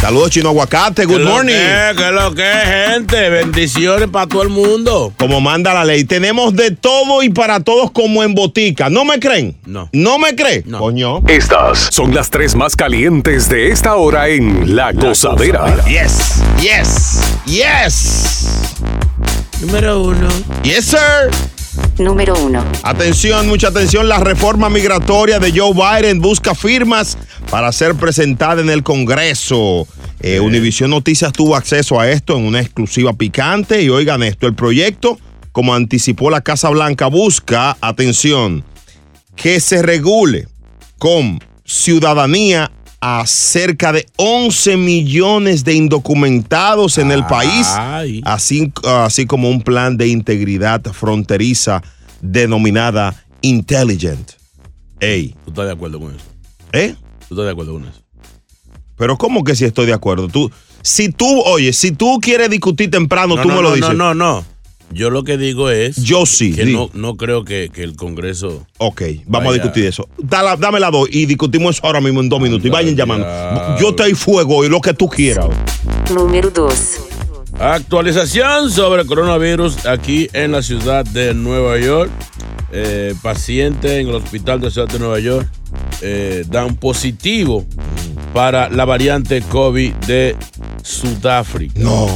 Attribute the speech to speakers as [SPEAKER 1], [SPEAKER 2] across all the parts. [SPEAKER 1] Saludos, Chino Aguacate. Good
[SPEAKER 2] ¿Qué lo
[SPEAKER 1] morning.
[SPEAKER 2] que, ¿Qué lo que es, gente? Bendiciones para todo el mundo.
[SPEAKER 1] Como manda la ley, tenemos de todo y para todos como en botica. ¿No me creen?
[SPEAKER 2] No.
[SPEAKER 1] ¿No me creen?
[SPEAKER 2] No.
[SPEAKER 1] Coño.
[SPEAKER 3] Estas son las tres más calientes de esta hora en La Gozadera.
[SPEAKER 1] Yes, yes, yes.
[SPEAKER 2] Número uno.
[SPEAKER 1] Yes, sir.
[SPEAKER 4] Número 1.
[SPEAKER 1] Atención, mucha atención. La reforma migratoria de Joe Biden busca firmas para ser presentada en el Congreso. Eh, Univisión Noticias tuvo acceso a esto en una exclusiva picante. Y oigan esto, el proyecto, como anticipó la Casa Blanca, busca, atención, que se regule con ciudadanía a cerca de 11 millones de indocumentados en el país,
[SPEAKER 2] Ay.
[SPEAKER 1] así, así como un plan de integridad fronteriza denominada Intelligent. Ey,
[SPEAKER 2] ¿Tú estás de acuerdo con eso?
[SPEAKER 1] ¿eh?
[SPEAKER 2] ¿Tú estás de acuerdo con eso?
[SPEAKER 1] Pero ¿cómo que si estoy de acuerdo? Tú, si tú, oye, si tú quieres discutir temprano, tú me lo
[SPEAKER 2] no,
[SPEAKER 1] dices.
[SPEAKER 2] No, no, no. Yo lo que digo es
[SPEAKER 1] Yo sí.
[SPEAKER 2] que
[SPEAKER 1] di-
[SPEAKER 2] no, no creo que, que el Congreso.
[SPEAKER 1] Ok, vamos a
[SPEAKER 2] Vaya.
[SPEAKER 1] discutir eso. Dala- dame la dos y discutimos eso ahora mismo en dos minutos. Y vayan llamando. Yo te doy fuego y lo que tú quieras.
[SPEAKER 4] Número 2.
[SPEAKER 2] Actualización sobre el coronavirus aquí en la ciudad de Nueva York. Eh, paciente en el hospital de ciudad de Nueva York eh, dan positivo para la variante COVID de Sudáfrica.
[SPEAKER 1] No.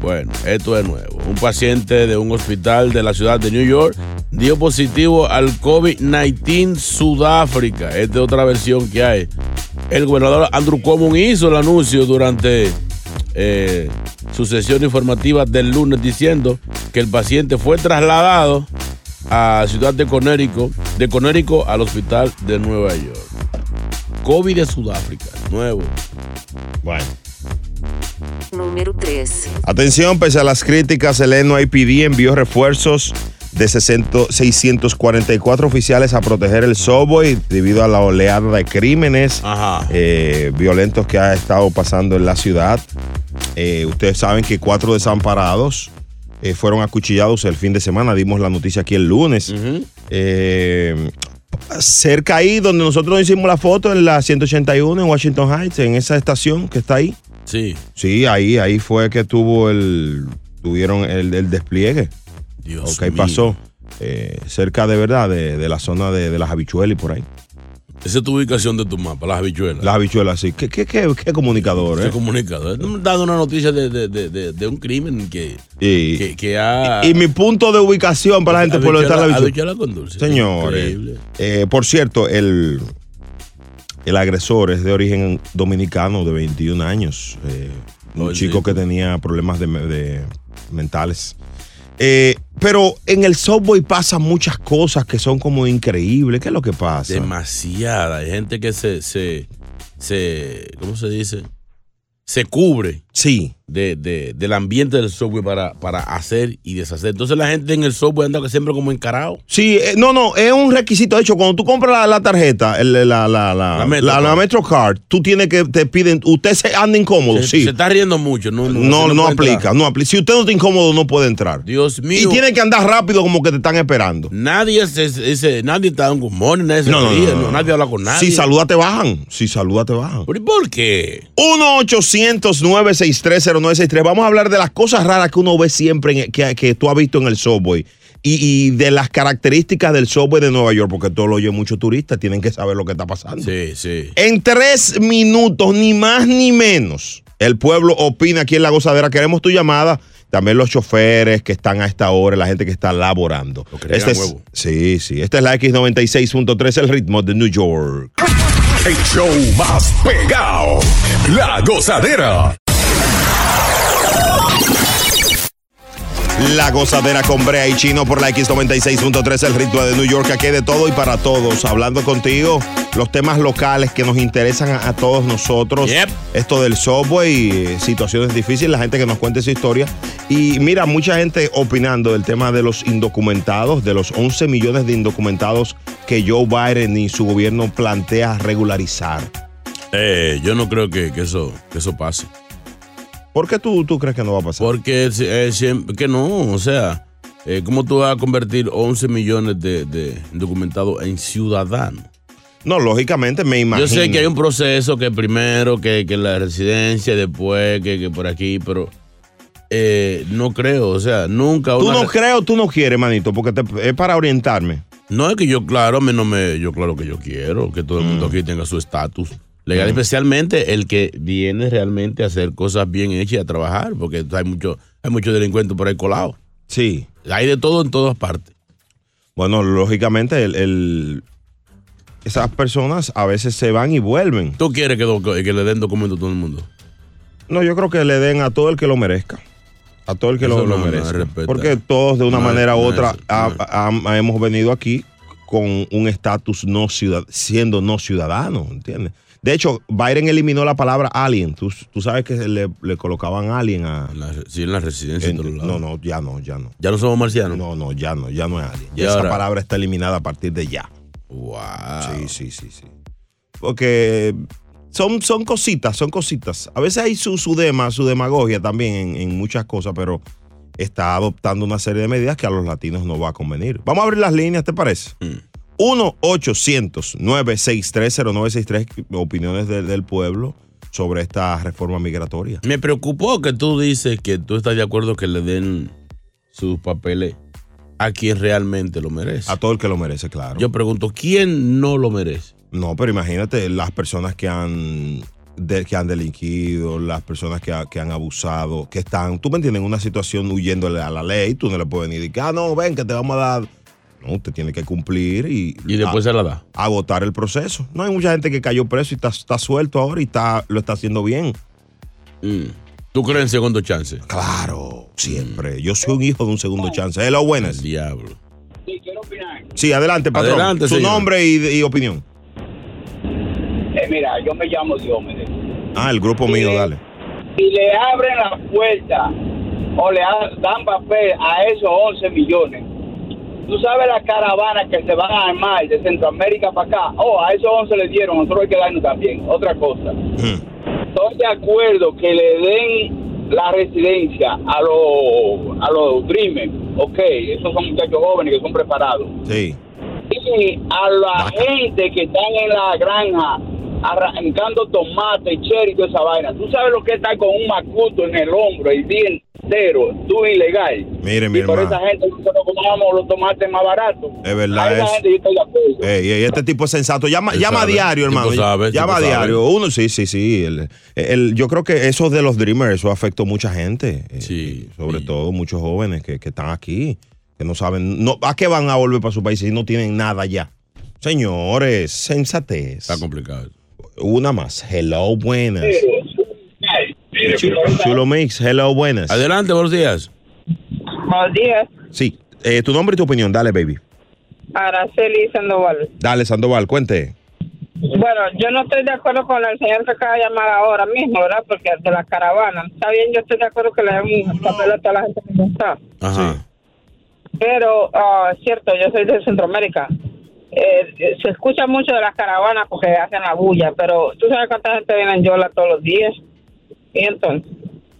[SPEAKER 2] Bueno, esto es nuevo. Un paciente de un hospital de la ciudad de New York dio positivo al COVID-19 Sudáfrica. Esta es otra versión que hay. El gobernador Andrew Cuomo hizo el anuncio durante eh, su sesión informativa del lunes diciendo que el paciente fue trasladado a ciudad de Conérico, de Conérico al hospital de Nueva York. COVID de Sudáfrica, nuevo.
[SPEAKER 1] Bueno.
[SPEAKER 4] Número 3.
[SPEAKER 1] Atención, pese a las críticas, el NYPD envió refuerzos de 60 644 oficiales a proteger el subway debido a la oleada de crímenes
[SPEAKER 2] Ajá.
[SPEAKER 1] eh, violentos que ha estado pasando en la ciudad. Eh, ustedes saben que cuatro desamparados eh, fueron acuchillados el fin de semana. Dimos la noticia aquí el lunes.
[SPEAKER 2] Ujú.
[SPEAKER 1] Eh, cerca ahí donde nosotros hicimos la foto en la 181 en Washington Heights, en esa estación que está ahí.
[SPEAKER 2] Sí.
[SPEAKER 1] Sí, ahí, ahí fue que tuvo el, tuvieron el, el despliegue.
[SPEAKER 2] Dios
[SPEAKER 1] Ok,
[SPEAKER 2] mío.
[SPEAKER 1] pasó. eh, cerca de verdad de, de la zona de, de las habichuelas y por ahí.
[SPEAKER 2] Esa es tu ubicación de tu mapa, las habichuelas.
[SPEAKER 1] Las habichuelas, sí. ¿Qué, qué, qué, qué comunicador,
[SPEAKER 2] Estoy
[SPEAKER 1] eh?
[SPEAKER 2] comunicado. Estamos dando una noticia de, de- de- de- de un crimen que,
[SPEAKER 1] Y,
[SPEAKER 2] que, que ha.
[SPEAKER 1] y mi punto de ubicación para la gente por lo que está la
[SPEAKER 2] Habichuela-
[SPEAKER 1] habichuela.
[SPEAKER 2] habichuela con dulce.
[SPEAKER 1] Señores,
[SPEAKER 2] Increíble.
[SPEAKER 1] eh, por cierto, el, el agresor es de origen dominicano de 21 años. eh, un
[SPEAKER 2] Oye,
[SPEAKER 1] chico
[SPEAKER 2] sí.
[SPEAKER 1] que tenía problemas de, me- de mentales. Eh, pero en el software pasan muchas cosas que son como increíbles. ¿Qué es lo que pasa?
[SPEAKER 2] Demasiada. Hay gente que se, se, se. ¿Cómo se dice? Se cubre
[SPEAKER 1] Sí.
[SPEAKER 2] de, de- del ambiente del software para, para hacer y deshacer. Entonces la gente en el software anda siempre como encarado.
[SPEAKER 1] Sí, eh, no, no, es un requisito. De hecho, cuando tú compras la, la tarjeta, el- la, la, la,
[SPEAKER 2] La Metrocard.
[SPEAKER 1] la MetroCard, tú tienes que, te piden, usted se anda incómodo, Oh,
[SPEAKER 2] Se,
[SPEAKER 1] sí.
[SPEAKER 2] se está riendo mucho. No, no,
[SPEAKER 1] no,
[SPEAKER 2] usted
[SPEAKER 1] no
[SPEAKER 2] puede
[SPEAKER 1] aplica,
[SPEAKER 2] entrar.
[SPEAKER 1] no aplica. Si usted no está incómodo, no puede entrar.
[SPEAKER 2] Dios mío.
[SPEAKER 1] Y tiene que andar rápido como que te están esperando.
[SPEAKER 2] Nadie se, se- se- nadie está en good morning, nadie se
[SPEAKER 1] No, no,
[SPEAKER 2] ríe,
[SPEAKER 1] no, no,
[SPEAKER 2] no, nadie habla con nadie.
[SPEAKER 1] Si saluda te bajan. Si saluda te bajan.
[SPEAKER 2] ¿Pero y por qué?
[SPEAKER 1] 1-800-963-0963. Vamos a hablar de las cosas raras que uno ve siempre, en- que, que tú has visto en el subway. Y, y de las características del subway de Nueva York, porque todo lo oye muchos turistas, tienen que saber lo que está pasando.
[SPEAKER 2] Sí, sí.
[SPEAKER 1] En tres minutos, ni más ni menos, el pueblo opina aquí en La Gozadera. Queremos tu llamada. También los choferes que están a esta hora, la gente que está laborando. Este
[SPEAKER 2] Lo que le dan
[SPEAKER 1] es,
[SPEAKER 2] huevo.
[SPEAKER 1] sí, sí. Esta es la X96.3, el ritmo de New York.
[SPEAKER 3] El show más pegado. La Gozadera.
[SPEAKER 1] La gozadera con Brea y Chino por la X96.3, el ritmo de New York, aquí de todo y para todos. Hablando contigo, los temas locales que nos interesan a, a todos nosotros. Esto del software y eh, situaciones difíciles, la gente que nos cuente su historia. Y mira, mucha gente opinando del tema de los indocumentados, de los 11 millones de indocumentados que Joe Biden y su gobierno plantea regularizar.
[SPEAKER 2] Eh, yo no creo que, que eso, que eso pase.
[SPEAKER 1] ¿Por qué tú, tú crees que no va a pasar?
[SPEAKER 2] Porque es- eh, siempre- que no, o sea, eh, ¿cómo tú vas a convertir 11 millones de, de indocumentados en ciudadanos?
[SPEAKER 1] No, lógicamente me imagino.
[SPEAKER 2] Yo sé que hay un proceso que primero, que, que la residencia, después, que, que por aquí, pero eh, no creo, o sea, nunca...
[SPEAKER 1] Tú
[SPEAKER 2] una
[SPEAKER 1] no
[SPEAKER 2] re-
[SPEAKER 1] creo, tú no quieres, manito, porque te- es para orientarme.
[SPEAKER 2] No es que yo, claro, a mí no me, yo claro que yo quiero que
[SPEAKER 1] Mm.
[SPEAKER 2] todo el mundo aquí tenga su estatus legal, especialmente el que viene realmente a hacer cosas bien hechas y a trabajar, porque hay mucho, hay muchos delincuentes por ahí colados.
[SPEAKER 1] Sí.
[SPEAKER 2] Hay de todo en todas partes.
[SPEAKER 1] Bueno, lógicamente el, el- esas personas a veces se van y vuelven.
[SPEAKER 2] ¿Tú quieres que, do- que le den documento a todo el mundo?
[SPEAKER 1] No, yo creo que le den a todo el que lo merezca. A todo el que lo,
[SPEAKER 2] Eso
[SPEAKER 1] lo
[SPEAKER 2] no, no,
[SPEAKER 1] merezca.
[SPEAKER 2] respeta.
[SPEAKER 1] Porque todos de una
[SPEAKER 2] No,
[SPEAKER 1] manera u
[SPEAKER 2] no,
[SPEAKER 1] otra
[SPEAKER 2] eso,
[SPEAKER 1] ha- ha- ha- hemos venido aquí con un estatus no ciudad, siendo no ciudadano, ¿entiendes? De hecho, Biden eliminó la palabra alien. Tú, tú sabes que le, le colocaban alien a...
[SPEAKER 2] En la re- sí, en la residencia.
[SPEAKER 1] en-
[SPEAKER 2] en todos lados.
[SPEAKER 1] no, no, ya no, ya no.
[SPEAKER 2] Ya no somos marcianos.
[SPEAKER 1] No, no, ya no, ya no es alien.
[SPEAKER 2] ¿Y
[SPEAKER 1] Ya esa
[SPEAKER 2] ahora?
[SPEAKER 1] palabra está eliminada a partir de ya.
[SPEAKER 2] Wow.
[SPEAKER 1] Sí, sí, sí, sí. Porque son, son cositas, son cositas. A veces hay su, su dema, su demagogia también en, en muchas cosas, pero está adoptando una serie de medidas que a los latinos no va a convenir. Vamos a abrir las líneas, ¿te parece? 1-800-963-0963, opiniones de- del pueblo sobre esta reforma migratoria.
[SPEAKER 2] Me preocupó que tú dices que tú estás de acuerdo que le den sus papeles a quien realmente lo merece.
[SPEAKER 1] A todo el que lo merece, claro.
[SPEAKER 2] Yo pregunto, ¿quién no lo merece?
[SPEAKER 1] No, pero imagínate las personas que han, de- que han delinquido, las personas que, ha- que han abusado, que están, tú me entiendes, en una situación huyéndole a la ley, tú no le puedes ni decir, ah, no, ven, que te vamos a dar. No, usted tiene que cumplir y,
[SPEAKER 2] Y después
[SPEAKER 1] a-
[SPEAKER 2] se la da.
[SPEAKER 1] agotar el proceso. No hay mucha gente que cayó preso y está, está suelto ahora y está, lo está haciendo bien.
[SPEAKER 2] Mm. ¿Tú crees en segundo chance?
[SPEAKER 1] Claro, siempre. Yo soy un hijo de un segundo chance. Hello, buenas.
[SPEAKER 2] Diablo.
[SPEAKER 1] Sí, adelante, patrón.
[SPEAKER 2] Adelante,
[SPEAKER 1] Su
[SPEAKER 2] señor.
[SPEAKER 1] nombre y, y opinión.
[SPEAKER 5] Eh, mira, yo me llamo Diómedes.
[SPEAKER 1] Ah, el grupo mío, dale.
[SPEAKER 5] Si le abren la puerta o le ha- dan papel a esos 11 millones, tú sabes las caravanas que se van a armar de Centroamérica para acá. Oh, a esos 11 le dieron, nosotros hay que darnos también. Otra cosa.
[SPEAKER 1] Mm.
[SPEAKER 5] Estoy de acuerdo que le den la residencia a los a los Dreamers. Ok, esos son muchachos jóvenes que son preparados.
[SPEAKER 1] Sí.
[SPEAKER 5] Y a la gente que están en la granja arrancando tomate, cherry y toda esa vaina. Tú sabes lo que está con un macuto en el hombro el día entero, tú ilegal.
[SPEAKER 1] Mire, mi
[SPEAKER 5] y por
[SPEAKER 1] hermano.
[SPEAKER 5] esa gente nosotros comamos los tomates más baratos.
[SPEAKER 1] Es verdad
[SPEAKER 5] Ahí la
[SPEAKER 1] eso.
[SPEAKER 5] gente yo estoy de acuerdo.
[SPEAKER 1] Ey, ey, este tipo es sensato. Llama,
[SPEAKER 2] Él
[SPEAKER 1] llama a
[SPEAKER 2] sabe,
[SPEAKER 1] diario,
[SPEAKER 2] tipo
[SPEAKER 1] hermano.
[SPEAKER 2] sabe,
[SPEAKER 1] llama a
[SPEAKER 2] tipo sabe.
[SPEAKER 1] diario. Uno, sí, sí, sí. El- el- yo creo que eso de los Dreamers, eso afectó a mucha gente. Eh,
[SPEAKER 2] Sí,
[SPEAKER 1] Sobre
[SPEAKER 2] sí.
[SPEAKER 1] todo muchos jóvenes que, que están aquí, que no saben. No, ¿A qué van a volver para su país si no tienen nada ya? Señores, sensatez.
[SPEAKER 2] Está complicado.
[SPEAKER 1] Una más. Hello, buenas.
[SPEAKER 5] Ay, mire,
[SPEAKER 1] Chulo,
[SPEAKER 5] pero-
[SPEAKER 1] Chulo Mix, hello, buenas.
[SPEAKER 2] Adelante, buenos días.
[SPEAKER 6] Buenos días,
[SPEAKER 1] Sí, eh, tu nombre y tu opinión. Dale, baby.
[SPEAKER 6] Araceli Sandoval.
[SPEAKER 1] Dale, Sandoval, cuente.
[SPEAKER 6] Bueno, yo no estoy de acuerdo con la enseñanza que acaba de llamar ahora mismo, ¿verdad? Porque de la caravana. Está bien, yo estoy de acuerdo que le den un papel a toda la gente que no está.
[SPEAKER 2] Ajá.
[SPEAKER 6] Pero, ah, es cierto, yo soy de Centroamérica. Eh, eh, se escucha mucho de las caravanas porque hacen la bulla, pero tú sabes cuánta gente viene en Yola todos los días. Y entonces,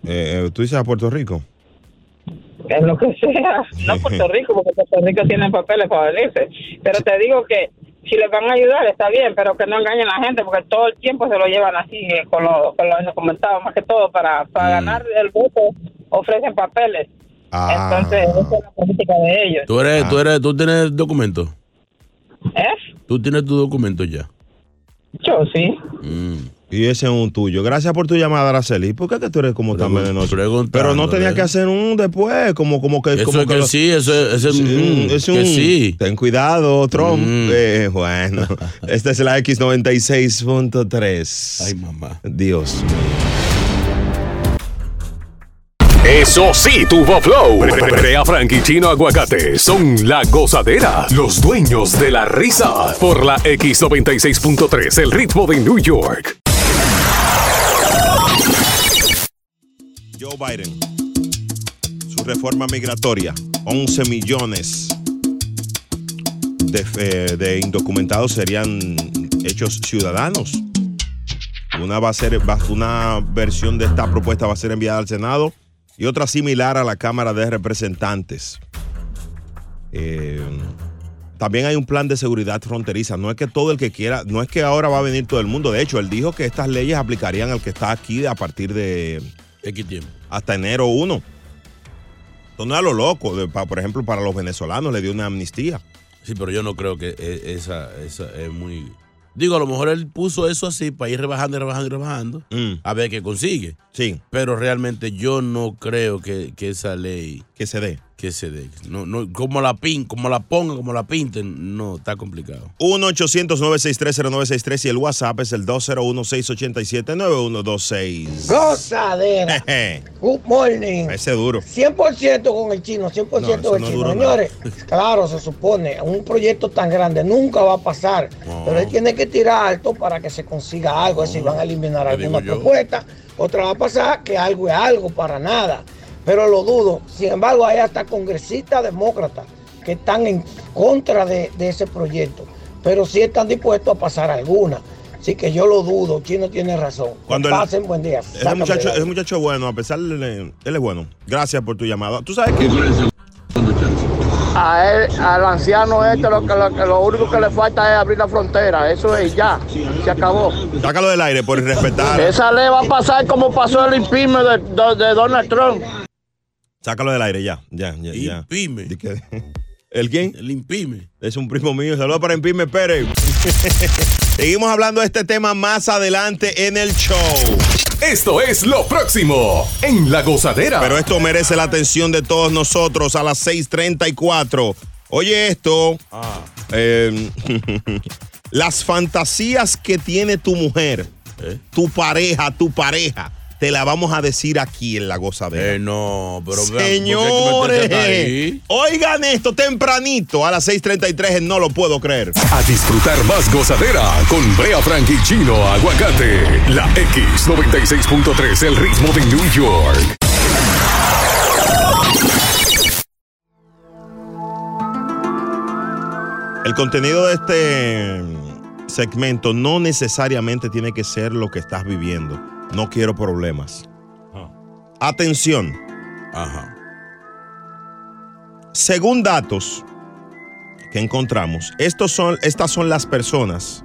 [SPEAKER 1] Eh, eh, ¿Tú dices a Puerto Rico?
[SPEAKER 6] es lo que sea. No Puerto Rico, porque Puerto Rico tiene papeles para venirse. Pero te digo que si les van a ayudar está bien, pero que no engañen a la gente, porque todo el tiempo se lo llevan así, eh, con los, con los indocumentados, más que todo, para, para
[SPEAKER 1] Mm.
[SPEAKER 6] ganar el voto ofrecen papeles.
[SPEAKER 1] Ah.
[SPEAKER 6] Entonces, esa es la política de ellos.
[SPEAKER 2] ¿Tú eres,
[SPEAKER 1] Ah.
[SPEAKER 2] tú eres, tú tienes documento?
[SPEAKER 6] ¿Eh?
[SPEAKER 2] Tú tienes tu documento ya.
[SPEAKER 6] Yo sí.
[SPEAKER 2] Mm.
[SPEAKER 1] Y ese es un tuyo. Gracias por tu llamada, Araceli. ¿Por qué que tú eres como tan
[SPEAKER 2] Pregun-
[SPEAKER 1] venenoso?
[SPEAKER 2] preguntando,
[SPEAKER 1] Pero no tenía
[SPEAKER 2] ¿eh?
[SPEAKER 1] que hacer un después, como, como que...
[SPEAKER 2] Eso
[SPEAKER 1] como
[SPEAKER 2] es que
[SPEAKER 1] lo-
[SPEAKER 2] sí, eso es, eso es-
[SPEAKER 1] Sí,
[SPEAKER 2] mm,
[SPEAKER 1] es
[SPEAKER 2] que
[SPEAKER 1] un-
[SPEAKER 2] sí.
[SPEAKER 1] Ten cuidado, Trump.
[SPEAKER 2] Mm.
[SPEAKER 1] Eh, bueno, esta es la X96.3.
[SPEAKER 2] Ay, mamá.
[SPEAKER 1] Dios.
[SPEAKER 3] Eso sí, tuvo flow. Brea Frank y Chino Aguacate son la gozadera, los dueños de la risa. Por la X96.3, el ritmo de New York.
[SPEAKER 1] Joe Biden, su reforma migratoria, 11 millones de, eh, de indocumentados serían hechos ciudadanos. Una, va a ser, va- una versión de esta propuesta va a ser enviada al Senado y otra similar a la Cámara de Representantes. Eh, también hay un plan de seguridad fronteriza. No es que todo el que quiera, no es que ahora va a venir todo el mundo. De hecho, él dijo que estas leyes aplicarían al que está aquí a partir de
[SPEAKER 2] X tiempo.
[SPEAKER 1] hasta enero 1. Esto no es a lo loco. De- pa- por ejemplo, para los venezolanos le dio una amnistía.
[SPEAKER 2] Sí, pero yo no creo que e- esa, esa es muy. Digo, a lo mejor él puso eso así para ir rebajando, y rebajando, y rebajando, a ver qué consigue.
[SPEAKER 1] Mm. Sí.
[SPEAKER 2] Pero realmente yo no creo que, que esa ley.
[SPEAKER 1] Que se dé.
[SPEAKER 2] Que se dé. No, no, como la pin, como la pongan, como la pinten, no, está complicado.
[SPEAKER 1] 1-800-963-0963 y el WhatsApp es el 201-687-9126.
[SPEAKER 7] Gozadera. Good morning.
[SPEAKER 1] Ese duro.
[SPEAKER 7] 100% con el chino, 100% con
[SPEAKER 1] No, eso
[SPEAKER 7] el
[SPEAKER 1] no
[SPEAKER 7] chino.
[SPEAKER 1] duró
[SPEAKER 7] Señores, claro, se supone, un proyecto tan grande nunca va a pasar, pero él tiene que tirar alto para que se consiga algo, si van a eliminar alguna propuesta, otra va a pasar que algo es algo para nada, pero lo dudo. Sin embargo, hay hasta congresistas demócratas que están en contra de, de ese proyecto, pero sí están dispuestos a pasar alguna. Así que yo lo dudo, Chino tiene razón.
[SPEAKER 1] Cuando el-
[SPEAKER 7] Pasen buen día.
[SPEAKER 1] Ese
[SPEAKER 7] Sácame de
[SPEAKER 1] muchacho,
[SPEAKER 7] ahí.
[SPEAKER 1] ese muchacho es bueno, a pesar de. Él es bueno. Gracias por tu llamada. ¿Tú sabes que
[SPEAKER 8] A él, al anciano este lo, que, lo, que- lo único que le falta es abrir la frontera, eso es ya, se acabó.
[SPEAKER 1] Sácalo del aire por respetar.
[SPEAKER 8] Esa ley va a pasar como pasó el impeachment de, de- de Donald Trump.
[SPEAKER 1] Sácalo del aire, ya. Ya, ya, ya.
[SPEAKER 2] Impime.
[SPEAKER 1] Di que- ¿El quién?
[SPEAKER 2] El impime.
[SPEAKER 1] Es un primo mío. Saludos para Empime Pérez. Seguimos hablando de este tema más adelante en el show.
[SPEAKER 3] Esto es lo próximo en La Gozadera.
[SPEAKER 1] Pero esto merece la atención de todos nosotros a las 6:34. Oye, esto. eh, las fantasías que tiene tu mujer, tu pareja, tu pareja, te la vamos a decir aquí en la gozadera.
[SPEAKER 2] Eh, no, pero vean, ¿por qué hay que meterse
[SPEAKER 1] Señores,
[SPEAKER 2] hasta ahí?
[SPEAKER 1] oigan esto tempranito a las 6:33 en No Lo Puedo Creer.
[SPEAKER 3] A disfrutar más gozadera con Brea Frank y Chino Aguacate. La X96.3, el ritmo de New York.
[SPEAKER 1] El contenido de este segmento no necesariamente tiene que ser lo que estás viviendo. No quiero problemas. Atención.
[SPEAKER 2] Ah. Ajá.
[SPEAKER 1] Según datos que encontramos, estos son, estas son las personas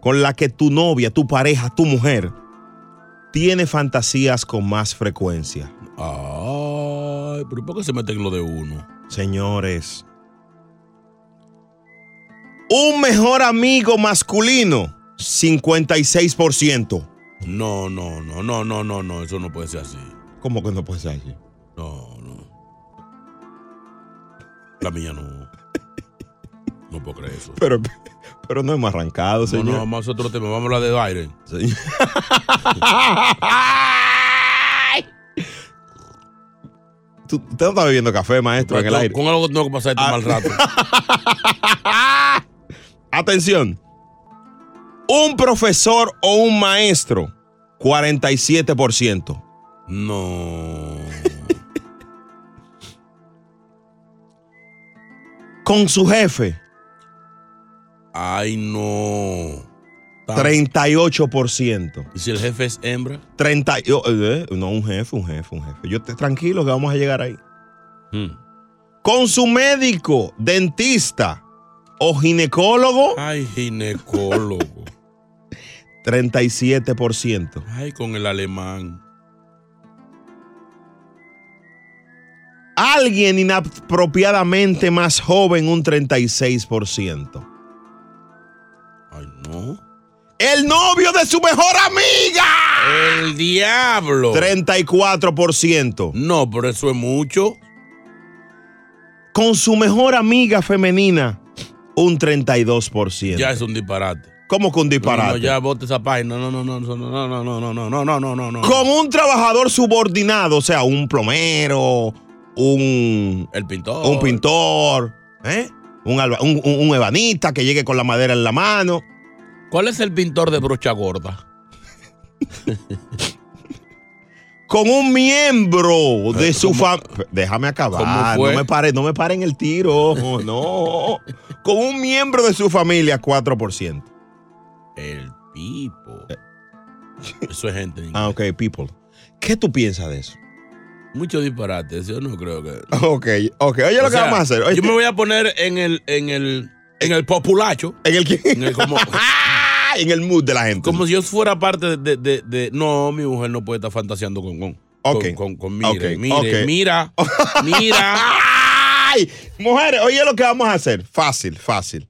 [SPEAKER 1] con las que tu novia, tu pareja, tu mujer tiene fantasías con más frecuencia.
[SPEAKER 2] Ay, pero ¿por qué se meten lo de uno?
[SPEAKER 1] Señores, un mejor amigo masculino, 56%.
[SPEAKER 2] No, no, no, no, no, no, no, eso no puede ser así.
[SPEAKER 1] ¿Cómo que no puede ser así?
[SPEAKER 2] No, no. La mía no. No puedo creer eso.
[SPEAKER 1] Pero, pero no hemos arrancado,
[SPEAKER 2] No, no,
[SPEAKER 1] señor.
[SPEAKER 2] vamos a otro tema, vamos a hablar de Biden.
[SPEAKER 1] Señor. Tú- Usted no está bebiendo café, maestro, en el
[SPEAKER 2] Con-
[SPEAKER 1] aire.
[SPEAKER 2] Con algo tengo que pasar este
[SPEAKER 1] Ah.
[SPEAKER 2] mal rato.
[SPEAKER 1] Atención. Un profesor o un maestro, 47%.
[SPEAKER 2] No.
[SPEAKER 1] Con su jefe,
[SPEAKER 2] Ay, no. Tan-
[SPEAKER 1] 38%.
[SPEAKER 2] ¿Y si el jefe es hembra?
[SPEAKER 1] 30, yo, eh, no, un jefe, un jefe, un jefe. Yo te, tranquilo que vamos a llegar ahí.
[SPEAKER 2] Hmm.
[SPEAKER 1] Con su médico, dentista o ginecólogo,
[SPEAKER 2] Ay, ginecólogo.
[SPEAKER 1] 37%.
[SPEAKER 2] Ay, con el alemán.
[SPEAKER 1] Alguien inapropiadamente más joven, un 36%.
[SPEAKER 2] Ay, no.
[SPEAKER 1] El novio de su mejor amiga,
[SPEAKER 2] El diablo.
[SPEAKER 1] 34%.
[SPEAKER 2] No, pero eso es mucho.
[SPEAKER 1] Con su mejor amiga femenina, un 32%.
[SPEAKER 2] Ya es un disparate.
[SPEAKER 1] ¿Cómo que un disparate?
[SPEAKER 2] No, no, ya bote esa página. No, no, no, no, no, no, no, no, no, no, no, no, no, no.
[SPEAKER 1] Con un trabajador subordinado, o sea, un plomero, un,
[SPEAKER 2] El pintor.
[SPEAKER 1] un pintor, ¿eh? un, alba- un, un- un ebanista que llegue con la madera en la mano.
[SPEAKER 2] ¿Cuál es el pintor de brocha gorda?
[SPEAKER 1] Con un miembro de su familia. Déjame acabar.
[SPEAKER 2] ¿Cómo
[SPEAKER 1] No
[SPEAKER 2] fue?
[SPEAKER 1] me paren, no me paren el tiro. No. Con un miembro de su familia, 4%.
[SPEAKER 2] El pipo. Eso es gente. en
[SPEAKER 1] Ah, ok, people. ¿Qué tú piensas de eso?
[SPEAKER 2] Mucho disparate, yo no creo que.
[SPEAKER 1] Ok, ok. Oye, lo
[SPEAKER 2] O
[SPEAKER 1] que
[SPEAKER 2] sea,
[SPEAKER 1] vamos a hacer.
[SPEAKER 2] Yo me voy a poner en el, en el, en el populacho.
[SPEAKER 1] En el que-
[SPEAKER 2] En el como,
[SPEAKER 1] ¡Ah! en el mood de la gente.
[SPEAKER 2] como si yo fuera parte de, de- de- No, mi mujer no puede estar fantaseando con. con
[SPEAKER 1] Ok.
[SPEAKER 2] Con, con, con mire,
[SPEAKER 1] Ok,
[SPEAKER 2] mire,
[SPEAKER 1] ok.
[SPEAKER 2] mira, mira.
[SPEAKER 1] ¡Ay! Mujeres, oye lo que vamos a hacer. Fácil, fácil.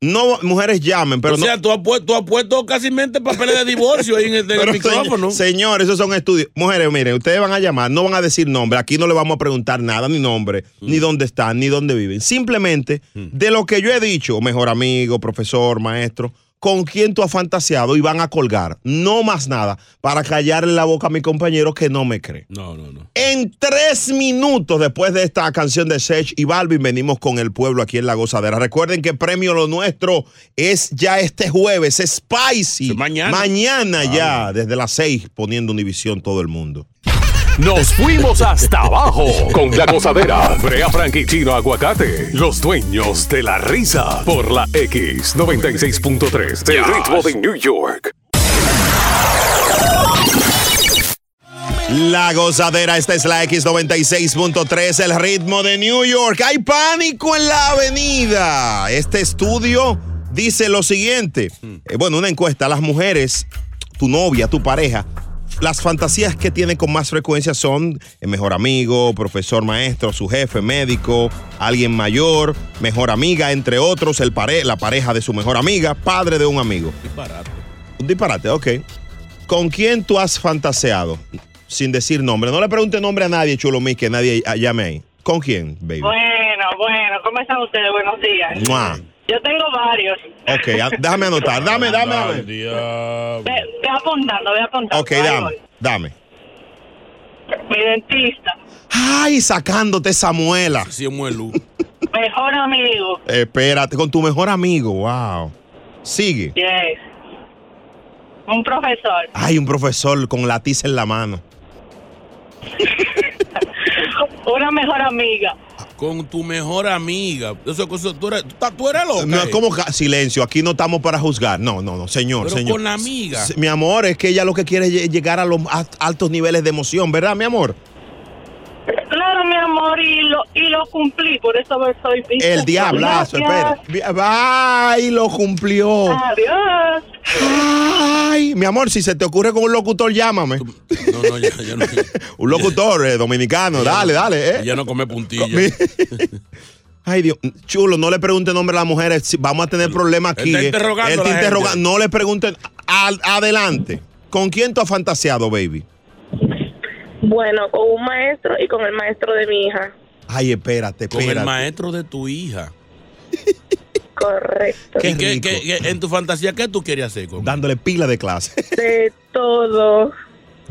[SPEAKER 1] No, mujeres llamen, pero
[SPEAKER 2] o sea,
[SPEAKER 1] no.
[SPEAKER 2] tú, has puesto, tú has puesto casi mente papeles de divorcio ahí en el, en el
[SPEAKER 1] pero se-
[SPEAKER 2] micrófono.
[SPEAKER 1] señor, esos son estudios. Mujeres, miren, ustedes van a llamar, no van a decir nombre. Aquí no le vamos a preguntar nada, ni nombre,
[SPEAKER 2] Mm.
[SPEAKER 1] ni dónde están, ni dónde viven. Simplemente de lo que yo he dicho, mejor amigo, profesor, maestro, con quién tú has fantaseado y van a colgar. No más nada, para callarle la boca a mi compañero que no me cree.
[SPEAKER 2] No, no, no.
[SPEAKER 1] En tres minutos después de esta canción de Sech y Balvin, venimos con el pueblo aquí en La Gozadera. Recuerden que premio lo nuestro es ya este jueves, es Spicy.
[SPEAKER 2] Es mañana.
[SPEAKER 1] Mañana ya, desde las seis, poniendo Univisión todo el mundo.
[SPEAKER 3] Nos fuimos hasta abajo con la gozadera. Brea Frank y Chino Aguacate, los dueños de la risa por la X96.3 del ritmo de New York.
[SPEAKER 1] La Gozadera, esta es la X96.3, el ritmo de New York. Hay pánico en la avenida. Este estudio dice lo siguiente. Eh, bueno, una encuesta. Las mujeres, tu novia, tu pareja, las fantasías que tienen con más frecuencia son el mejor amigo, profesor, maestro, su jefe, médico, alguien mayor, mejor amiga, entre otros, el pare- la pareja de su mejor amiga, padre de un amigo.
[SPEAKER 2] Disparate.
[SPEAKER 1] Un disparate, ok. ¿Con quién tú has fantaseado? Sin decir nombre. No le pregunte nombre a nadie, chulo mí, que nadie ah, llame ahí. ¿Con quién, baby?
[SPEAKER 6] Bueno, bueno, ¿cómo están ustedes? Buenos días.
[SPEAKER 1] Mua.
[SPEAKER 6] Yo tengo varios.
[SPEAKER 1] Ok, ah, déjame anotar. Dame, dame,
[SPEAKER 2] Anda,
[SPEAKER 1] dame.
[SPEAKER 2] diablo.
[SPEAKER 6] Ve, ve apuntando, ve apuntando.
[SPEAKER 1] Ok,
[SPEAKER 6] Ahí
[SPEAKER 1] dame,
[SPEAKER 6] voy.
[SPEAKER 1] dame.
[SPEAKER 6] Mi dentista,
[SPEAKER 1] Ay, sacándote esa muela.
[SPEAKER 2] Sí, es muelu.
[SPEAKER 6] mejor amigo,
[SPEAKER 1] Espérate, con tu mejor amigo, wow. Sigue.
[SPEAKER 6] yes. Un profesor,
[SPEAKER 1] Ay, un profesor con la tiza en la mano.
[SPEAKER 6] una mejor amiga.
[SPEAKER 2] Con tu mejor amiga. Eso, eso, tú, eres, tú, estás- tú eres loca.
[SPEAKER 1] No,
[SPEAKER 2] eh.
[SPEAKER 1] ¿cómo ca- Silencio, aquí no estamos para juzgar. No, no, no, señor,
[SPEAKER 2] Pero
[SPEAKER 1] señor.
[SPEAKER 2] con la amiga.
[SPEAKER 1] S- Mi amor, es que ella lo que quiere es lle- llegar a los a- altos niveles de emoción, ¿verdad, mi amor?
[SPEAKER 6] Claro, mi amor, y lo, y lo cumplí, por eso soy
[SPEAKER 1] El diablazo, espera.
[SPEAKER 6] Gracias.
[SPEAKER 1] Vi- Ay, lo cumplió.
[SPEAKER 6] Adiós.
[SPEAKER 1] Ay, mi amor, si se te ocurre con un locutor, llámame.
[SPEAKER 2] No, no, ya, ya no.
[SPEAKER 1] Un locutor eh, dominicano, dale, dale. eh.
[SPEAKER 2] Ya no come puntillas.
[SPEAKER 1] Ay, Dios. Chulo, no le pregunte nombre a las mujeres. si- Vamos a tener problemas aquí.
[SPEAKER 2] está
[SPEAKER 1] eh. Él
[SPEAKER 2] interrogando a
[SPEAKER 1] te
[SPEAKER 2] la gente.
[SPEAKER 1] interroga- No le pregunten. Al- adelante. ¿Con quién tú has fantaseado, baby?
[SPEAKER 9] Bueno, con un maestro y con el maestro de mi hija.
[SPEAKER 1] Ay, espérate,
[SPEAKER 2] Con el
[SPEAKER 1] espérate.
[SPEAKER 2] maestro de tu hija.
[SPEAKER 9] Correcto.
[SPEAKER 1] Qué
[SPEAKER 2] ¿Y qué-
[SPEAKER 1] rico.
[SPEAKER 2] qué- qué- en tu fantasía, ¿qué tú querías hacer con él?
[SPEAKER 1] Dándole pila de clase.
[SPEAKER 9] De todo.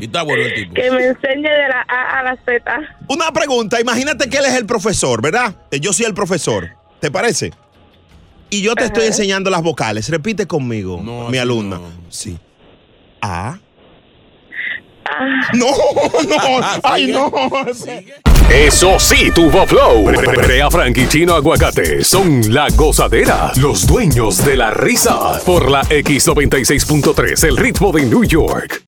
[SPEAKER 2] Y está bueno el tipo.
[SPEAKER 9] Que me enseñe de la A a la Z.
[SPEAKER 1] Una pregunta, imagínate que él es el profesor, ¿verdad? Eh, Yo soy el profesor, ¿te parece? Y yo te estoy enseñando las vocales. Repite conmigo,
[SPEAKER 2] No,
[SPEAKER 1] mi
[SPEAKER 2] así
[SPEAKER 1] alumna.
[SPEAKER 2] no.
[SPEAKER 1] Sí. A. No, no, ay no.
[SPEAKER 9] Ah.
[SPEAKER 3] Eso sí, tuvo flow. Brea Frank y Chino Aguacate son la gozadera, los dueños de la risa por la X96.3, el ritmo de New York.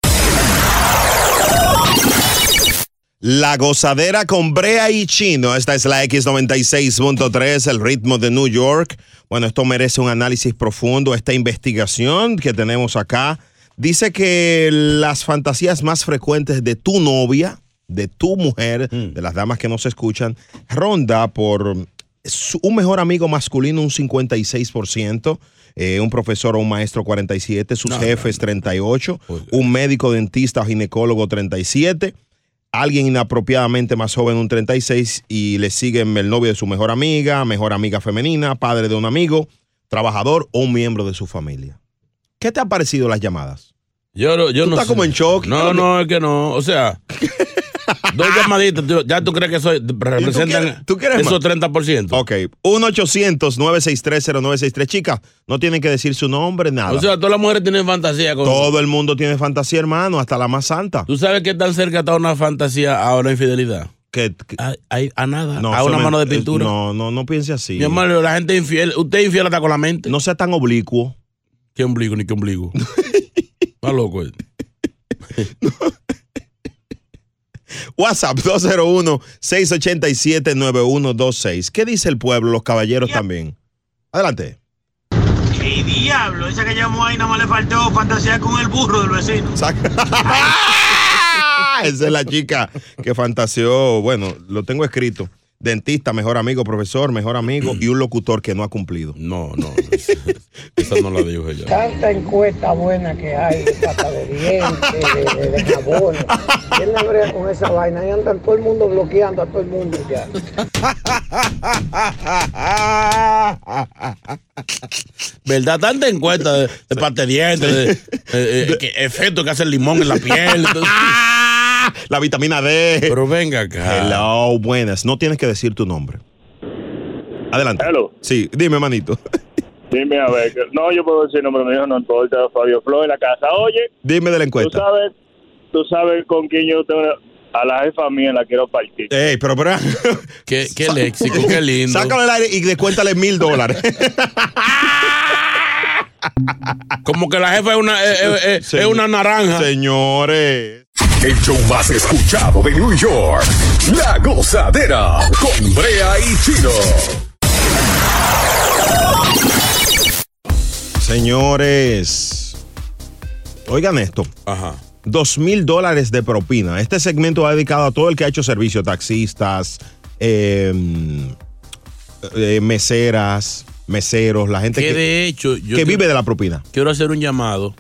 [SPEAKER 1] La gozadera con Brea y Chino. Esta es la X96.3, el ritmo de New York. Bueno, esto merece un análisis profundo. Esta investigación que tenemos acá dice que las fantasías más frecuentes de tu novia, de tu mujer, de las damas que nos escuchan, ronda por su- un mejor amigo masculino un 56%, eh, un profesor o un maestro 47%, sus jefes 38%, un médico, dentista o ginecólogo 37% alguien inapropiadamente más joven, un 36, y le siguen el novio de su mejor amiga, mejor amiga femenina, padre de un amigo, trabajador o un miembro de su familia. ¿Qué te han parecido las llamadas?
[SPEAKER 2] Yo, no- yo
[SPEAKER 1] Tú
[SPEAKER 2] no
[SPEAKER 1] estás
[SPEAKER 2] sé.
[SPEAKER 1] como en shock.
[SPEAKER 2] No, no, es que no. O sea, dos llamaditas, tú- ya tú crees que soy, representan
[SPEAKER 1] ¿Tú quieres
[SPEAKER 2] esos
[SPEAKER 1] más?
[SPEAKER 2] 30%.
[SPEAKER 1] Ok, 1-800-963-0963. Chicas, no tienen que decir su nombre, nada.
[SPEAKER 2] O sea, todas las mujeres tienen fantasía con
[SPEAKER 1] Todo el mundo tiene fantasía, hermano, hasta la más santa.
[SPEAKER 2] ¿Tú sabes qué tan cerca está una fantasía a una infidelidad?
[SPEAKER 1] Que,
[SPEAKER 2] a, a nada,
[SPEAKER 1] No,
[SPEAKER 2] a una
[SPEAKER 1] eso me-
[SPEAKER 2] mano de
[SPEAKER 1] eh,
[SPEAKER 2] pintura.
[SPEAKER 1] No, no, no piense así.
[SPEAKER 2] Mi hermano, la gente es infiel, usted es infiel hasta con la mente.
[SPEAKER 1] No sea tan oblicuo.
[SPEAKER 2] ¿Qué ombligo ni qué ombligo? Está loco. él.
[SPEAKER 1] WhatsApp 201-687-9126. ¿Qué dice el pueblo, los caballeros también? Adelante.
[SPEAKER 10] ¡Qué diablo! Esa que llamó ahí nada más le faltó fantasía con el burro del vecino.
[SPEAKER 1] Ah, esa es la chica que fantaseó. Bueno, lo tengo escrito. Dentista, mejor amigo, profesor, mejor amigo y un locutor que no ha cumplido.
[SPEAKER 2] No, no. Esa no la dijo ella.
[SPEAKER 7] Tanta encuesta buena que hay de pata de dientes, de, de, de jabones. ¿Quién le brega con esa vaina? Y andan todo el mundo bloqueando a todo el mundo ya.
[SPEAKER 2] ¿Verdad? Tanta encuesta de, de parte de dientes, de, eh, eh, que- efecto que hace el limón en la piel. entonces-
[SPEAKER 1] La vitamina D.
[SPEAKER 2] Pero venga acá.
[SPEAKER 1] Hello, buenas. No tienes que decir tu nombre. Adelante.
[SPEAKER 11] Hello.
[SPEAKER 1] Sí, dime, manito.
[SPEAKER 11] Dime a ver, que- no, yo puedo decir nombre mío, no importa, Fabio Flo en la casa. Oye,
[SPEAKER 1] Dime de la
[SPEAKER 11] tú
[SPEAKER 1] encuesta.
[SPEAKER 11] sabes, tú sabes con quién yo tengo, a la jefa mía la quiero partir.
[SPEAKER 1] Ey, pero, pero.
[SPEAKER 2] Qué, qué léxico, qué lindo.
[SPEAKER 1] Sácalo al aire y descuéntale mil dólares.
[SPEAKER 2] Como que la jefa es una, es- es- Eh, es-
[SPEAKER 1] Sí.
[SPEAKER 2] es una naranja.
[SPEAKER 1] Señores.
[SPEAKER 3] El show más escuchado de New York. La gozadera con Brea y Chino.
[SPEAKER 1] Señores. Oigan esto.
[SPEAKER 2] Ajá.
[SPEAKER 1] Dos mil dólares de propina. Este segmento va dedicado a todo el que ha hecho servicio, taxistas, eh, eh, meseras, meseros, la gente
[SPEAKER 2] Que
[SPEAKER 1] que,
[SPEAKER 2] de hecho, yo
[SPEAKER 1] que
[SPEAKER 2] quiero-
[SPEAKER 1] vive de la propina.
[SPEAKER 2] quiero hacer un llamado.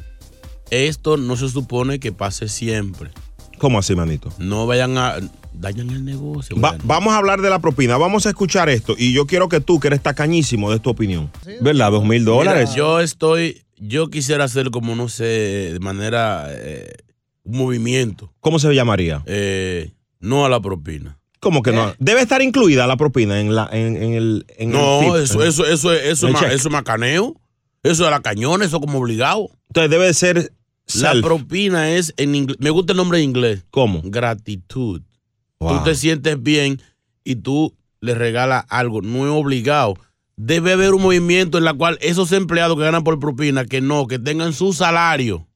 [SPEAKER 2] Esto no se supone que pase siempre.
[SPEAKER 1] ¿Cómo así, manito?
[SPEAKER 2] No vayan a. Dañan el negocio.
[SPEAKER 1] Va-
[SPEAKER 2] bueno.
[SPEAKER 1] vamos a hablar de la propina, vamos a escuchar esto y yo quiero que tú, que eres tacañísimo, de tu opinión. ¿Verdad? Dos mil
[SPEAKER 2] Mira,
[SPEAKER 1] dólares.
[SPEAKER 2] yo estoy. Yo quisiera hacer como, no sé, de manera. eh, un movimiento.
[SPEAKER 1] ¿Cómo se llamaría?
[SPEAKER 2] eh, no a la propina.
[SPEAKER 1] ¿Cómo que
[SPEAKER 2] Eh.
[SPEAKER 1] no? Debe estar incluida la propina en, la, en, en el... en el
[SPEAKER 2] No,
[SPEAKER 1] tip.
[SPEAKER 2] eso, eso, eso, es- eso,
[SPEAKER 1] El
[SPEAKER 2] es ma-
[SPEAKER 1] check.
[SPEAKER 2] eso es macaneo. Eso es la cañona, eso como obligado.
[SPEAKER 1] Entonces debe ser...
[SPEAKER 2] La
[SPEAKER 1] self.
[SPEAKER 2] propina es en inglés. Me gusta el nombre en inglés.
[SPEAKER 1] ¿Cómo?
[SPEAKER 2] Gratitud.
[SPEAKER 1] Wow.
[SPEAKER 2] Tú te sientes bien y tú le regalas algo. No es obligado. Debe haber un movimiento en la cual esos empleados que ganan por propina, que no, que tengan su salario.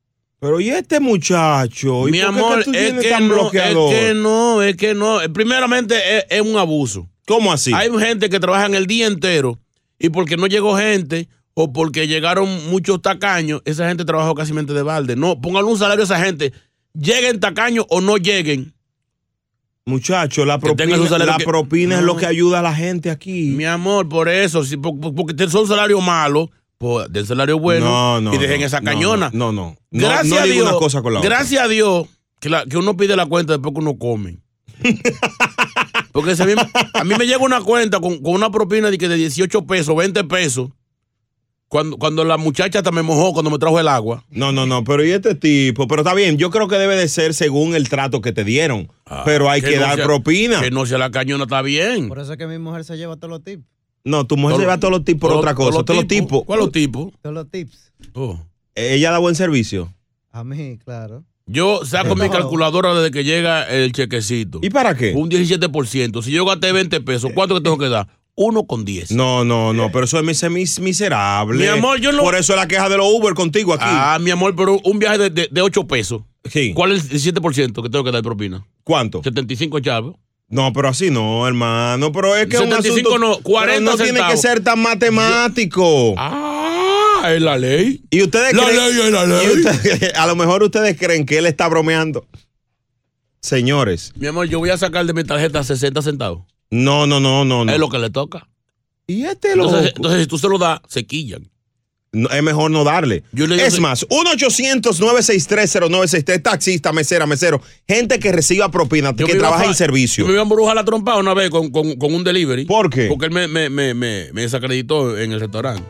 [SPEAKER 1] Pero ¿y este muchacho? ¿Y
[SPEAKER 2] Mi
[SPEAKER 1] por qué
[SPEAKER 2] amor,
[SPEAKER 1] tú
[SPEAKER 2] es
[SPEAKER 1] tienes
[SPEAKER 2] que,
[SPEAKER 1] tan
[SPEAKER 2] no, es
[SPEAKER 1] bloqueador?
[SPEAKER 2] que no, es que no. Eh, Primeramente es, es un abuso.
[SPEAKER 1] ¿Cómo así?
[SPEAKER 2] Hay gente que trabajan el día entero y porque no llegó gente o porque llegaron muchos tacaños, esa gente trabajó casi de balde. No, pónganle un salario a esa gente. Lleguen tacaños o no lleguen.
[SPEAKER 1] Muchacho, la
[SPEAKER 2] Que tenga
[SPEAKER 1] propina,
[SPEAKER 2] su salario
[SPEAKER 1] la
[SPEAKER 2] que-
[SPEAKER 1] propina es
[SPEAKER 2] No.
[SPEAKER 1] lo que ayuda a la gente aquí.
[SPEAKER 2] Mi amor, por eso, si, po- po- porque son salarios malos, pues den salario bueno
[SPEAKER 1] no, no,
[SPEAKER 2] y dejen
[SPEAKER 1] no,
[SPEAKER 2] esa
[SPEAKER 1] no,
[SPEAKER 2] cañona.
[SPEAKER 1] No, no. no. No-
[SPEAKER 2] Gracias
[SPEAKER 1] no
[SPEAKER 2] a
[SPEAKER 1] digo
[SPEAKER 2] Dios.
[SPEAKER 1] una cosa con la otra.
[SPEAKER 2] gracias a Dios que, la- que uno pide la cuenta después que uno come. Porque si a, mí, a mí me llega una cuenta con, con una propina de, que de 18 pesos, 20 pesos, cuando, cuando la muchacha hasta me mojó cuando me trajo el agua.
[SPEAKER 1] No, no, no, pero y este tipo, pero está bien, yo creo que debe de ser según el trato que te dieron, pero hay que,
[SPEAKER 2] Ah, no
[SPEAKER 1] dar
[SPEAKER 2] sea-
[SPEAKER 1] propina.
[SPEAKER 2] Que no sea la cañona, está bien.
[SPEAKER 12] Por eso es que mi mujer se lleva todos los tips.
[SPEAKER 1] No, tu mujer
[SPEAKER 2] Todo-
[SPEAKER 1] se va a todos los tipos por
[SPEAKER 2] Todo-
[SPEAKER 1] otra cosa, todos los tipos.
[SPEAKER 2] ¿Cuál los tipos?
[SPEAKER 12] Todos los tips.
[SPEAKER 2] Oh.
[SPEAKER 1] Ella da buen servicio.
[SPEAKER 12] A mí, claro.
[SPEAKER 2] Yo saco mi
[SPEAKER 12] No.
[SPEAKER 2] calculadora desde que llega el chequecito.
[SPEAKER 1] ¿Y para qué?
[SPEAKER 2] Un 17%. Si yo gasté 20 pesos, ¿cuánto que tengo que dar? Uno con 10.
[SPEAKER 1] No, no, no, pero eso es mis- mis- miserable.
[SPEAKER 2] Mi amor, yo no-
[SPEAKER 1] Por eso es la queja de los Uber contigo aquí.
[SPEAKER 2] Ah, mi amor, pero un viaje de, de, 8 pesos.
[SPEAKER 1] Sí.
[SPEAKER 2] ¿Cuál es el 17% que tengo que dar de propina?
[SPEAKER 1] ¿Cuánto?
[SPEAKER 2] 75 chavos.
[SPEAKER 1] No, pero así no, hermano, pero es que es
[SPEAKER 2] 75
[SPEAKER 1] un asunto...
[SPEAKER 2] no, 40
[SPEAKER 1] pero no tiene que
[SPEAKER 2] centavos.
[SPEAKER 1] ser tan matemático.
[SPEAKER 2] Ah, es la ley.
[SPEAKER 1] Y ustedes
[SPEAKER 2] La
[SPEAKER 1] creen-
[SPEAKER 2] ley es la ley.
[SPEAKER 1] y ustedes- a lo mejor ustedes creen que él está bromeando. Señores,
[SPEAKER 2] Mi amor, yo voy a sacar de mi tarjeta 60 centavos.
[SPEAKER 1] no, no, no, no. no.
[SPEAKER 2] Es lo que le toca.
[SPEAKER 1] Y este loco.
[SPEAKER 2] Entonces, entonces, si tú se lo das, se quillan.
[SPEAKER 1] No, es mejor no darle.
[SPEAKER 2] Yo le digo
[SPEAKER 1] es
[SPEAKER 2] que-
[SPEAKER 1] más, 1-800-963-0963, taxista, mesera, mesero, gente que reciba propina,
[SPEAKER 2] Yo
[SPEAKER 1] que
[SPEAKER 2] me iba a
[SPEAKER 1] trabaja
[SPEAKER 2] fa-
[SPEAKER 1] en servicio.
[SPEAKER 2] Yo me iba a embrujar la trompa una vez con, con- con un delivery.
[SPEAKER 1] ¿Por qué?
[SPEAKER 2] Porque él me, me, me, me, me desacreditó en el restaurante.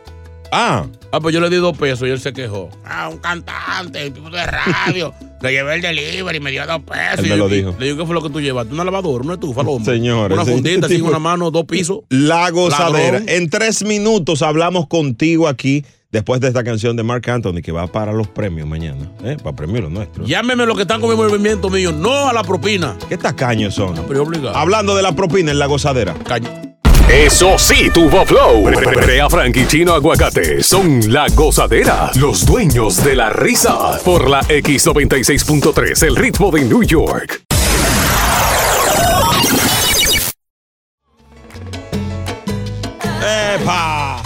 [SPEAKER 1] Ah.
[SPEAKER 2] Ah, pues yo le di dos pesos y él se quejó. Ah, un cantante, un tipo de radio. le llevé el delivery y me dio dos pesos.
[SPEAKER 1] Él me
[SPEAKER 2] Y yo-
[SPEAKER 1] lo dijo.
[SPEAKER 2] Le digo, ¿qué fue lo que tú llevaste? Una lavadora, una estufa, lomo.
[SPEAKER 1] Señores,
[SPEAKER 2] Una
[SPEAKER 1] sí.
[SPEAKER 2] fundita, así, en una mano, dos pisos.
[SPEAKER 1] La gozadera.
[SPEAKER 2] Ladrón.
[SPEAKER 1] En tres minutos hablamos contigo aquí después de esta canción de Mark Anthony que va para los premios mañana. ¿eh? Para premios los nuestros.
[SPEAKER 2] Llámeme los que están con mi movimiento mío, no a la propina.
[SPEAKER 1] ¿Qué tacaños son?
[SPEAKER 2] Pero yo obligado.
[SPEAKER 1] Hablando de la propina en la gozadera.
[SPEAKER 3] Eso sí, tuvo flow. Brea Frank y Chino Aguacate son la gozadera, los dueños de la risa. Por la X96.3, el ritmo de New York.
[SPEAKER 1] ¡Epa!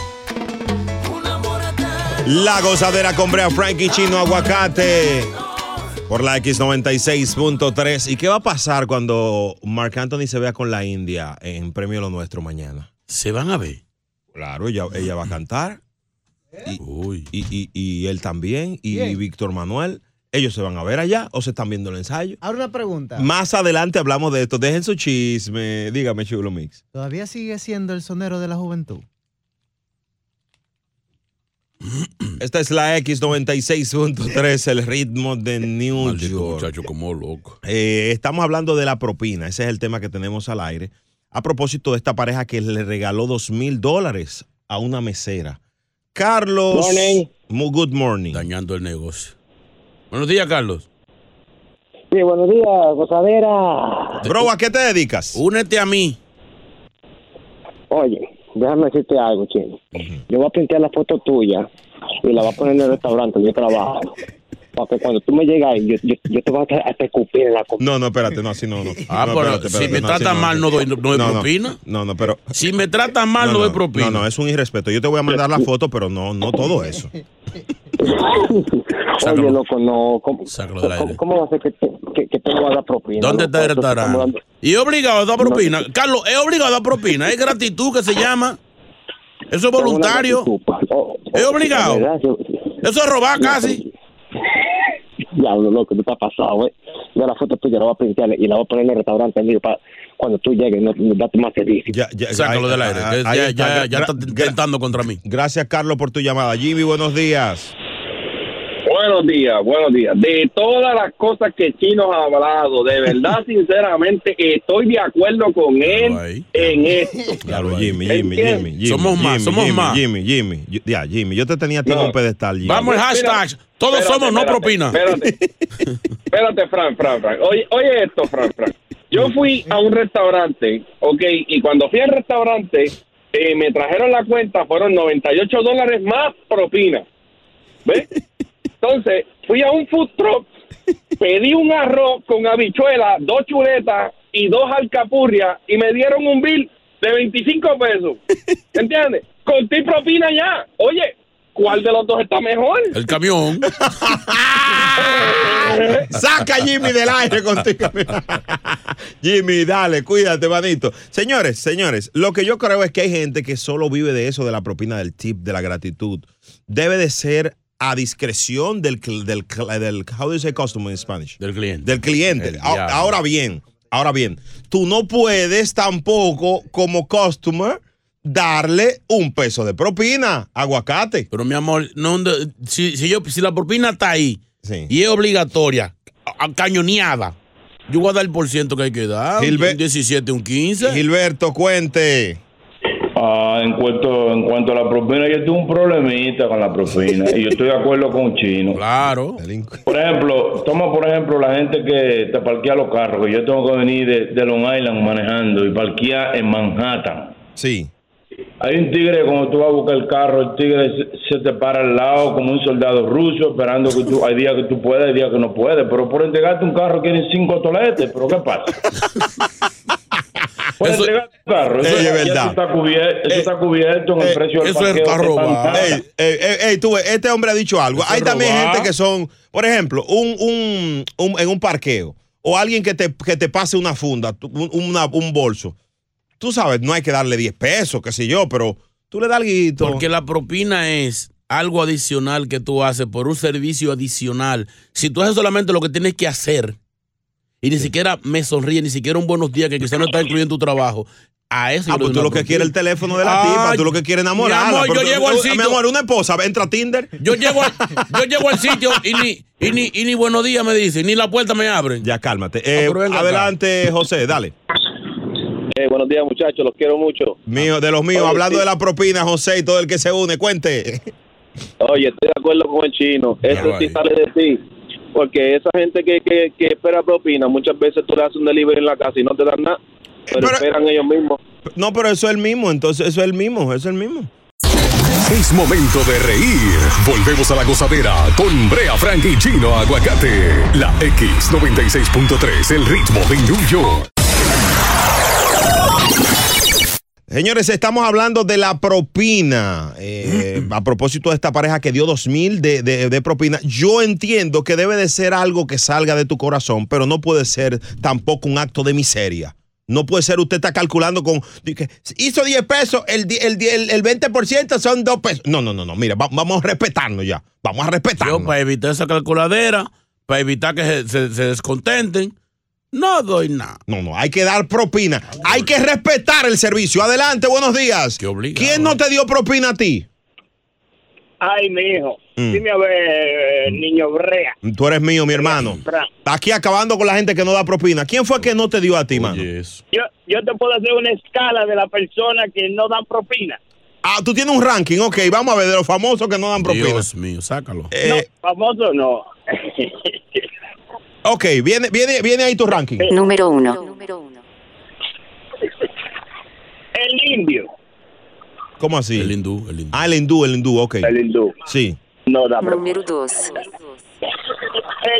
[SPEAKER 1] La gozadera con Brea Frankie Chino Aguacate. Por la X96.3. ¿Y qué va a pasar cuando Mark Anthony se vea con la India en Premio Lo Nuestro mañana?
[SPEAKER 2] ¿Se van a ver?
[SPEAKER 1] Claro, ella, ella va a cantar. Y, y- y- y él también. Y
[SPEAKER 12] Bien.
[SPEAKER 1] Víctor Manuel. ¿Ellos se van a ver allá o se están viendo el ensayo?
[SPEAKER 12] Ahora una pregunta.
[SPEAKER 1] Más adelante hablamos de esto. Dejen su chisme. Dígame, Chulo Mix.
[SPEAKER 12] ¿Todavía sigue siendo el sonero de la juventud?
[SPEAKER 1] Esta es la X96.3, el ritmo de New York.
[SPEAKER 2] Eh, muchacho, como loco.
[SPEAKER 1] Eh, estamos hablando de la propina. Ese es el tema que tenemos al aire. A propósito de esta pareja que le regaló dos mil dólares a una mesera. Carlos. Muy good morning.
[SPEAKER 2] Dañando el negocio. Buenos días, Carlos.
[SPEAKER 13] Sí, buenos días, gozadera.
[SPEAKER 1] Bro, ¿a qué te dedicas?
[SPEAKER 2] Únete a mí.
[SPEAKER 13] Oye, déjame decirte algo, chino. Yo voy a pintar la foto tuya y la voy a poner en el restaurante donde yo trabajo. Para que cuando tú me llegas ahí, yo, yo, yo te voy a hacer- hasta escupir en la comida.
[SPEAKER 1] No, no, espérate, no, así no. no.
[SPEAKER 2] Ah,
[SPEAKER 1] No,
[SPEAKER 2] pero
[SPEAKER 1] espérate, espérate,
[SPEAKER 2] si me
[SPEAKER 1] no, así
[SPEAKER 2] tratan mal, no doy- no doy propina.
[SPEAKER 1] No, no, pero.
[SPEAKER 2] Si me tratan mal, no, doy propina.
[SPEAKER 1] No, no, es un irrespeto. Yo te voy a mandar la foto, pero no, no todo eso.
[SPEAKER 13] Oye, loco, no. ¿Cómo, cómo, cómo va a ser que te, que, que te voy a dar propina?
[SPEAKER 2] ¿Dónde está el
[SPEAKER 13] loco? Eso estamos
[SPEAKER 2] restaurante? Y es obligado a dar propina. Carlos, es obligado a dar propina. Es gratitud que se llama. Eso es voluntario. Es obligado.
[SPEAKER 13] hablando-
[SPEAKER 2] Eso es robar casi.
[SPEAKER 13] Diablo, loco, tú estás pasado, eh. Yo la foto tuya la voy a pintar y la voy a poner en el restaurante mío para cuando tú llegues, no, no date más servicio.
[SPEAKER 1] Ya, ya,
[SPEAKER 2] Sácalo
[SPEAKER 1] ahí-
[SPEAKER 2] del aire. que
[SPEAKER 1] ahí
[SPEAKER 2] ya,
[SPEAKER 1] está.
[SPEAKER 2] ya, ya
[SPEAKER 1] Gra-
[SPEAKER 2] está tentando contra mí.
[SPEAKER 1] Gracias, Carlos, por tu llamada. Jimmy, buenos días.
[SPEAKER 14] Buenos días, buenos días. De todas las cosas que Chino ha hablado, de verdad, sinceramente, estoy de acuerdo con él en esto.
[SPEAKER 1] Claro, Jimmy, Jimmy, Jimmy, Jimmy.
[SPEAKER 2] Somos más,
[SPEAKER 1] Jimmy,
[SPEAKER 2] somos
[SPEAKER 1] Jimmy,
[SPEAKER 2] más.
[SPEAKER 1] Jimmy, Jimmy. Yo- Ya, Jimmy, yo te tenía a ti en un pedestal, Jimmy.
[SPEAKER 2] Vamos al hashtag. Todos
[SPEAKER 14] Espérate,
[SPEAKER 2] somos no
[SPEAKER 14] espérate,
[SPEAKER 2] propina.
[SPEAKER 14] Espérate, espérate, Fran, Fran, Fran. Oye, oye esto, Fran, Fran. Yo fui a un restaurante, ok, y cuando fui al restaurante, eh, me trajeron la cuenta, fueron 98 dólares más propina. ¿Ves? Entonces, fui a un food truck, pedí un arroz con habichuela, dos chuletas y dos alcapurrias, y me dieron un bill de 25 pesos. ¿Entiendes? Con ti propina ya. Oye, ¿cuál de los dos está mejor? Ah,
[SPEAKER 2] El camión.
[SPEAKER 1] Saca a Jimmy del aire contigo. Jimmy, dale, cuídate, manito. Señores, señores, lo que yo creo es que hay gente que solo vive de eso, de la propina, del tip, de la gratitud. Debe de ser a discreción del, cl- del, cl- del how do you say customer in Spanish?
[SPEAKER 2] Del cliente.
[SPEAKER 1] Del cliente. A-
[SPEAKER 2] diablo.
[SPEAKER 1] ahora bien, ahora bien, tú no puedes tampoco como customer darle un peso de propina, aguacate.
[SPEAKER 2] Pero mi amor, no, no, si, si yo, si la propina está ahí y es obligatoria, a- a- cañoneada, yo voy a dar el por ciento que hay que dar.
[SPEAKER 11] Gilbert-
[SPEAKER 2] un 17, un 15.
[SPEAKER 1] Gilberto, cuente.
[SPEAKER 11] Ah, en cuanto, en cuanto a la propina, yo tuve un problemita con la propina y yo estoy de acuerdo con Chino.
[SPEAKER 2] Claro.
[SPEAKER 11] Por ejemplo, toma por ejemplo la gente que te parquea los carros, que yo tengo que venir de, de Long Island manejando y parquea en Manhattan.
[SPEAKER 1] Sí.
[SPEAKER 11] Hay un tigre, cuando tú vas a buscar el carro, el tigre se, se te para al lado como un soldado ruso, esperando que tú, hay días que tú puedes, hay días que no puedes, pero por entregarte un carro quieren cinco toletes, pero ¿qué pasa? Por entregarte un carro,
[SPEAKER 1] Ey, es
[SPEAKER 11] ya
[SPEAKER 1] verdad.
[SPEAKER 11] Eso
[SPEAKER 1] Eh,
[SPEAKER 11] está cubierto, eso está cubierto en el precio del parqueo. que está en
[SPEAKER 1] Ey, ey, ey, ey, tú ves, este hombre ha dicho algo. Hay también
[SPEAKER 11] robar.
[SPEAKER 1] gente que son, por ejemplo, un, un- un- en un parqueo o alguien que te, que te pase una funda, tú- un, una- un bolso. Tú sabes, no hay que darle 10 pesos, qué sé yo, pero tú le das algo.
[SPEAKER 2] Porque la propina es algo adicional que tú haces por un servicio adicional. Si tú haces solamente lo que tienes que hacer y ni siquiera me sonríe, ni siquiera un buenos días que quizás no está incluyendo tu trabajo, a eso.
[SPEAKER 1] Ah, pues tú lo que quieres es el teléfono de la
[SPEAKER 2] Ay,
[SPEAKER 1] tipa, tú lo que quieres enamorarla.
[SPEAKER 2] mi amor,
[SPEAKER 1] pero
[SPEAKER 2] yo
[SPEAKER 1] tú-
[SPEAKER 2] llego al
[SPEAKER 1] tú- Mi
[SPEAKER 2] sitio.
[SPEAKER 1] amor, una esposa, entra a Tinder.
[SPEAKER 2] Yo llego al, yo llego al sitio y ni, y, ni, y ni buenos días me dicen, ni la puerta me abren. Ah,
[SPEAKER 1] Ya, cálmate. Eh, adelante, José, dale.
[SPEAKER 15] Eh, buenos días, muchachos, los quiero mucho.
[SPEAKER 1] Mío, de los míos,
[SPEAKER 15] Oye,
[SPEAKER 1] hablando
[SPEAKER 15] sí.
[SPEAKER 1] de la propina, José, y todo el que se une, cuente.
[SPEAKER 15] Oye, estoy de acuerdo con el chino. Eso
[SPEAKER 1] Ya,
[SPEAKER 15] sí
[SPEAKER 1] vaya.
[SPEAKER 15] sale de ti. Porque esa gente que, que, que espera propina, muchas veces tú le haces un delivery en la casa y no te dan nada. Pero, esperan ellos mismos.
[SPEAKER 1] No, pero eso es el mismo, entonces, eso es el mismo, eso es el mismo.
[SPEAKER 3] Es momento de reír. Volvemos a la gozadera con Brea Frank y Chino Aguacate. La X96.3, el ritmo de New York.
[SPEAKER 1] Señores, estamos hablando de la propina. Eh,
[SPEAKER 2] Mm.
[SPEAKER 1] a propósito de esta pareja que dio 2 mil de, de- de propina, yo entiendo que debe de ser algo que salga de tu corazón, pero no puede ser tampoco un acto de miseria. No puede ser, usted está calculando con. di que Hizo 10 pesos, el, di- el, di- el, el 20% son 2 pesos. No, no, no, no. Mira, va- vamos a respetarnos ya. Vamos a respetarnos.
[SPEAKER 2] Yo, para evitar esa calculadera, para evitar que se, se- se descontenten, no doy nada.
[SPEAKER 1] No, no, hay que dar propina. Hay que respetar el servicio. Adelante, buenos días. ¿Quién
[SPEAKER 2] eh.
[SPEAKER 1] no te dio propina a ti?
[SPEAKER 5] Ay, mi hijo.
[SPEAKER 1] Mm.
[SPEAKER 5] Dime a
[SPEAKER 11] eh,
[SPEAKER 5] ver, niño brea.
[SPEAKER 1] Tú eres mío, mi hermano. Está aquí acabando con la gente que no da propina. ¿Quién fue que no te dio a ti, mano?
[SPEAKER 5] Yo, yo te puedo hacer una escala de la persona que no dan propina.
[SPEAKER 1] Ah, tú tienes un ranking, ok. Vamos a ver, de los famosos que no dan propina. Eh, Dios
[SPEAKER 2] mío, sácalo.
[SPEAKER 5] Famoso no.
[SPEAKER 1] ok, viene, viene, viene ahí tu ranking.
[SPEAKER 5] eh,
[SPEAKER 4] Número uno.
[SPEAKER 5] El indio.
[SPEAKER 1] ¿Cómo así? El
[SPEAKER 2] hindú, el hindú.
[SPEAKER 1] Ah, el hindú, el hindú, ok. El
[SPEAKER 15] hindú.
[SPEAKER 1] Sí.
[SPEAKER 15] No
[SPEAKER 4] Número dos.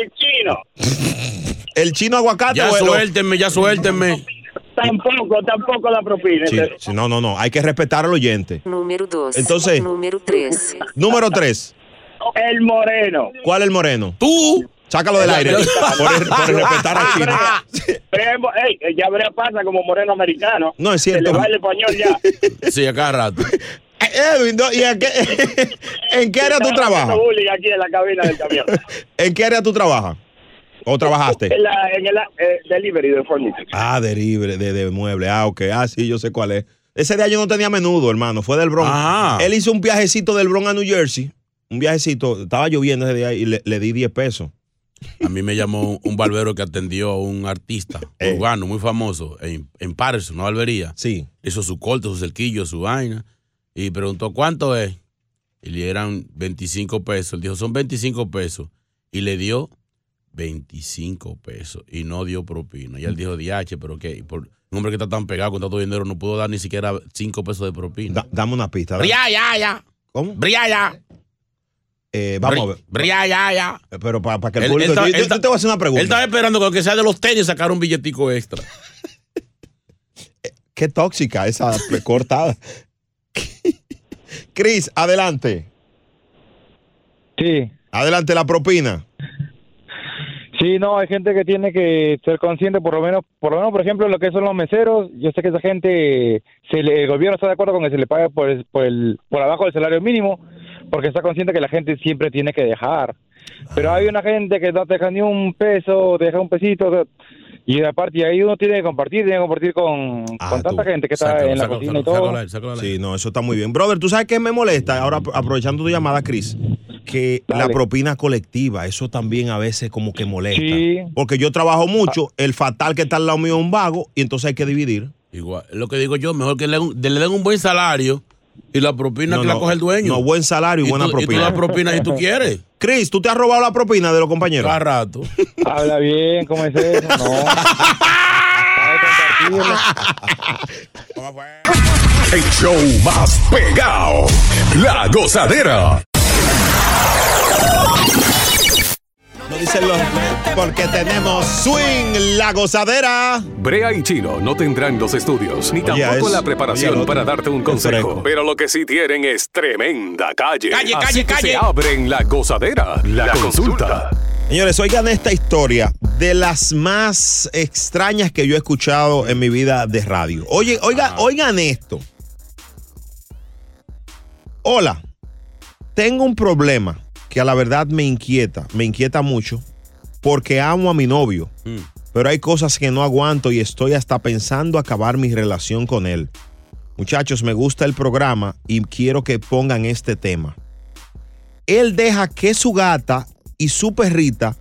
[SPEAKER 5] El chino.
[SPEAKER 1] El chino aguacate,
[SPEAKER 2] Ya
[SPEAKER 1] abuelo.
[SPEAKER 2] suéltenme, ya suéltenme.
[SPEAKER 5] Tampoco, tampoco la propina.
[SPEAKER 1] Sí, sí, no, no, no. Hay que respetar al oyente.
[SPEAKER 4] Número dos.
[SPEAKER 1] Entonces.
[SPEAKER 4] Número tres.
[SPEAKER 1] Número tres.
[SPEAKER 5] El moreno.
[SPEAKER 1] ¿Cuál el moreno?
[SPEAKER 2] Tú.
[SPEAKER 1] Sácalo del aire. por, el- por el respetar al chino.
[SPEAKER 5] Ah, Pero, ey, ya verá pasa como moreno americano.
[SPEAKER 1] No, es
[SPEAKER 5] Se
[SPEAKER 1] cierto.
[SPEAKER 5] le va el español ya.
[SPEAKER 2] Sí, acá rato.
[SPEAKER 1] Edwin, ¿no? ¿y en qué, en qué área tú
[SPEAKER 5] Estaba
[SPEAKER 1] trabajas?
[SPEAKER 5] haciendo bullying aquí en la cabina del camión.
[SPEAKER 1] ¿En qué área tú trabajas? ¿O trabajaste?
[SPEAKER 5] En, la, en el eh, delivery de furniture.
[SPEAKER 1] Ah, de libre, de, de mueble. Ah, ok. Ah, sí, yo sé cuál es. Ese día yo no tenía menudo, hermano. Fue del Bronx. Él hizo un viajecito del Bronx a New Jersey. Un viajecito. Estaba lloviendo ese día y le, le di 10 pesos.
[SPEAKER 2] A mí me llamó un- un barbero que atendió a un artista urbano muy famoso en, en Patterson, una barbería.
[SPEAKER 1] Eh. Sí.
[SPEAKER 2] Hizo su corte, su cerquillo, su vaina. Y preguntó, ¿cuánto es? Y le eran 25 pesos. Él dijo, son 25 pesos. Y le dio 25 pesos. Y no dio propina. Y él dijo, DH, pero qué. Por, un hombre que está tan pegado con tanto dinero no pudo dar ni siquiera 5 pesos de propina.
[SPEAKER 1] dame una pista.
[SPEAKER 2] Bria, ya, ya.
[SPEAKER 1] ¿Cómo?
[SPEAKER 2] Bria, ya.
[SPEAKER 1] Eh, vamos a ver.
[SPEAKER 2] Bria, ya, ya.
[SPEAKER 1] Pero Ah, para que el
[SPEAKER 2] Él-
[SPEAKER 1] público.
[SPEAKER 2] él ta-
[SPEAKER 1] yo,
[SPEAKER 2] él
[SPEAKER 1] yo
[SPEAKER 2] ta-
[SPEAKER 1] te voy a hacer una
[SPEAKER 2] Él
[SPEAKER 1] pregunta.
[SPEAKER 2] estaba esperando que aunque sea de los tenis sacar un billetico extra.
[SPEAKER 1] Qué tóxica esa cortada. Chris, adelante.
[SPEAKER 16] Sí.
[SPEAKER 1] Adelante la propina.
[SPEAKER 16] Sí, no, hay gente que tiene que ser consciente, por lo menos, por lo menos, por ejemplo, lo que son los meseros. Yo sé que esa gente, se le- el gobierno está de acuerdo con que se le pague por, el- por, el- por abajo del salario mínimo, porque está consciente que la gente siempre tiene que dejar.
[SPEAKER 1] Ah.
[SPEAKER 16] Pero hay una gente que no te deja ni un peso, te deja un pesito, o sea, y aparte ahí uno tiene que compartir, tiene que compartir con,
[SPEAKER 1] Ah,
[SPEAKER 16] con tanta gente que está en la cocina y todo.
[SPEAKER 1] Sí, no, eso está muy bien. Brother, tú sabes que me molesta, ahora apro- aprovechando tu llamada, Chris, que la propina colectiva, eso también a veces como que molesta. Porque yo trabajo mucho, el fatal que está al lado mío es un vago y entonces hay que dividir.
[SPEAKER 2] Igual, lo que digo yo, mejor que le, le den un buen salario y la propina
[SPEAKER 1] No,
[SPEAKER 2] que la
[SPEAKER 1] no,
[SPEAKER 2] coge el dueño.
[SPEAKER 1] No, buen salario y,
[SPEAKER 2] Y
[SPEAKER 1] buena
[SPEAKER 2] tú- y tú
[SPEAKER 1] propina.
[SPEAKER 2] das propina si tú quieres.
[SPEAKER 1] Chris, ¿tú te has robado la propina de los compañeros?
[SPEAKER 2] Cada rato.
[SPEAKER 16] Habla bien, ¿cómo es eso? No.
[SPEAKER 3] El show más pegado. La gozadera.
[SPEAKER 1] No dicen los... Porque tenemos swing, la gozadera.
[SPEAKER 3] Brea y Chino no tendrán los estudios ni
[SPEAKER 1] Oye,
[SPEAKER 3] tampoco
[SPEAKER 1] es-
[SPEAKER 3] la preparación
[SPEAKER 1] oye, el otro.
[SPEAKER 3] para darte un consejo. Pero lo que sí tienen es tremenda calle.
[SPEAKER 2] Calle,
[SPEAKER 3] Así
[SPEAKER 2] calle,
[SPEAKER 3] que
[SPEAKER 2] calle.
[SPEAKER 3] Se abren la gozadera, la, consulta.
[SPEAKER 1] Señores, oigan esta historia de las más extrañas que yo he escuchado en mi vida de radio. Oye, oiga, oigan esto. Hola, tengo un problema que a la verdad me inquieta, me inquieta mucho porque amo a mi novio, pero hay cosas que no aguanto y estoy hasta pensando acabar mi relación con él. Muchachos, me gusta el programa y quiero que pongan este tema. Él deja que su gata y su perrita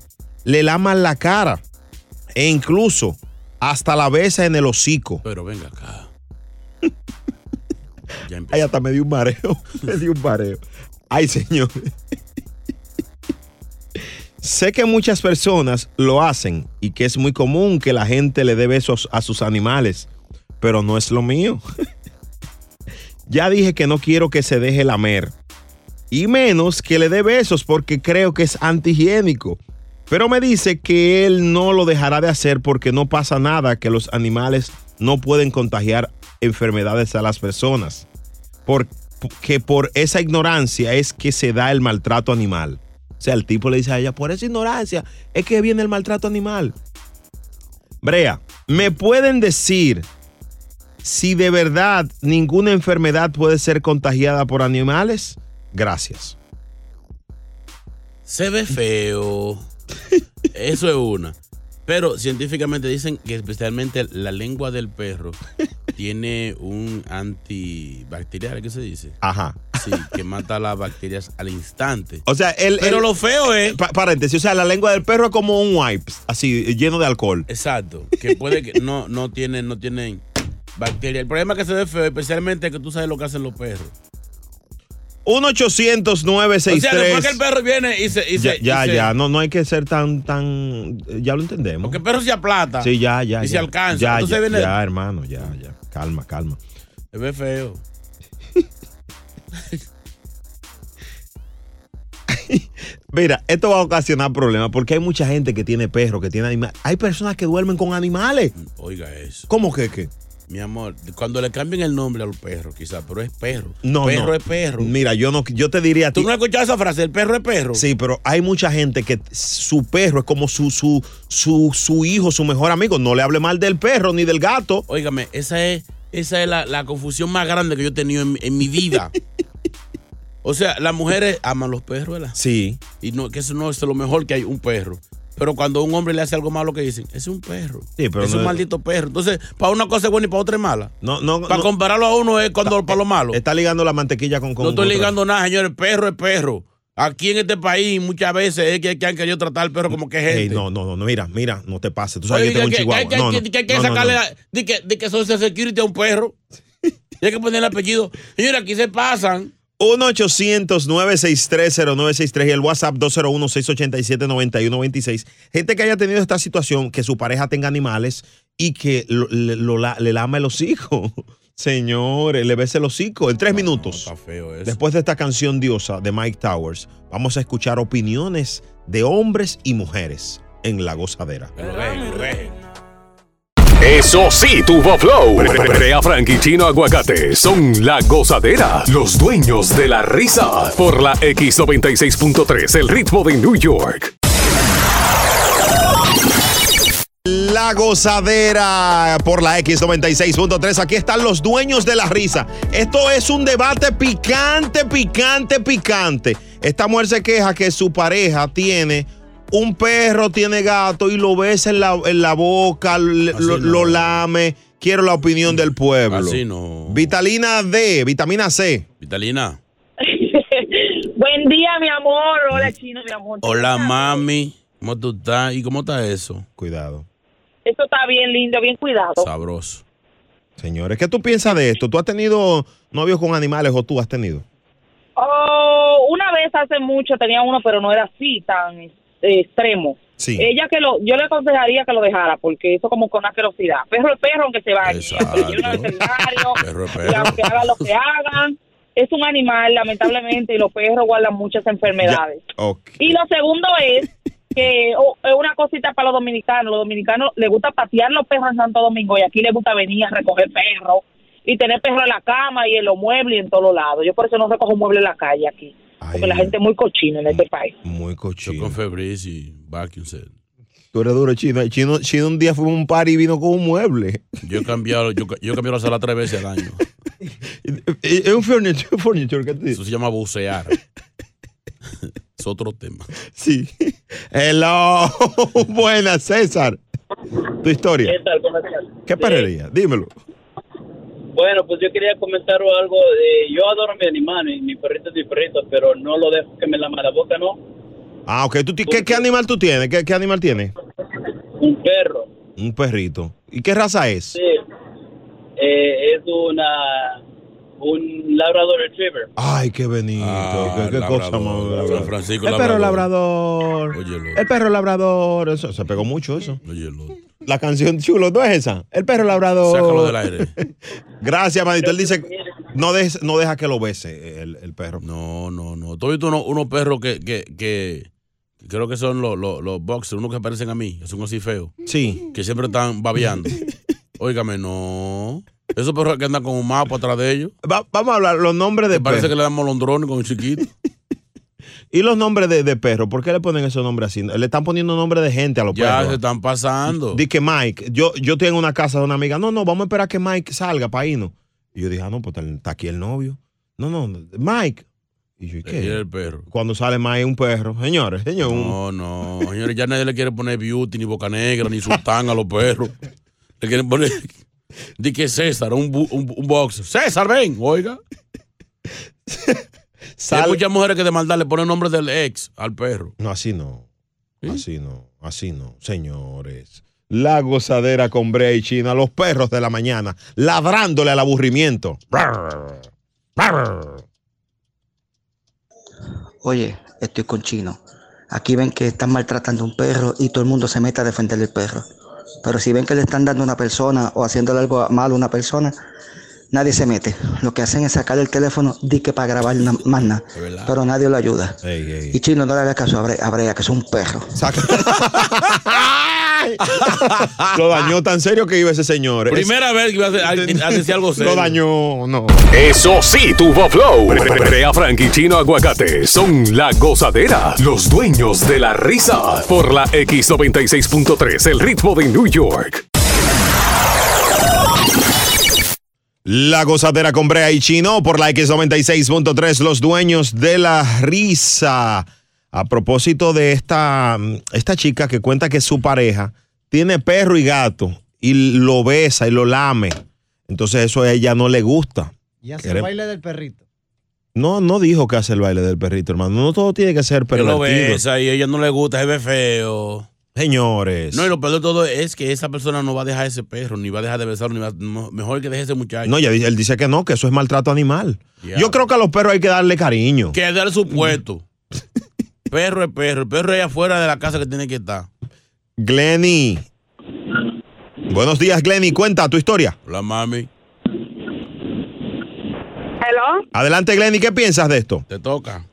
[SPEAKER 1] le laman la cara e incluso hasta la besa en el hocico.
[SPEAKER 2] Pero venga acá.
[SPEAKER 1] Ay, hasta me dio un mareo. Me dio un mareo. Ay, señor. sé que muchas personas lo hacen y que es muy común que la gente le dé besos a sus animales, pero no es lo mío. ya dije que no quiero que se deje lamer. Y menos que le dé besos porque creo que es antihigiénico. Pero me dice que él no lo dejará de hacer porque no pasa nada, que los animales no pueden contagiar enfermedades a las personas. Por- que por esa ignorancia es que se da el maltrato animal. O sea, el tipo le dice a ella, por esa ignorancia es que viene el maltrato animal. Brea, ¿me pueden decir si de verdad ninguna enfermedad puede ser contagiada por animales? Gracias.
[SPEAKER 2] Se ve feo. Eso es una. Pero científicamente dicen que especialmente la lengua del perro tiene un antibacterial, ¿qué se dice?
[SPEAKER 1] Ajá.
[SPEAKER 2] Sí, que mata las bacterias al instante.
[SPEAKER 1] O sea, él.
[SPEAKER 2] Pero lo feo es.
[SPEAKER 1] paréntesis, o sea, la lengua del perro es como un wipes, así, eh, lleno de alcohol.
[SPEAKER 2] Exacto. Que puede que no, no tienen, no tienen bacterias. El problema es que se ve feo, especialmente es que tú sabes lo que hacen los perros.
[SPEAKER 1] 1 800
[SPEAKER 2] O sea, después que el
[SPEAKER 1] 963
[SPEAKER 2] perro viene y se. y
[SPEAKER 1] Ya,
[SPEAKER 2] se- y
[SPEAKER 1] ya,
[SPEAKER 2] se-
[SPEAKER 1] ya, no, no hay que ser tan, tan. eh, Ya lo entendemos.
[SPEAKER 2] El perro se aplata.
[SPEAKER 1] Sí, ya, ya.
[SPEAKER 2] Y
[SPEAKER 1] ya.
[SPEAKER 2] se alcanza.
[SPEAKER 1] Ya,
[SPEAKER 2] Entonces
[SPEAKER 1] ya,
[SPEAKER 2] viene-
[SPEAKER 1] ya, hermano, ya, ya. Calma, calma.
[SPEAKER 2] Se ve feo.
[SPEAKER 1] Mira, esto va a ocasionar problemas porque hay mucha gente que tiene perros, que tiene animales. Hay personas que duermen con animales.
[SPEAKER 2] Oiga eso.
[SPEAKER 1] ¿Cómo que qué?
[SPEAKER 2] Mi amor, cuando le cambien el nombre al perro, quizás, pero es perro.
[SPEAKER 1] No,
[SPEAKER 2] perro
[SPEAKER 1] no.
[SPEAKER 2] es perro.
[SPEAKER 1] Mira, yo no, yo te diría a ti.
[SPEAKER 2] ¿Tú no has escuchado esa frase? El perro es perro.
[SPEAKER 1] Sí, pero hay mucha gente que su perro es como su, su, su, su hijo, su mejor amigo. No le hable mal del perro ni del gato.
[SPEAKER 2] Óigame, esa es, esa es la, la confusión más grande que yo he tenido en, mi- en mi vida. o sea, las mujeres aman los perros, ¿verdad?
[SPEAKER 1] Sí.
[SPEAKER 2] Y no, que eso no es lo mejor que hay, un perro. Pero cuando un hombre le hace algo malo, que dicen? Es un perro.
[SPEAKER 1] Sí, pero
[SPEAKER 2] es
[SPEAKER 1] no
[SPEAKER 2] un
[SPEAKER 1] es-
[SPEAKER 2] maldito perro. Entonces, para una cosa es buena y para otra es mala.
[SPEAKER 1] No, no,
[SPEAKER 2] Para
[SPEAKER 1] no.
[SPEAKER 2] compararlo a uno es cuando para lo malo.
[SPEAKER 1] Está ligando la mantequilla con, con
[SPEAKER 2] no estoy
[SPEAKER 1] otra.
[SPEAKER 2] ligando nada, señores. Perro es perro. Aquí en este país muchas veces es que, que han querido tratar al perro como que es gente.
[SPEAKER 1] Ey, no, no, no, no, mira, Ah, mira, no te pases. Tú sabes que yo tengo
[SPEAKER 2] Oye,
[SPEAKER 1] un
[SPEAKER 2] que- que
[SPEAKER 1] chihuahua.
[SPEAKER 2] hay que-
[SPEAKER 1] No, no,
[SPEAKER 2] que- que hay que
[SPEAKER 1] no, no, no.
[SPEAKER 2] sacarle la- de que- de que social security a un perro. Y hay que ponerle apellido. Señores, aquí se pasan.
[SPEAKER 1] 1-800-963-0963 y el WhatsApp 201-687-9126. Gente que haya tenido esta situación, que su pareja tenga animales y que lo- le, lo la- le lama el hocico. Señores, le bese el hocico en tres minutos. Después de esta canción diosa de Mike Towers, vamos a escuchar opiniones de hombres y mujeres en la gozadera.
[SPEAKER 3] Eso sí, tuvo flow. Brea Frank y Chino Aguacate son la gozadera, los dueños de la risa. Por la X96.3, el ritmo de New York.
[SPEAKER 1] La gozadera por la X96.3. Aquí están los dueños de la risa. Esto es un debate picante, picante, picante. Esta mujer se queja que su pareja tiene un perro, tiene gato y lo besa en la, en la boca, le- lo, lo lame. Quiero la opinión del pueblo.
[SPEAKER 2] Así no.
[SPEAKER 1] Vitalina D, vitamina C.
[SPEAKER 2] Vitalina.
[SPEAKER 17] Buen día, mi amor. Hola, chino, mi amor.
[SPEAKER 2] Hola, mami. ¿Cómo tú estás? ¿Y cómo está eso?
[SPEAKER 1] Cuidado.
[SPEAKER 17] Eso está bien lindo, bien cuidado.
[SPEAKER 2] Sabroso.
[SPEAKER 1] Señores, ¿qué tú piensas de esto? ¿Tú has tenido novios con animales o tú has tenido?
[SPEAKER 17] Oh, una vez hace mucho tenía uno, pero no era así tan eh, extremo.
[SPEAKER 1] Sí.
[SPEAKER 17] Ella que lo, yo le aconsejaría que lo dejara, porque eso como con asquerosidad. Perro es perro, aunque se bañe, aunque lleve al veterinario, y aunque haga lo que hagan, es un animal, lamentablemente, y los perros guardan muchas enfermedades.
[SPEAKER 1] Ok.
[SPEAKER 17] Y lo segundo es que oh, es una cosita para los dominicanos. Los dominicanos les gusta patear los perros en Santo Domingo y aquí les gusta venir a recoger perros y tener perros en la cama y en los muebles y en todos lados. Yo por eso no recojo muebles en la calle aquí, porque la gente es muy cochina en este país.
[SPEAKER 1] Muy cochino.
[SPEAKER 2] Yo con Febris y Vacuum set.
[SPEAKER 1] Tú eres duro, chino. El Chino, chino un día fue a un par y vino con un mueble.
[SPEAKER 2] Yo he cambiado, yo, yo he cambiado la sala tres veces al año.
[SPEAKER 1] Es un furniture, furniture ¿qué te dice?
[SPEAKER 2] Eso se llama bucear. es otro tema.
[SPEAKER 1] Sí. Hello. Buenas, César. Tu historia.
[SPEAKER 18] ¿Qué tal? ¿Cómo estás?
[SPEAKER 1] ¿Qué perrería? Dímelo.
[SPEAKER 18] Bueno, pues yo quería comentar algo. De, yo adoro a mi animal, y mi perrito es mi perrito, pero no lo dejo que me lama la boca, ¿no?
[SPEAKER 1] Ah, ok. ¿Tú ti- qué, qué animal tú tienes? ¿Qué, qué animal tienes?
[SPEAKER 18] Un perro,
[SPEAKER 1] Un perrito. ¿Y qué raza es?
[SPEAKER 18] sí. Eh, es una. Un labrador retriever.
[SPEAKER 1] Ay, qué bonito. qué qué
[SPEAKER 2] Ah,
[SPEAKER 1] cosa más.
[SPEAKER 2] Francisco
[SPEAKER 1] el perro labrador.
[SPEAKER 2] Óyelo.
[SPEAKER 1] El perro labrador. Eso, se pegó mucho eso. La canción chulo, ¿no es esa? El perro labrador.
[SPEAKER 2] Sácalo del aire.
[SPEAKER 1] Gracias, manito. Él dice, no, dejes- no deja que lo
[SPEAKER 2] este,
[SPEAKER 1] bese el, el perro.
[SPEAKER 2] No, no, no. Tú has visto uno- unos perros que, que, que creo que son los, los, los boxers, unos que parecen a mí, que son así feos.
[SPEAKER 1] Sí.
[SPEAKER 2] Que siempre están babeando. Óigame, no. Esos perros que andan con un mapa atrás de ellos.
[SPEAKER 1] vamos a hablar los nombres de
[SPEAKER 2] que Parece
[SPEAKER 1] perros.
[SPEAKER 2] que le dan molondrones con un chiquito.
[SPEAKER 1] ¿Y los nombres de, de perro? ¿Por qué le ponen esos nombres así? Le están poniendo nombre de gente a los
[SPEAKER 2] Ya
[SPEAKER 1] perros.
[SPEAKER 2] se están pasando.
[SPEAKER 1] Dice que Mike, yo, yo tengo una casa de una amiga. No, no, vamos a esperar que Mike salga para irnos. Y yo dije, ah, no, pues tal- está aquí el novio. No, no, Mike. Y yo, ¿y
[SPEAKER 2] Quiere
[SPEAKER 1] qué?
[SPEAKER 2] el perro.
[SPEAKER 1] Cuando sale Mike, un perro. Señores, señor. un-
[SPEAKER 2] No, no. Señores, ya nadie le quiere poner beauty, ni boca negra, ni sultán a los perros. Le quieren poner. Dice que César, un, bu- un, un boxer. César, ven, oiga. Hay muchas mujeres que de maldad le ponen nombre del ex al perro.
[SPEAKER 1] No, así no. Así no, así no. Señores. La gozadera con Brea y China, los perros de la mañana, ladrándole al aburrimiento. Brr, brr.
[SPEAKER 19] Oye, estoy con chino. Aquí ven que están maltratando a un perro y todo el mundo se mete a defender el perro. Pero si ven que le están dando a una persona o haciéndole algo malo a una persona, nadie se mete. Lo que hacen es sacar el teléfono, di que para grabar na- más nada. Pero nadie lo ayuda. Y chino, no le hagas caso a Bre- a Brea, que es un perro.
[SPEAKER 1] Lo dañó tan serio que iba ese señor.
[SPEAKER 2] Primera vez que iba a hacer- a- a decir Ah, algo serio.
[SPEAKER 1] Lo dañó, no.
[SPEAKER 3] Eso sí, tuvo flow. Brea Frank y Chino Aguacate son la gozadera, los dueños de la risa. Por la X96.3, el ritmo de New York.
[SPEAKER 1] La gozadera con Brea y Chino por la X96.3, los dueños de la risa. A propósito de esta, esta chica que cuenta que su pareja tiene perro y gato y lo besa y lo lame. Entonces eso a ella no le gusta.
[SPEAKER 12] Y hace
[SPEAKER 1] Quere-
[SPEAKER 12] el baile del perrito.
[SPEAKER 1] No, no dijo que hace el baile del perrito, hermano. No todo tiene que ser
[SPEAKER 2] Que lo
[SPEAKER 1] pervertido.
[SPEAKER 2] besa y a ella no le gusta, se ve feo.
[SPEAKER 1] Señores.
[SPEAKER 2] No, y lo peor de todo es que esa persona no va a dejar ese perro, ni va a dejar de besarlo, ni va no, mejor que deje ese muchacho.
[SPEAKER 1] No, ya dice- él dice que no, que eso es maltrato animal. Yo creo que a los perros hay que darle cariño.
[SPEAKER 2] Que dar su puesto. perro es perro. El perro es afuera de la casa que tiene que estar.
[SPEAKER 1] Glenny. Buenos días, Glenny. Cuenta tu historia.
[SPEAKER 2] La mami.
[SPEAKER 20] Hello.
[SPEAKER 1] Adelante, Glenny. ¿Qué piensas de esto?
[SPEAKER 2] Te toca.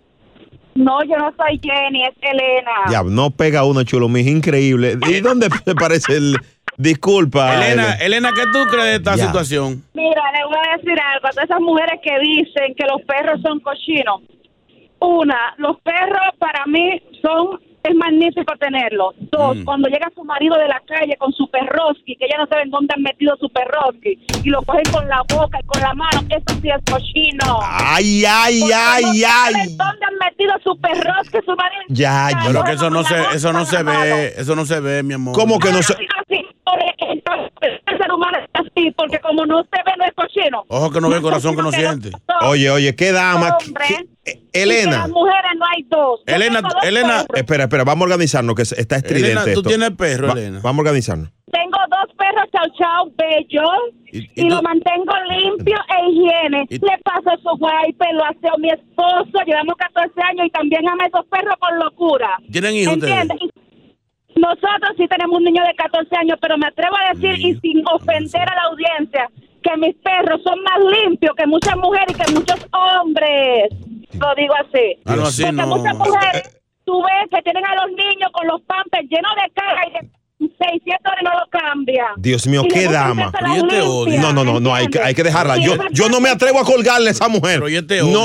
[SPEAKER 20] No, yo no soy Jenny, es Elena.
[SPEAKER 1] Ya, no pega uno, chulo. Mijo, increíble. ¿Y dónde te parece el...? Disculpa.
[SPEAKER 2] Elena, Elena, ¿qué tú crees de esta situación?
[SPEAKER 20] Mira, le voy a decir algo a todas esas mujeres que dicen que los perros son cochinos. Una, los perros para mí son, es magnífico tenerlos.
[SPEAKER 2] Mm.
[SPEAKER 20] Dos, cuando llega su marido de la calle con su perroski, que ya no saben dónde han metido su perroski, y lo cogen con la boca y con la mano, eso sí es cochino.
[SPEAKER 1] Ay, ay, ay, ay.
[SPEAKER 20] ¿Dónde han metido su perroski, su marido?
[SPEAKER 1] Ya, ya.
[SPEAKER 2] Pero que eso no se, eso no se ve, eso no se ve, mi amor.
[SPEAKER 1] ¿Cómo que no se...?
[SPEAKER 20] Así, entonces, el ser humano es así, porque como no se ve, no es cochino.
[SPEAKER 2] Ojo que no ve, corazón que no siente.
[SPEAKER 1] Oye, oye, qué dama.
[SPEAKER 20] Hombre,
[SPEAKER 1] Elena.
[SPEAKER 20] y que las mujeres no hay dos. Yo
[SPEAKER 1] Elena,
[SPEAKER 20] tengo dos
[SPEAKER 1] Elena.
[SPEAKER 20] perros.
[SPEAKER 1] Espera, espera, vamos a organizarnos, que está estridente
[SPEAKER 2] Elena, tú
[SPEAKER 1] esto.
[SPEAKER 2] tienes perro,
[SPEAKER 1] Va-
[SPEAKER 2] Elena.
[SPEAKER 1] Vamos a organizarnos.
[SPEAKER 20] Tengo dos perros chau chau bellos y, lo mantengo limpio e higiene. Le paso su wipe, lo hace mi esposo, llevamos 14 años y también amé esos perros con locura.
[SPEAKER 2] ¿Tienen hijos ustedes?
[SPEAKER 20] ¿Entiendes? Y Nosotros sí tenemos un niño de 14 años, pero me atrevo a decir y sin ofender a la audiencia que mis perros son más limpios que muchas mujeres y que muchos hombres. Lo digo así.
[SPEAKER 2] Ah, no, así
[SPEAKER 20] Porque
[SPEAKER 2] no.
[SPEAKER 20] muchas mujeres, tú ves que tienen a los niños con los pampers llenos de caja y de 600 dólares no lo cambian.
[SPEAKER 1] Dios mío,
[SPEAKER 20] Y
[SPEAKER 1] qué
[SPEAKER 20] le gustan
[SPEAKER 1] dama.
[SPEAKER 20] que se las limpian.
[SPEAKER 1] No, no, no, no, hay que, hay que dejarla. Yo, yo no me atrevo a colgarle a esa mujer. No,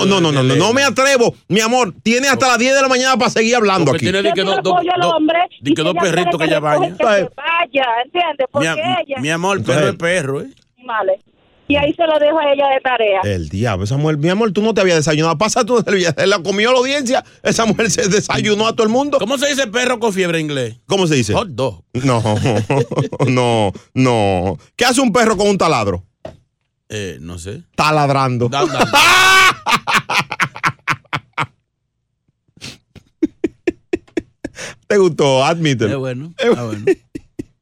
[SPEAKER 1] no, no, no, no, no me atrevo. Mi amor, tiene hasta las 10 de la mañana para seguir hablando aquí.
[SPEAKER 2] tiene de que Yo do- do-
[SPEAKER 20] apoyo al do- hombre
[SPEAKER 2] di que dos perritos que ella baña.
[SPEAKER 20] Que se vaya, ¿entiendes?
[SPEAKER 2] Mi,
[SPEAKER 20] Porque
[SPEAKER 2] a-
[SPEAKER 20] ella
[SPEAKER 2] mi amor, el perro es perro, ¿eh?
[SPEAKER 20] animales. y ahí se lo dejo a ella de tarea.
[SPEAKER 1] El diablo, esa mujer, mi amor, tú no te habías desayunado. Pasa tú, la comió la audiencia. Esa mujer se desayunó a todo el mundo.
[SPEAKER 2] ¿Cómo se dice perro con fiebre en inglés?
[SPEAKER 1] ¿Cómo se dice?
[SPEAKER 2] Hot dog.
[SPEAKER 1] No, no, no. ¿Qué hace un perro con un taladro?
[SPEAKER 2] Eh, no sé.
[SPEAKER 1] Está ladrando.
[SPEAKER 2] Dan, dan, dan.
[SPEAKER 1] ¿Te gustó? Admítelo.
[SPEAKER 2] Es bueno. está bueno.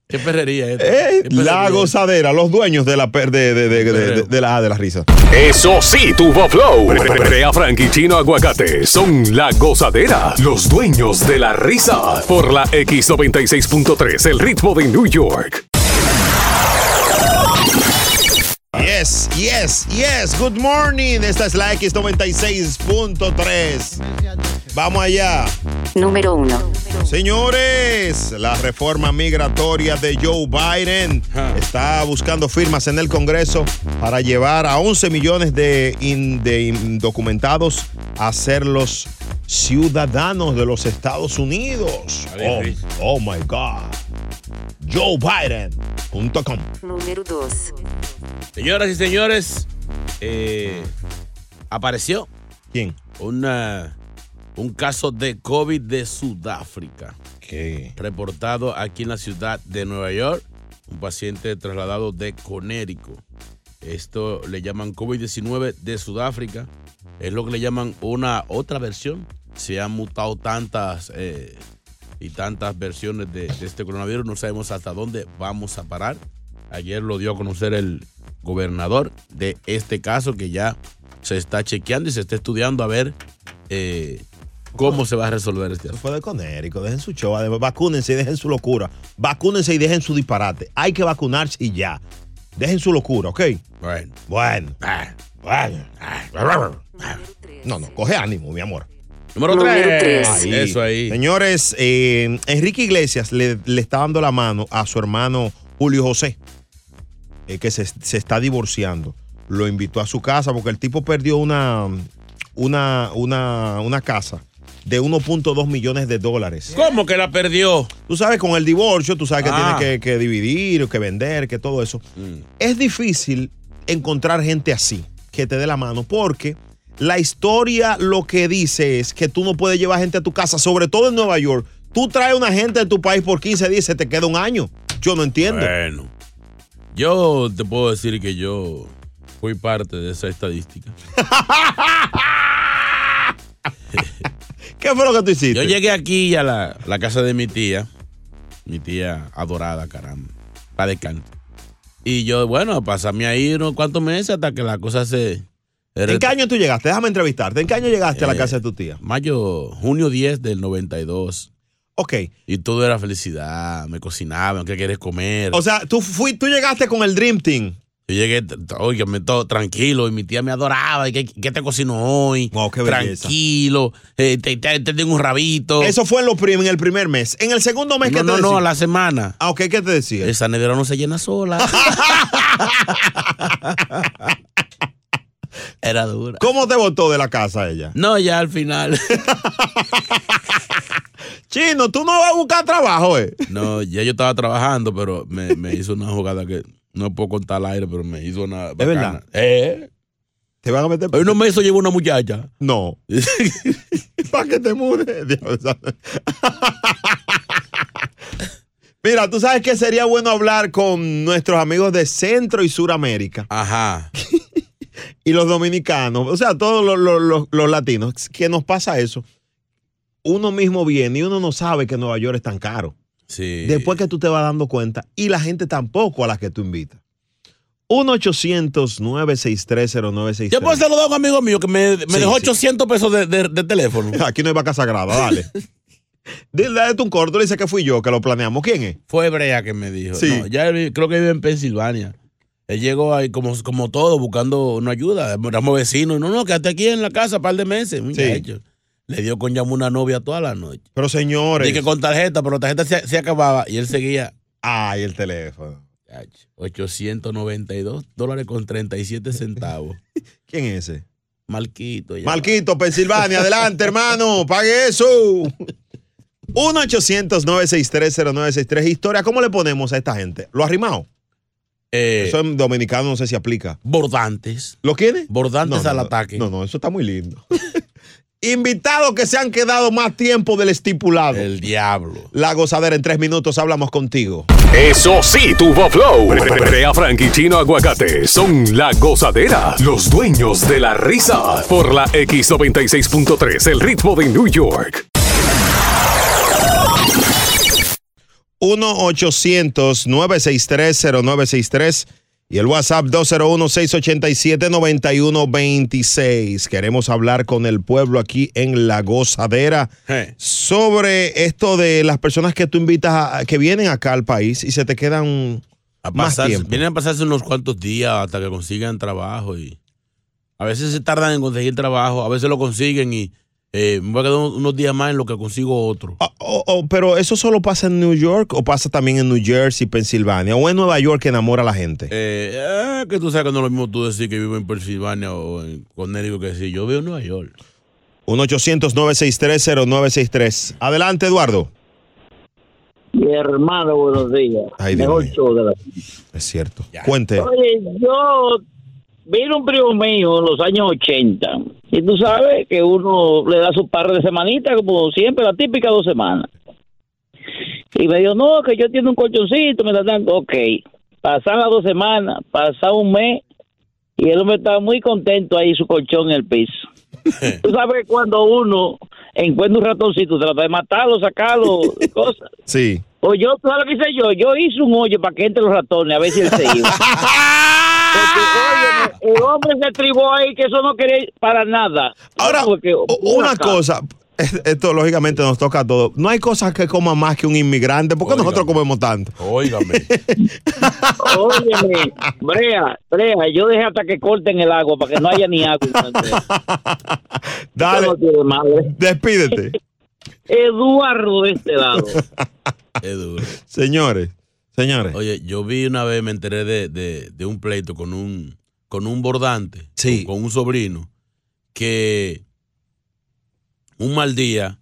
[SPEAKER 2] Qué perrería esta.
[SPEAKER 1] Eh,
[SPEAKER 2] Qué perrería.
[SPEAKER 1] la gozadera, los dueños de la per- de, de, de, de, de- de la de la risa.
[SPEAKER 3] Eso sí, tuvo flow. Brea Frank y Chino Aguacate son la gozadera, los dueños de la risa. Por la X96.3, el ritmo de New York.
[SPEAKER 1] Yes, yes, yes. Good morning. Esta es la X96.3. Vamos allá.
[SPEAKER 4] Número 1.
[SPEAKER 1] Señores, la reforma migratoria de Joe Biden está buscando firmas en el Congreso para llevar a 11 millones de, in- de indocumentados a ser los ciudadanos de los Estados Unidos. Oh, oh my God. JoeBiden.com.
[SPEAKER 4] Número 2.
[SPEAKER 2] Señoras y señores, eh, apareció.
[SPEAKER 1] ¿Quién?
[SPEAKER 2] Una, un caso de COVID de Sudáfrica.
[SPEAKER 1] ¿Qué?
[SPEAKER 2] Reportado aquí en la ciudad de Nueva York. Un paciente trasladado de Conérico. Esto le llaman COVID-19 de Sudáfrica. Es lo que le llaman una otra versión. Se han mutado tantas eh, y tantas versiones de, de este coronavirus. No sabemos hasta dónde vamos a parar. Ayer lo dio a conocer el gobernador de este caso que ya se está chequeando y se está estudiando a ver eh, cómo se va a resolver este asunto.
[SPEAKER 1] Fue de Conérico, dejen su show, además, vacúnense y dejen su locura. Vacúnense y dejen su disparate. Hay que vacunarse y ya. Dejen su locura, ¿ok?
[SPEAKER 2] Bueno.
[SPEAKER 1] Bueno. Bueno. No, no, coge ánimo, mi amor.
[SPEAKER 2] Número Número tres. tres. Eso ahí.
[SPEAKER 1] Señores, eh, Enrique Iglesias le, le está dando la mano a su hermano Julio José, eh, que se, se está divorciando. Lo invitó a su casa porque el tipo perdió una, una, una, una casa de 1.2 millones de dólares.
[SPEAKER 2] ¿Cómo que la perdió?
[SPEAKER 1] Tú sabes, con el divorcio, tú sabes que
[SPEAKER 2] Ah. Mm.
[SPEAKER 1] tiene que, que dividir, que vender, que todo eso. Es difícil encontrar gente así, que te dé la mano, porque la historia lo que dice es que tú no puedes llevar gente a tu casa, sobre todo en Nueva York. Tú traes una gente de tu país por 15 días y se te queda un año. Yo no entiendo.
[SPEAKER 2] Bueno, yo te puedo decir que yo fui parte de esa estadística.
[SPEAKER 1] ¿Qué fue lo que tú hiciste?
[SPEAKER 2] Yo llegué aquí a la, a la casa de mi tía, mi tía adorada, caramba, la de canto. Y yo, bueno, pasame ahí unos cuantos meses hasta que la cosa se...
[SPEAKER 1] ¿En qué año tú llegaste? Déjame entrevistarte. ¿En qué año llegaste a la
[SPEAKER 2] Eh,
[SPEAKER 1] casa de tu tía?
[SPEAKER 2] Mayo, junio 10 del 92.
[SPEAKER 1] Ok.
[SPEAKER 2] Y todo era felicidad, me cocinaban, ¿qué quieres comer?
[SPEAKER 1] O sea, tú, fui, tú llegaste con el Dream Team.
[SPEAKER 2] Yo llegué, t- t- óigame, todo tranquilo y mi tía me adoraba. ¿Y qué, qué te cocinó hoy?
[SPEAKER 1] belleza.
[SPEAKER 2] tranquilo, eh, te, te- te tengo un rabito.
[SPEAKER 1] Eso fue en, lo prim- en el primer mes. En el segundo mes,
[SPEAKER 2] no,
[SPEAKER 1] ¿qué
[SPEAKER 2] no,
[SPEAKER 1] te
[SPEAKER 2] no,
[SPEAKER 1] decía?
[SPEAKER 2] a la semana.
[SPEAKER 1] Ah, ok, ¿qué te decía?
[SPEAKER 2] Esa nevera no se llena sola. Era dura.
[SPEAKER 1] ¿Cómo te votó de la casa ella?
[SPEAKER 2] No, ya al final.
[SPEAKER 1] Chino, tú no vas a buscar trabajo, eh.
[SPEAKER 2] No, ya yo estaba trabajando, pero me, me hizo una jugada que no puedo contar al aire, pero me hizo una.
[SPEAKER 1] ¿Es verdad?
[SPEAKER 2] bacana. ¿Eh?
[SPEAKER 1] ¿Te van a meter?
[SPEAKER 2] Hoy no me hizo llevar una muchacha.
[SPEAKER 1] No. Para que te mude. Diablo, ¿sabes? Mira, tú sabes que sería bueno hablar con nuestros amigos de Centro y Suramérica.
[SPEAKER 2] Ajá.
[SPEAKER 1] y los dominicanos, o sea, todos los, los- los- los latinos, que nos pasa eso. Uno mismo viene y uno no sabe que Nueva York es tan caro.
[SPEAKER 2] Sí.
[SPEAKER 1] Después que tú te vas dando cuenta, y la gente tampoco a la que tú invitas. 1-800-963-0963.
[SPEAKER 2] Yo puedo saludar a un amigo mío que me, me
[SPEAKER 1] Sí,
[SPEAKER 2] dejó
[SPEAKER 1] sí.
[SPEAKER 2] 800 pesos de, de- de teléfono.
[SPEAKER 1] Aquí no hay vaca sagrada, dale. Dile, dale tú un corto, le dice que fui yo, que lo planeamos. ¿Quién es?
[SPEAKER 2] Fue Brea que me dijo.
[SPEAKER 1] Sí.
[SPEAKER 2] No, ya él vi- creo que vive en Pensilvania. Él llegó ahí como, como todo, buscando una ayuda. Éramos vecinos. No, no, quédate aquí en la casa un par de meses. muchacho. Le dio con llamar una novia toda la noche.
[SPEAKER 1] Pero señores.
[SPEAKER 2] Dije que con tarjeta, pero la tarjeta se, se acababa y él seguía.
[SPEAKER 1] Ay, el teléfono.
[SPEAKER 2] Muchacho, 892 dólares con 37 centavos.
[SPEAKER 1] ¿Quién es ese?
[SPEAKER 2] Marquito. ya.
[SPEAKER 1] Marquito, Pensilvania, adelante, hermano, pague eso. 1-800-963-0963. Historia, ¿cómo le ponemos a esta gente? ¿Lo arrimado? eso en dominicano no sé si aplica.
[SPEAKER 2] Eh, Bordantes.
[SPEAKER 1] ¿Lo quiere?
[SPEAKER 2] Bordantes al ataque.
[SPEAKER 1] No, no, eso está muy lindo. Invitados que se han quedado más tiempo del estipulado.
[SPEAKER 2] El diablo.
[SPEAKER 1] La gozadera en tres minutos hablamos contigo.
[SPEAKER 3] Eso sí, tuvo flow. Brea Frank y Chino Aguacate son la gozadera, los dueños de la risa. Por la X96.3, el ritmo de New York.
[SPEAKER 1] 1-800-963-0963 y el WhatsApp 201-687-9126. Queremos hablar con el pueblo aquí en La Gozadera sobre esto de las personas que tú invitas a- que vienen acá al país y se te quedan más
[SPEAKER 2] Pasarse-
[SPEAKER 1] tiempo.
[SPEAKER 2] vienen a pasarse unos cuantos días hasta que consigan trabajo y a veces se tardan en conseguir trabajo, a veces lo consiguen y eh, me voy a quedar un- unos días más en lo que consigo otro.
[SPEAKER 1] O- o- pero eso solo pasa en New York o pasa también en New Jersey, Pensilvania o en Nueva York que enamora a la gente.
[SPEAKER 2] Eh, ah, que tú sabes que no es lo mismo tú decir que vivo en Pensilvania o en Connecticut que decir yo vivo en Nueva York.
[SPEAKER 1] 1-800-963-0963. Adelante, Eduardo.
[SPEAKER 21] Mi hermano, buenos días.
[SPEAKER 1] Ay, Dios
[SPEAKER 21] Mejor
[SPEAKER 1] mío.
[SPEAKER 21] show de la
[SPEAKER 1] Es cierto. Cuente.
[SPEAKER 21] Oye, yo vino un primo mío en los años 80. Y tú sabes que uno le da su par de semanitas, como siempre, la típica dos semanas. Y me dijo, no, que yo tengo un colchoncito, me tratan, ok. Pasan las dos semanas, pasa un mes, y el hombre estaba muy contento ahí, su colchón en el piso. Tú sabes que cuando uno encuentra un ratoncito, trata de matarlo, sacarlo, cosas.
[SPEAKER 1] Sí.
[SPEAKER 21] O Pues yo, ¿tú sabes lo que hice yo? Yo hice un hoyo para que entre los ratones, a ver si él se iba. Porque, óyeme, el hombre se estribó ahí, que eso no quería ir para nada.
[SPEAKER 1] Ahora, Una cosa, es- esto lógicamente nos toca a todos. No hay cosas que coma más que un inmigrante. ¿Por qué nosotros comemos tanto?
[SPEAKER 2] Óigame.
[SPEAKER 21] Óyeme, brea, brea, yo dejé hasta que corten el agua para que no haya ni agua.
[SPEAKER 1] Dale. Despídete.
[SPEAKER 21] Eduardo de este lado.
[SPEAKER 2] Es duro.
[SPEAKER 1] Señores, señores.
[SPEAKER 2] Oye, yo vi una vez, me enteré de, de- de un pleito con un, con un bordante, con, con un sobrino, que un mal día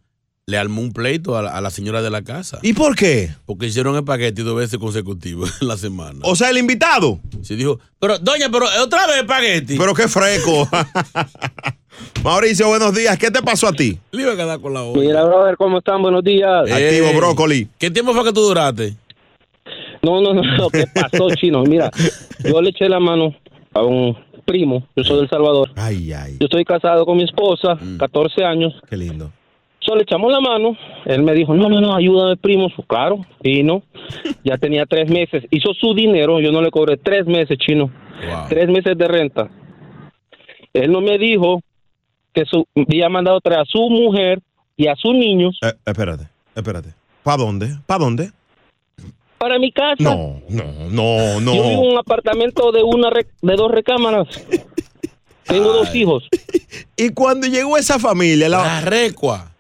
[SPEAKER 2] le armó un pleito a la, a la señora de la casa.
[SPEAKER 1] ¿Y por qué?
[SPEAKER 2] Porque hicieron el paquete dos veces consecutivas en la semana.
[SPEAKER 1] O sea, el invitado.
[SPEAKER 2] Sí, dijo, pero doña, pero otra vez espagueti.
[SPEAKER 1] Pero qué fresco. Mauricio, buenos días. ¿Qué te pasó a ti?
[SPEAKER 2] Le iba a quedar con la otra.
[SPEAKER 22] Mira, brother, ¿cómo están? Buenos
[SPEAKER 2] Eh.
[SPEAKER 22] días.
[SPEAKER 1] Eh, Activo, brócoli.
[SPEAKER 2] ¿Qué tiempo fue que tú duraste?
[SPEAKER 22] No, no, no, no, ¿qué pasó, chino? Mira, yo le eché la mano a un primo, yo soy del Salvador.
[SPEAKER 1] Ay, ay. Mm.
[SPEAKER 22] Yo estoy casado con mi esposa, 14 años.
[SPEAKER 1] Qué lindo.
[SPEAKER 22] Solo le echamos la mano, él me dijo, no, no, no, ayúdame, primo, su caro, y no, ya tenía tres meses, hizo su dinero, yo no le cobré tres meses, chino, tres meses de renta. Él no me dijo que su, había mandado traer a su mujer y a sus niños
[SPEAKER 1] Eh, espérate, espérate. ¿Para dónde? ¿Para dónde?
[SPEAKER 22] para mi casa.
[SPEAKER 1] No, no, no,
[SPEAKER 22] Yo vivo
[SPEAKER 1] no.
[SPEAKER 22] en un apartamento de una rec- de dos recámaras. Tengo dos hijos.
[SPEAKER 1] ¿Y cuando llegó esa familia? La,
[SPEAKER 2] recua.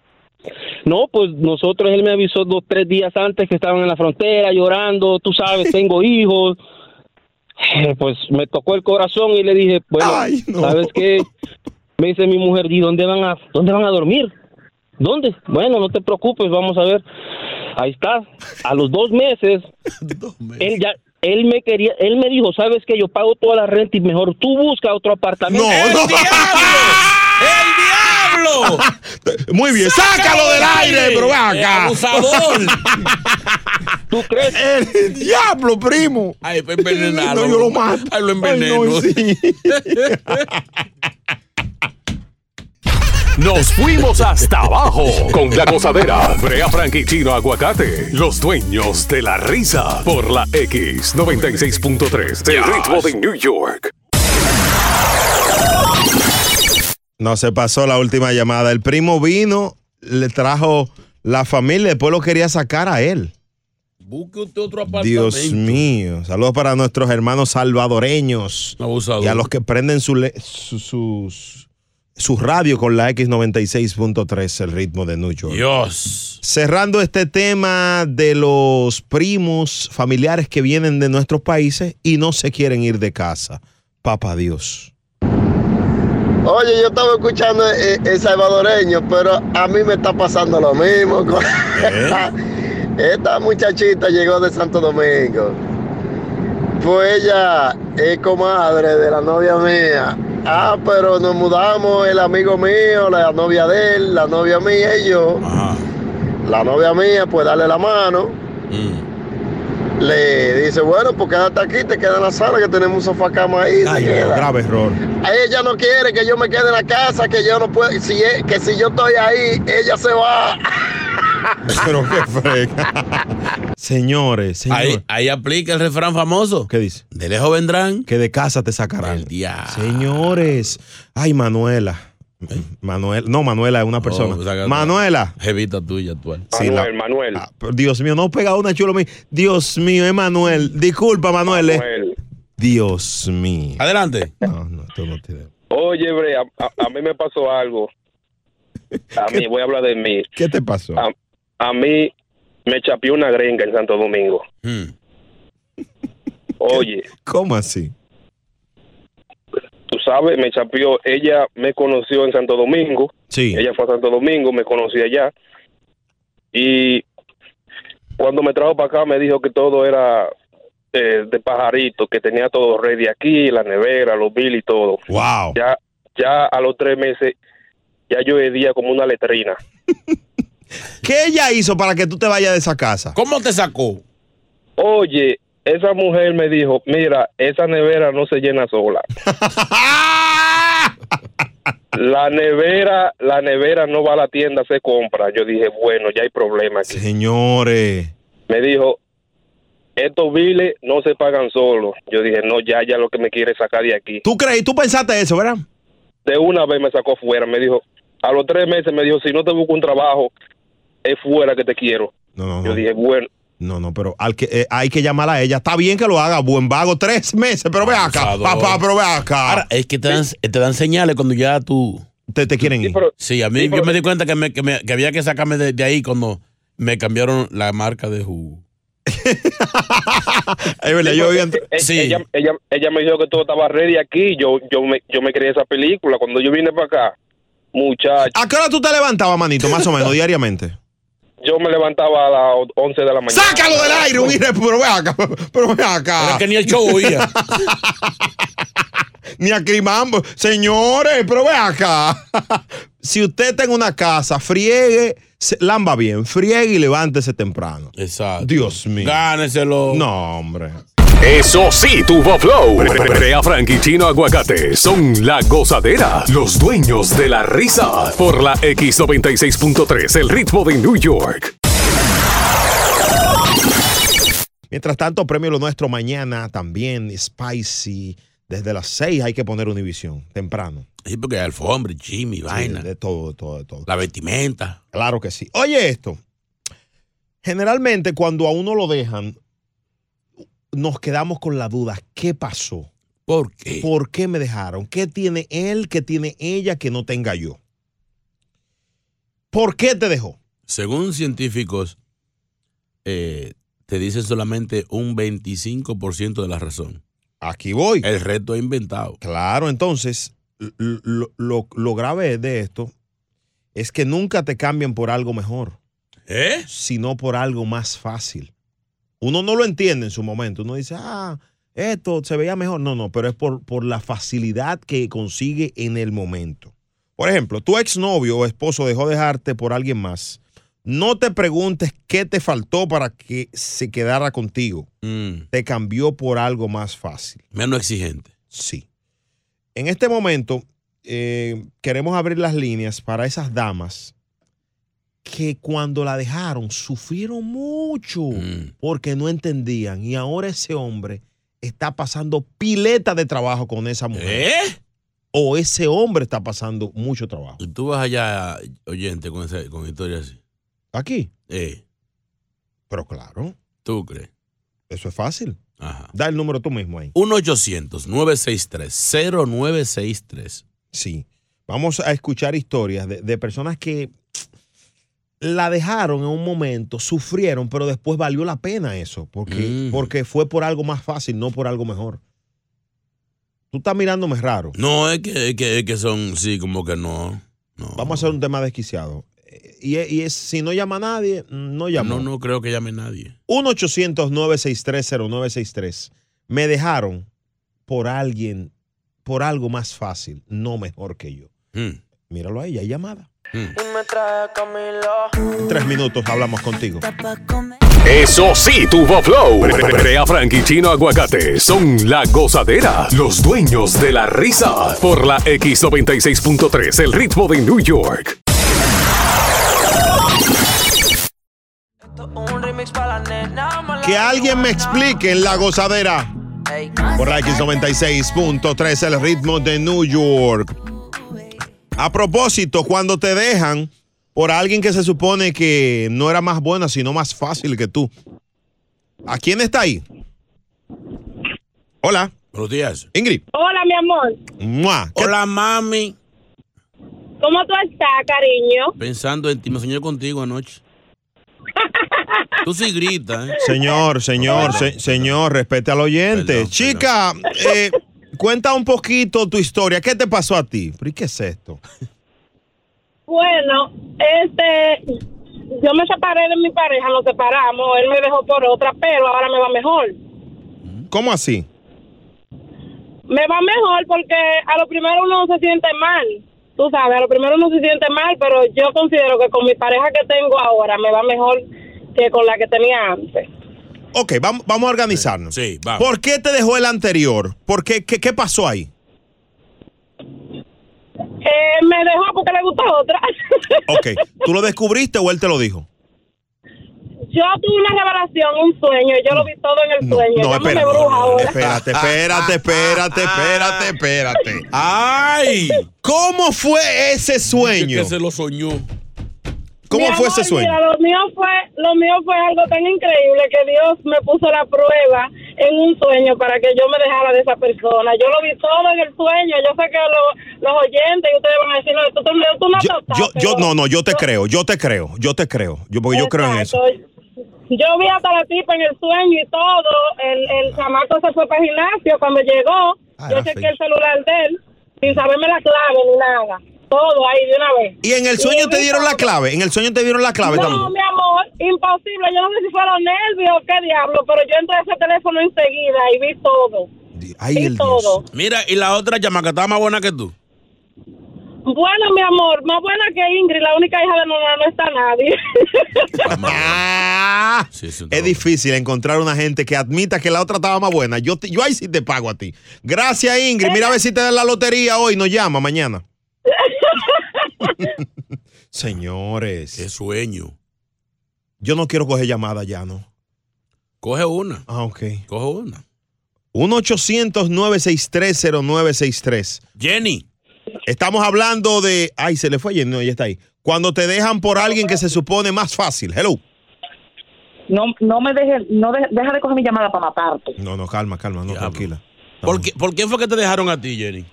[SPEAKER 22] No, pues nosotros, él me avisó dos, tres días antes que estaban en la frontera llorando, tú sabes, tengo hijos. Eh, Pues me tocó el corazón y le dije, bueno, ¿sabes qué? Me dice mi mujer, ¿y dónde van a, dónde van a dormir? ¿Dónde? Bueno, no te preocupes, vamos a ver. Ahí está. A los dos meses, él ya, él me quería, él me dijo, ¿sabes qué? Yo pago toda la renta y mejor tú busca otro apartamento.
[SPEAKER 1] ¡El no.
[SPEAKER 2] diablo!
[SPEAKER 1] Muy bien, sácalo, del aire, pero ven
[SPEAKER 22] Eh,
[SPEAKER 1] acá.
[SPEAKER 22] abusador. ¿Tú crees?
[SPEAKER 1] El diablo, primo.
[SPEAKER 2] Ay, pues envenenado.
[SPEAKER 1] No, yo lo mato.
[SPEAKER 2] Ay, lo
[SPEAKER 1] enveneno.
[SPEAKER 3] Nos fuimos hasta abajo con la gozadera. Brea Frank y Chino Aguacate, los dueños de la risa. Por la X96.3, el ritmo de New York.
[SPEAKER 1] No se pasó la última llamada. El primo vino, le trajo la familia, después lo quería sacar a él.
[SPEAKER 2] Busque usted otro apartamento.
[SPEAKER 1] Dios mío. Saludos para nuestros hermanos salvadoreños. Y a los que prenden su le- su- sus su radio con la X96.3, el ritmo de New York.
[SPEAKER 2] Dios.
[SPEAKER 1] Cerrando este tema de los primos familiares que vienen de nuestros países y no se quieren ir de casa. Papa Dios.
[SPEAKER 8] Oye, yo estaba escuchando eh, el, salvadoreño, pero a mí me está pasando lo mismo. con- Esta muchachita llegó de Santo Domingo. Pues ella es comadre de la novia mía. Ah, pero nos mudamos, el amigo mío, la novia de él, la novia mía y yo. La novia mía, pues darle la mano. Le dice, bueno, pues quédate aquí, te queda en la sala que tenemos un sofá cama ahí. te queda.
[SPEAKER 1] grave error.
[SPEAKER 8] Ella no quiere que yo me quede en la casa, que yo no puedo, si es- que si yo estoy ahí, ella se va.
[SPEAKER 1] Pero qué frega. Señores, señores.
[SPEAKER 2] Ahí, ahí aplica el refrán famoso.
[SPEAKER 1] ¿Qué dice?
[SPEAKER 2] De lejos vendrán.
[SPEAKER 1] Que de casa te sacarán. Señores. Ay, Manuela. Manuel, no, Manuela es una persona.
[SPEAKER 2] ¿Eh? Oh, saca-
[SPEAKER 1] Manuela.
[SPEAKER 2] Jevita tuya actual.
[SPEAKER 1] Sí, la- Ah.
[SPEAKER 2] Manuel.
[SPEAKER 1] Pero Dios mío, no pega una chulo. mi- Dios mío, es Manuel. Disculpa, Manuel. eh. Dios mío. Ah,
[SPEAKER 2] Adelante.
[SPEAKER 6] Oye, Bre, a, a- a mí me pasó algo. A mí, voy a hablar de mí.
[SPEAKER 1] ¿Qué te pasó?
[SPEAKER 6] A, a mí me chapió una gringa en Santo Domingo.
[SPEAKER 1] Hmm.
[SPEAKER 6] Oye,
[SPEAKER 1] ¿Cómo así?
[SPEAKER 6] tú sabes, me chapió, ella me conoció en Santo Domingo.
[SPEAKER 1] Sí.
[SPEAKER 6] Ella fue a Santo Domingo, me conoció allá. Y cuando me trajo para acá me dijo que todo era eh, de pajarito, que tenía todo ready aquí, la nevera, los bills y todo.
[SPEAKER 1] Wow.
[SPEAKER 6] Ya, ya a los tres meses, ya yo hedía como una letrina.
[SPEAKER 1] ¿Qué ella hizo para que tú te vayas de esa casa?
[SPEAKER 2] ¿Cómo te sacó?
[SPEAKER 6] Oye, esa mujer me dijo, mira, esa nevera no se llena sola. la nevera, la nevera no va a la tienda, se compra. Yo dije, bueno, ya hay problema aquí.
[SPEAKER 1] Señores.
[SPEAKER 6] Me dijo, estos biles no se pagan solos. Yo dije, no, ya, ya lo que me quiere es sacar de aquí.
[SPEAKER 1] ¿Tú crees? ¿Tú pensaste eso, verdad?
[SPEAKER 6] De una vez me sacó fuera, me dijo, a los tres meses me dijo, si no te busco un trabajo, es fuera que te quiero.
[SPEAKER 1] No, no,
[SPEAKER 6] Yo
[SPEAKER 1] no.
[SPEAKER 6] dije, bueno,
[SPEAKER 1] No, no, pero al que, eh, hay que llamar a ella. Está bien que lo haga, buen vago, tres meses, pero ve acá, papá, pero ve acá.
[SPEAKER 2] Ahora, es que te dan, eh, te dan señales cuando ya tú.
[SPEAKER 1] Te, quieren ir.
[SPEAKER 2] sí, a mí yo me di cuenta que, me- que me- que había que sacarme de, de ahí cuando me cambiaron la marca de jugo.
[SPEAKER 1] es verdad, yo
[SPEAKER 6] Eh, eh, ella, ella, ella me dijo que todo estaba ready aquí. Yo, yo, me, yo me creí esa película. Cuando yo vine para acá, muchacho,
[SPEAKER 1] ¿A qué hora tú te levantabas, manito, más o menos, diariamente?
[SPEAKER 6] yo me levantaba a las 11 de la mañana.
[SPEAKER 1] ¡Sácalo del aire, un irre- Pero ve acá, pero ve acá.
[SPEAKER 6] Pero es que ni el show oía.
[SPEAKER 1] ni a Crimambo. Señores, pero ve acá. si usted está en una casa, friegue, se- lamba bien, friegue y levántese temprano.
[SPEAKER 2] Exacto.
[SPEAKER 1] Dios mío.
[SPEAKER 2] Gáneselo.
[SPEAKER 1] No, hombre.
[SPEAKER 3] Eso sí, tuvo flow. Brea Frank y Chino Aguacate son la gozadera, los dueños de la risa. Por la X96.3, el ritmo de New York.
[SPEAKER 1] Mientras tanto, premio lo nuestro mañana también, Spicy. Desde las 6 hay que poner Univisión, temprano.
[SPEAKER 2] Sí, porque alfombra, Jimmy, vaina.
[SPEAKER 1] De todo, de todo, de todo.
[SPEAKER 2] La vestimenta.
[SPEAKER 1] Claro que sí. Oye esto. Generalmente cuando a uno lo dejan, nos quedamos con la duda, ¿qué pasó?
[SPEAKER 2] ¿Por qué?
[SPEAKER 1] ¿Por qué me dejaron? ¿Qué tiene él, qué tiene ella que no tenga yo? ¿Por qué te dejó?
[SPEAKER 2] Según científicos, eh, te dicen solamente un 25% de la razón.
[SPEAKER 1] Aquí voy.
[SPEAKER 2] El resto es inventado.
[SPEAKER 1] Claro, entonces, l- l- lo, lo- lo grave de esto es que nunca te cambian por algo mejor.
[SPEAKER 2] ¿Eh?
[SPEAKER 1] Sino por algo más fácil. Uno no lo entiende en su momento. Uno dice, ah, esto se veía mejor. No, no, pero es por, por la facilidad que consigue en el momento. Por ejemplo, tu exnovio o esposo dejó de dejarte por alguien más. No te preguntes qué te faltó para que se quedara contigo. Te cambió por algo más fácil.
[SPEAKER 2] Menos exigente.
[SPEAKER 1] Sí. En este momento eh, queremos abrir las líneas para esas damas que cuando la dejaron sufrieron mucho
[SPEAKER 2] Mm.
[SPEAKER 1] porque no entendían y ahora ese hombre está pasando pileta de trabajo con esa mujer. O ese hombre está pasando mucho trabajo.
[SPEAKER 2] ¿Eh? Y tú vas allá, oyente, con, esa- con historias así.
[SPEAKER 1] ¿Aquí?
[SPEAKER 2] Eh.
[SPEAKER 1] Pero claro.
[SPEAKER 2] ¿Tú crees?
[SPEAKER 1] Eso es fácil.
[SPEAKER 2] Ajá.
[SPEAKER 1] Da el número tú mismo ahí.
[SPEAKER 2] 1-800-963-0963.
[SPEAKER 1] Sí. Vamos a escuchar historias de, de personas que la dejaron en un momento, sufrieron, pero después valió la pena eso, porque, porque fue por algo más fácil, no por algo mejor. Tú estás mirándome raro.
[SPEAKER 2] No, es que, es que, es que son, sí, como que no.
[SPEAKER 1] Vamos a hacer un tema desquiciado. Eh, Y, es- y es, si no llama a nadie, no llama.
[SPEAKER 2] No, no creo que llame nadie.
[SPEAKER 1] 1-800-963-0963. me dejaron por alguien, por algo más fácil, no mejor que yo. Míralo ahí, hay llamada. En tres minutos hablamos contigo.
[SPEAKER 3] Eso sí, tuvo flow. Brea Frank y Chino Aguacate son la gozadera, los dueños de la risa. Por la X96.3, el ritmo de New York.
[SPEAKER 1] Que alguien me explique en la gozadera. Por la X96.3, el ritmo de New York. A propósito, cuando te dejan por alguien que se supone que no era más buena, sino más fácil que tú. ¿A quién está ahí? Hola.
[SPEAKER 2] Buenos días.
[SPEAKER 1] Ingrid.
[SPEAKER 9] Hola, mi amor.
[SPEAKER 2] Hola, mami.
[SPEAKER 9] ¿Cómo tú estás, cariño?
[SPEAKER 2] Pensando en ti, me soñé contigo anoche. Tú sí gritas, ¿eh?
[SPEAKER 1] Señor, señor, se- señor, respete al oyente. Chica, eh, cuenta un poquito tu historia. ¿Qué te pasó a ti? Pero, ¿y qué es esto?
[SPEAKER 9] Bueno, este, yo me separé de mi pareja, nos separamos, él me dejó por otra, pero ahora me va mejor.
[SPEAKER 1] ¿Cómo así?
[SPEAKER 9] Me va mejor porque a lo primero uno se siente mal, tú sabes, a lo primero uno se siente mal, pero yo considero que con mi pareja que tengo ahora me va mejor que con la que tenía antes.
[SPEAKER 1] Ok, vamos, vamos a organizarnos.
[SPEAKER 2] Sí,
[SPEAKER 1] ¿Por qué te dejó el anterior? ¿Por qué, qué, qué pasó ahí?
[SPEAKER 9] Eh, me dejó porque le gusta otra.
[SPEAKER 1] Ok, ¿tú lo descubriste o él te lo dijo?
[SPEAKER 9] Yo tuve una revelación, un sueño, yo lo vi todo en el sueño.
[SPEAKER 1] No,
[SPEAKER 9] Llámame
[SPEAKER 1] espera, no,
[SPEAKER 9] bruja
[SPEAKER 1] no, no,
[SPEAKER 9] ahora.
[SPEAKER 1] espérate, espérate, espérate, espérate, espérate. Ah,
[SPEAKER 2] ¡Ay!
[SPEAKER 1] ¿Cómo fue ese sueño?
[SPEAKER 2] Que se lo soñó.
[SPEAKER 1] ¿Cómo
[SPEAKER 9] Mi
[SPEAKER 1] fue
[SPEAKER 9] amor,
[SPEAKER 1] ese sueño?
[SPEAKER 9] mira, lo mío fue, lo mío fue algo tan increíble que Dios me puso la prueba en un sueño para que yo me dejara de esa persona. Yo lo vi todo en el sueño. Yo sé que lo- los oyentes y ustedes van a decir, no, tú, te- tú no tostaste".
[SPEAKER 1] Yo, yo, no, no, yo te creo, yo te creo, yo te creo, yo porque yo creo en eso.
[SPEAKER 9] Yo vi hasta la tipa en el sueño y todo. El, el chamaco se fue para el gimnasio cuando llegó.
[SPEAKER 1] Ah,
[SPEAKER 9] yo
[SPEAKER 1] era
[SPEAKER 9] chequé el celular de él sin saberme la clave ni nada. Todo ahí de una vez.
[SPEAKER 1] Y en el sueño
[SPEAKER 9] yo
[SPEAKER 1] te
[SPEAKER 9] vi
[SPEAKER 1] dieron la
[SPEAKER 9] todo.
[SPEAKER 1] clave, en el sueño te dieron la clave
[SPEAKER 9] no,
[SPEAKER 1] también.
[SPEAKER 9] mi amor, imposible. Yo no sé si fueron nervios o qué diablo, pero yo entré a ese teléfono enseguida y vi todo.
[SPEAKER 1] Ay,
[SPEAKER 9] vi todo.
[SPEAKER 2] Mira, y la otra chamaca estaba más buena que tú.
[SPEAKER 9] Bueno, mi amor, más buena que Ingrid, la única hija de Nona, no está nadie.
[SPEAKER 1] Ah, es difícil encontrar una gente que admita que la otra estaba más buena. Yo, te- yo ahí sí te pago a ti. Gracias, Ingrid. Mira a ver si te dan la lotería hoy. Nos llama mañana. Señores. Qué
[SPEAKER 2] sueño.
[SPEAKER 1] Yo no quiero coger llamada ya, ¿no?
[SPEAKER 2] Coge una.
[SPEAKER 1] Ah, ok.
[SPEAKER 2] Coge una.
[SPEAKER 1] 1-800-963-0963.
[SPEAKER 2] Jenny.
[SPEAKER 1] Estamos hablando de. Ay, se le fue Jenny. No, ya está ahí. Cuando te dejan por alguien que se supone más fácil. Hello.
[SPEAKER 10] No, no me dejes, no de- deja de coger mi llamada para matarte.
[SPEAKER 1] No, no, calma, calma, no, tranquila.
[SPEAKER 2] ¿Por, qué, ¿Por qué fue que te dejaron a ti, Jenny?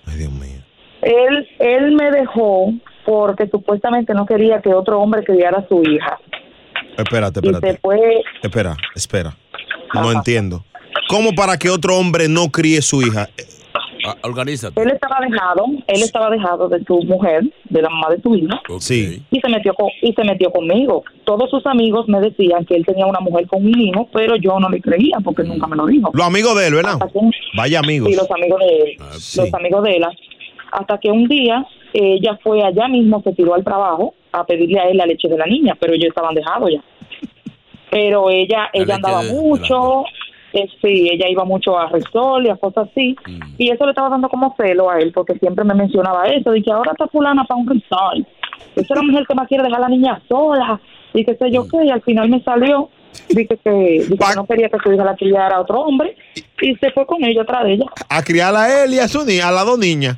[SPEAKER 10] Él, él me dejó porque supuestamente no quería que otro hombre criara a su hija.
[SPEAKER 1] Espérate,
[SPEAKER 10] Y
[SPEAKER 1] espérate.
[SPEAKER 10] se fue,
[SPEAKER 1] Espera, espera. No entiendo. ¿Cómo para que otro hombre no críe su hija? Eh,
[SPEAKER 2] Ah, Organízate.
[SPEAKER 10] él estaba dejado, él estaba dejado de su mujer, de la mamá de su hija,
[SPEAKER 1] Sí.
[SPEAKER 10] y se metió con, y se metió conmigo. Todos sus amigos me decían que él tenía una mujer con un hijo, pero yo no le creía porque él nunca me lo dijo.
[SPEAKER 1] Los amigos de él, ¿verdad? Vaya amigos. Ah,
[SPEAKER 10] Sí, los amigos de él. Los amigos de ella. Hasta que un día ella fue allá mismo, se tiró al trabajo a pedirle a él la leche de la niña, pero ellos estaban dejados ya. Pero ella ella andaba mucho, eh, sí, ella iba mucho a Resol y a cosas así. Y eso le estaba dando como celo a él, porque siempre me mencionaba eso, de que ahora está fulana para un Resol. Esa es la mujer que más quiere dejar a la niña sola. Y que sé yo qué, y al final me salió. Dije que, dije que no quería que su hija la criara a otro hombre y se fue con ella atrás de ella.
[SPEAKER 1] A criar a él y a su ni- a las dos niñas.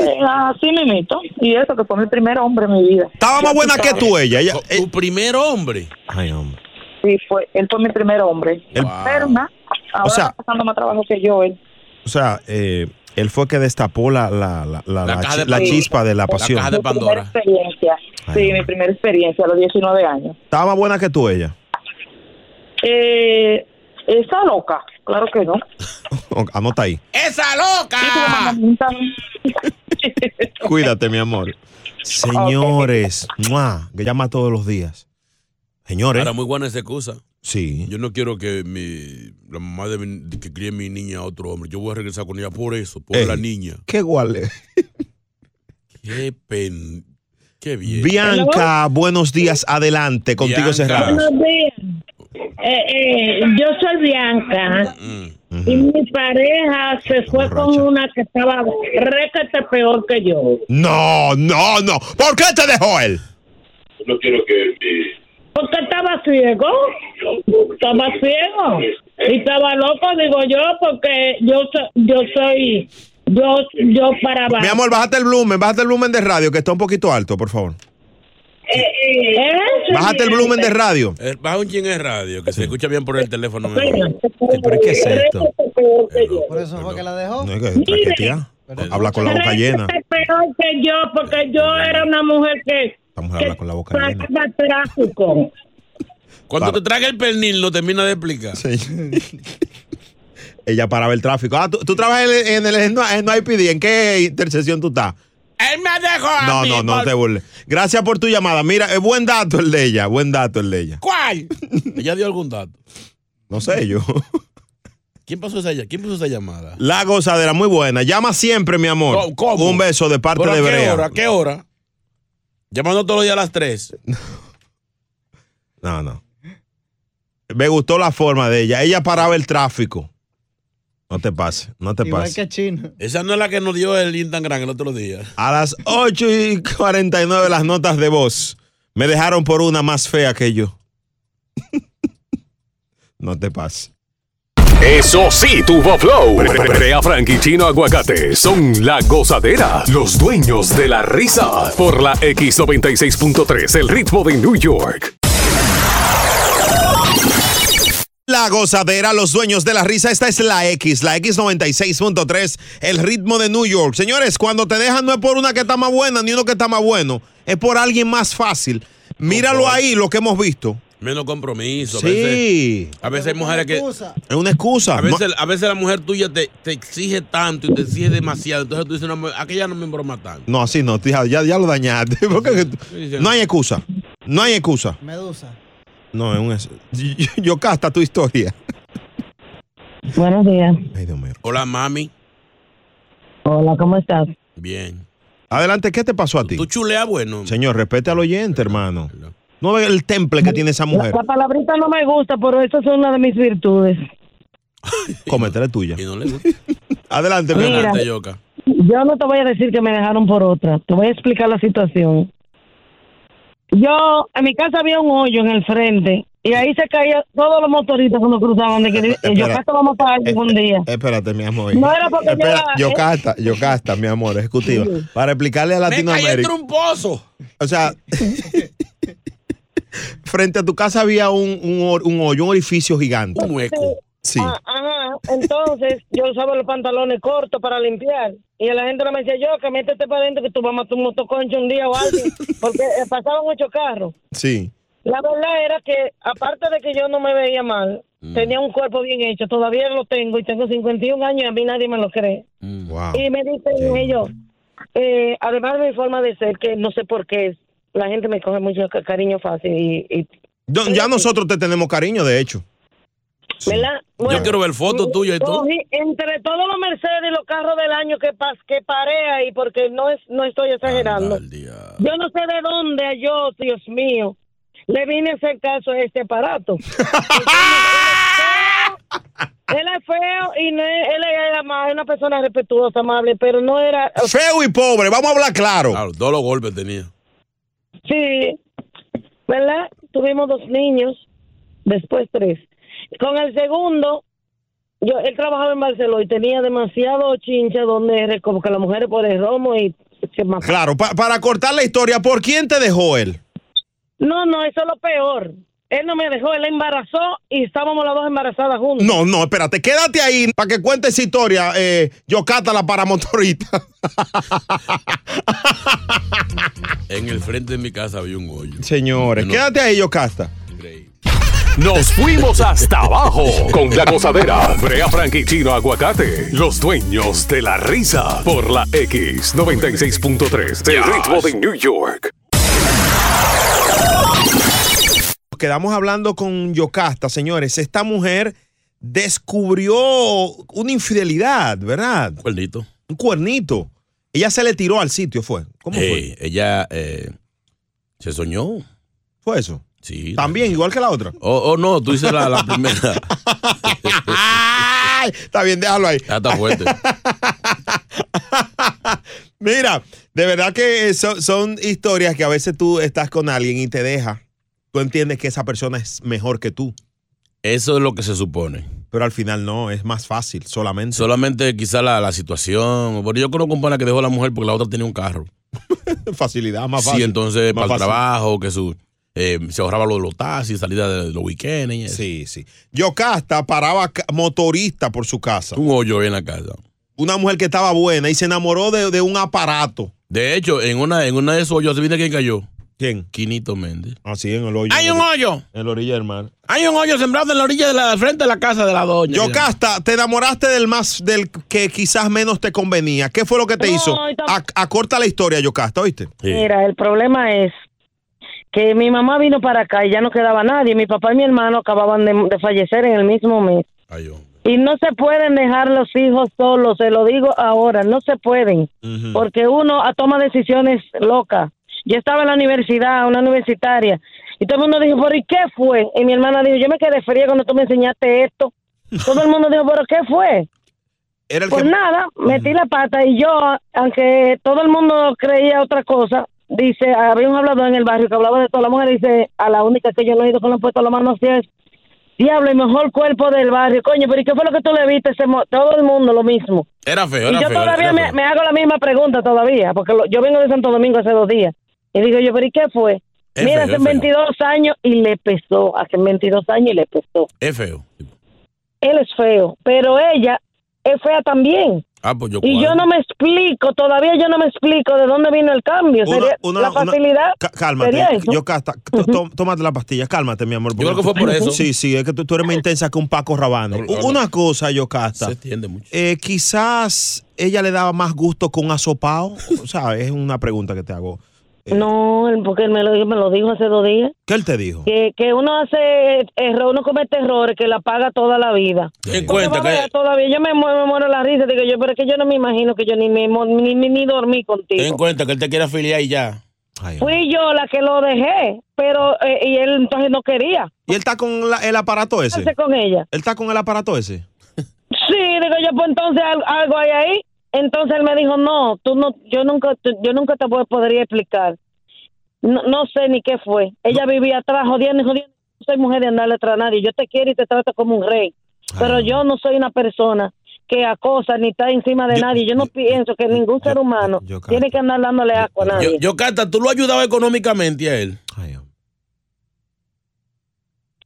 [SPEAKER 10] Eh, Así mismito. Y eso que fue mi primer hombre en mi vida.
[SPEAKER 1] Estaba más buena que tú, ella. ella
[SPEAKER 2] Tu primer hombre.
[SPEAKER 1] Ay, hombre.
[SPEAKER 10] Sí, fue, él fue mi primer hombre.
[SPEAKER 1] Ah.
[SPEAKER 10] Enferma. Ahora
[SPEAKER 1] sea-
[SPEAKER 10] está pasando más trabajo que yo. Él.
[SPEAKER 1] O sea, eh, él fue que destapó la, la, la, la- la
[SPEAKER 10] caja de
[SPEAKER 1] chi- la
[SPEAKER 10] Pandora.
[SPEAKER 1] chispa de la pasión.
[SPEAKER 10] Mi primera experiencia. sí, mi primera experiencia a los 19 años.
[SPEAKER 1] Estaba más buena que tú, ella.
[SPEAKER 10] Eh, ¿Está loca? Claro que no.
[SPEAKER 1] Ok, Anota ahí.
[SPEAKER 2] ¡Esa loca!
[SPEAKER 1] Cuídate, mi amor. Señores, ¡mua! que llama todos los días. Señores.
[SPEAKER 2] Era muy buena esa excusa.
[SPEAKER 1] Sí.
[SPEAKER 2] Yo no quiero que mi, la mamá de mi- de que críe mi niña a otro hombre. Yo voy a regresar con ella por eso, por
[SPEAKER 1] Ey.
[SPEAKER 2] la niña.
[SPEAKER 1] Qué igual es.
[SPEAKER 2] Qué pen. Qué bien.
[SPEAKER 1] Bianca, buenos días. Adelante, contigo
[SPEAKER 2] Bianca.
[SPEAKER 1] cerramos.
[SPEAKER 7] Buenos días. Eh, eh, yo soy Bianca y mi pareja se fue con una que estaba requete peor que yo.
[SPEAKER 1] No, no, no. ¿Por qué te dejó él?
[SPEAKER 13] No quiero que
[SPEAKER 7] Porque estaba ciego, estaba ciego y estaba loco, digo yo, porque yo, so- yo soy, yo, yo para abajo.
[SPEAKER 1] Mi amor, bájate el volumen, bájate el volumen de radio, que está un poquito alto, por favor.
[SPEAKER 7] ¿Eh?
[SPEAKER 1] Bájate el volumen de radio.
[SPEAKER 2] Eh, Baja un chin en radio, que se escucha bien por el teléfono.
[SPEAKER 9] Pues,
[SPEAKER 2] mejor.
[SPEAKER 1] ¿Pero qué es esto?
[SPEAKER 7] Por eso fue que la dejó.
[SPEAKER 1] No, es que traquetea. Habla con la boca llena.
[SPEAKER 7] Requete peor que yo, porque yo era una mujer que
[SPEAKER 1] Habla con la boca llena.
[SPEAKER 7] sacaba tráfico.
[SPEAKER 2] Cuando te traga el pernil, no termina de explicar.
[SPEAKER 1] Ella paraba el tráfico. Ah, tú, tú trabajas en el, en el- en el- en el IPD. ¿En qué intersección tú estás?
[SPEAKER 2] Él me dejó a
[SPEAKER 1] No,
[SPEAKER 2] mí
[SPEAKER 1] no, no
[SPEAKER 2] por-
[SPEAKER 1] te burles. Gracias por tu llamada. Mira, es buen dato el de ella. Buen dato el de ella.
[SPEAKER 2] ¿Cuál? Ella dio algún dato.
[SPEAKER 1] No sé yo.
[SPEAKER 2] ¿Quién pasó esa, ll- quién puso esa llamada?
[SPEAKER 1] La gozadera, muy buena. Llama siempre, mi amor. Un beso de parte
[SPEAKER 2] ¿Pero
[SPEAKER 1] de
[SPEAKER 2] a qué
[SPEAKER 1] Brea.
[SPEAKER 2] hora? ¿A qué hora? Llamando todos los días a las 3.
[SPEAKER 1] No, no. Me gustó la forma de ella. Ella paraba el tráfico. No te pases, no te pases.
[SPEAKER 2] China. Esa no es la que nos dio el Instagram el otro día.
[SPEAKER 1] A las 8 y 49 las notas de voz. Me dejaron por una más fea que yo. no te pases.
[SPEAKER 3] Eso sí, tuvo flow. Brea Frank y Chino Aguacate son la gozadera, los dueños de la risa. Por la X96.3, el ritmo de New York.
[SPEAKER 1] La gozadera, los dueños de la risa, esta es la X, la X96.3, el ritmo de New York. Señores, cuando te dejan no es por una que está más buena ni uno que está más bueno, es por alguien más fácil. Míralo ahí, lo que hemos visto.
[SPEAKER 2] Menos compromiso. A veces,
[SPEAKER 1] Sí,
[SPEAKER 2] a veces hay mujeres que.
[SPEAKER 1] es una excusa.
[SPEAKER 2] A veces, a veces la mujer tuya te, te exige tanto y te exige demasiado. Entonces tú dices, no, aquella no me embroma tanto.
[SPEAKER 1] No, así no, tía, ya, ya lo dañaste. Porque no hay excusa. No hay excusa.
[SPEAKER 12] Medusa.
[SPEAKER 1] No, es un. es- Yo, yo casta tu historia.
[SPEAKER 23] Buenos días.
[SPEAKER 2] Hola, mami.
[SPEAKER 23] Hola, ¿cómo estás?
[SPEAKER 2] Bien.
[SPEAKER 1] Adelante, ¿qué te pasó a ti? Tú
[SPEAKER 2] chulea bueno.
[SPEAKER 1] Señor, respete al oyente, hermano. No ve el temple que tiene esa
[SPEAKER 23] La,
[SPEAKER 1] mujer.
[SPEAKER 23] la palabrita no me gusta, pero esa es una de mis virtudes.
[SPEAKER 1] Cómetela tuya. Adelante, mi
[SPEAKER 23] Mira.
[SPEAKER 1] amor.
[SPEAKER 23] Yo no te voy a decir que me dejaron por otra. Te voy a explicar la situación. Yo, en mi casa había un hoyo en el frente y ahí se caían todos los motoristas cuando cruzaban. De que yo
[SPEAKER 1] Espera. Eh,
[SPEAKER 23] casi vamos a pagar algún día.
[SPEAKER 1] Espérate, mi amor.
[SPEAKER 23] No era porque yo
[SPEAKER 1] Espera,
[SPEAKER 23] era- ¿eh?
[SPEAKER 1] yo casta, yo casta, mi amor, ejecutiva.
[SPEAKER 23] Sí.
[SPEAKER 1] Para explicarle a Latinoamérica.
[SPEAKER 2] tromposo.
[SPEAKER 1] O sea, frente a tu casa había un, un, hor- un hoyo, un orificio gigante.
[SPEAKER 2] Un
[SPEAKER 1] Sí.
[SPEAKER 23] Ah, ajá. Entonces, yo usaba los pantalones cortos para limpiar. Y la gente no me decía, yo, que métete para adentro que tú vas a matar un motoconcho un día o algo. Porque eh, pasaban ocho carros.
[SPEAKER 1] Sí.
[SPEAKER 23] La verdad era que, aparte de que yo no me veía mal,
[SPEAKER 1] Mm.
[SPEAKER 23] tenía un cuerpo bien hecho. Todavía lo tengo y tengo 51 años y a mí nadie me lo cree.
[SPEAKER 1] Wow.
[SPEAKER 23] Y me dicen ellos, eh, además de mi forma de ser, que no sé por qué, la gente me coge mucho ca- cariño fácil y... y-
[SPEAKER 1] Yo- ya nosotros te tenemos cariño, de hecho.
[SPEAKER 23] ¿Verdad?
[SPEAKER 2] Yo quiero ver fotos tuyas y todo.
[SPEAKER 23] Cogí entre todos los Mercedes y los carros del año que pas, que paré ahí porque no es no estoy exagerando. Yo no sé de dónde yo, Dios mío, le vine a hacer caso a este aparato. él es feo y no es- él era más una persona respetuosa, amable, pero no era o sea,
[SPEAKER 1] Feo y pobre, vamos a hablar claro.
[SPEAKER 2] Claro, todos los golpes tenía.
[SPEAKER 23] sí. ¿Verdad? Tuvimos dos niños, después tres. Con el segundo yo él trabajaba en Barcelona y tenía demasiado chincha donde re- como que las mujeres por el romo y se mataban.
[SPEAKER 1] Claro, pa- para cortar la historia, ¿por quién te dejó él?
[SPEAKER 23] No, no, eso es lo peor. Él no me dejó, él la embarazó y estábamos las dos embarazadas juntas.
[SPEAKER 1] No, no, espérate, quédate ahí para que cuente esa historia. Eh, yo cata la paramotorita.
[SPEAKER 2] En el frente de mi casa había un hoyo.
[SPEAKER 1] Señores, quédate ahí, yo casta.
[SPEAKER 3] Nos fuimos hasta abajo con la gozadera. Brea Frank y Chino Aguacate, los dueños de la risa. Por la X96.3, el ritmo de New York.
[SPEAKER 1] Quedamos hablando con Yocasta, señores. Esta mujer descubrió una infidelidad, ¿verdad? Un
[SPEAKER 2] cuernito.
[SPEAKER 1] Un cuernito. Ella se le tiró al sitio, fue. ¿Cómo fue?
[SPEAKER 2] Eh, Ella eh, se soñó.
[SPEAKER 1] ¿Fue eso?
[SPEAKER 2] Sí.
[SPEAKER 1] También, igual que la otra.
[SPEAKER 2] Oh, oh, no, tú dices la, la primera.
[SPEAKER 1] Ay, está bien, déjalo ahí.
[SPEAKER 2] Ya Ah. está fuerte.
[SPEAKER 1] Mira, de verdad que son, son historias que a veces tú estás con alguien y te deja. Tú entiendes que esa persona es mejor que tú.
[SPEAKER 2] Eso es lo que se supone.
[SPEAKER 1] Pero al final no, es más fácil solamente.
[SPEAKER 2] Solamente quizá la, la situación. Bueno, yo conozco un pana que dejó a la mujer porque la otra tenía un carro.
[SPEAKER 1] Facilidad, más fácil.
[SPEAKER 2] Sí, entonces
[SPEAKER 1] Más
[SPEAKER 2] para el
[SPEAKER 1] fácil.
[SPEAKER 2] trabajo, que su, eh, se ahorraba lo de los taxis, salida de los weekends. Y eso.
[SPEAKER 1] Sí, sí. Yocasta paraba ca- motorista por su casa.
[SPEAKER 2] Un hoyo en la casa.
[SPEAKER 1] Una mujer que estaba buena y se enamoró de, de un aparato.
[SPEAKER 2] De hecho, en una, en una de esos hoyos, ¿viste quién cayó?
[SPEAKER 1] ¿Quién?
[SPEAKER 2] Quinito Méndez.
[SPEAKER 1] Así en el hoyo.
[SPEAKER 2] ¡Hay un hoyo!
[SPEAKER 1] En la orilla del mar.
[SPEAKER 2] Hay un hoyo sembrado en la orilla de la frente de la casa de la doña.
[SPEAKER 1] Yocasta, te enamoraste del más del que quizás menos te convenía. ¿Qué fue lo que te
[SPEAKER 23] No, Eh,
[SPEAKER 1] hizo?
[SPEAKER 23] y tam-
[SPEAKER 1] Ac- acorta la historia, Yocasta, ¿oíste?
[SPEAKER 23] Mira, el problema es que mi mamá vino para acá y ya no quedaba nadie. Mi papá y mi hermano acababan de, de fallecer en el mismo mes. y no se pueden dejar los hijos solos, se lo digo ahora, no se pueden, porque uno ah, toma decisiones locas. Yo estaba en la universidad, una universitaria, y todo el mundo dijo, ¿pero y qué fue? Y mi hermana dijo, yo me quedé fría cuando tú me enseñaste esto. Todo el mundo dijo, ¿pero qué fue?
[SPEAKER 1] Era
[SPEAKER 23] pues nada, metí la pata y yo, aunque todo el mundo creía otra cosa, dice, había un hablador en el barrio que hablaba de toda la mujer, dice, a la única que yo no he ido con la puesta la mano así es, diablo, el mejor cuerpo del barrio, coño, pero ¿y qué fue lo que tú le viste? Se mo- todo el mundo lo mismo.
[SPEAKER 2] Era feo,
[SPEAKER 23] y
[SPEAKER 2] era
[SPEAKER 23] yo
[SPEAKER 2] feo.
[SPEAKER 23] todavía
[SPEAKER 2] era
[SPEAKER 23] me,
[SPEAKER 2] feo.
[SPEAKER 23] me hago la misma pregunta todavía, porque lo- yo vengo de Santo Domingo hace dos días, y digo yo, pero ¿y qué fue?
[SPEAKER 2] Es
[SPEAKER 23] Mira,
[SPEAKER 2] feo,
[SPEAKER 23] hace
[SPEAKER 2] es feo.
[SPEAKER 23] 22 años y le pesó, hace 22 años y le pesó.
[SPEAKER 2] Es feo.
[SPEAKER 23] Él es feo, pero ella es fea también.
[SPEAKER 2] Ah, pues yo
[SPEAKER 23] Y yo no me explico, todavía yo no me explico de dónde vino el cambio.
[SPEAKER 1] Una-
[SPEAKER 23] Sería-
[SPEAKER 1] una-
[SPEAKER 23] la
[SPEAKER 1] una-
[SPEAKER 23] facilidad.
[SPEAKER 1] Ca- Cálmate,
[SPEAKER 23] sería eso.
[SPEAKER 1] Yocasta, to- to- tómate la pastilla, cálmate, mi amor.
[SPEAKER 2] creo que fue
[SPEAKER 1] tú-
[SPEAKER 2] por eso.
[SPEAKER 1] Sí, sí, es que tú, tú
[SPEAKER 23] Ah.
[SPEAKER 1] eres más intensa que un Paco Rabanne. U- Una cosa, Yocasta.
[SPEAKER 2] Se entiende mucho.
[SPEAKER 1] Eh, quizás ella le daba más gusto con asopao. O sea, es una pregunta que te hago.
[SPEAKER 23] No, él- porque él me lo, me lo dijo hace dos días.
[SPEAKER 1] ¿Qué él te dijo?
[SPEAKER 23] Que, que uno hace eh, error, uno comete errores que la paga toda la vida.
[SPEAKER 2] ¿Qué
[SPEAKER 23] cuenta? Todavía yo me muero, me muero la risa. Digo yo, pero es que yo no me imagino que yo ni me mo- ni, ni, ni dormí contigo.
[SPEAKER 2] Ten en cuenta que él te quiere afiliar y ya.
[SPEAKER 23] Fui yo la que lo dejé, pero eh, y él entonces no quería.
[SPEAKER 1] ¿Y él está con la- el aparato ese?
[SPEAKER 23] Entonces con ella.
[SPEAKER 1] ¿Él está con el aparato ese?
[SPEAKER 23] Sí, digo yo, pues entonces al- algo hay ahí. Entonces él me dijo, no, tú no, yo nunca, tú- yo nunca te pod- podría explicar. No, no sé ni qué fue. Ella vivía atrás, jodiendo, y jodiendo. No soy mujer de andarle atrás a nadie. Yo te quiero y te trato como un rey. Pero yo no soy una persona que acosa ni está encima de nadie. Yo no pienso que ningún ser humano tiene que andar dándole asco a nadie.
[SPEAKER 2] Yo, yo, Cata, tú lo ayudabas económicamente a él.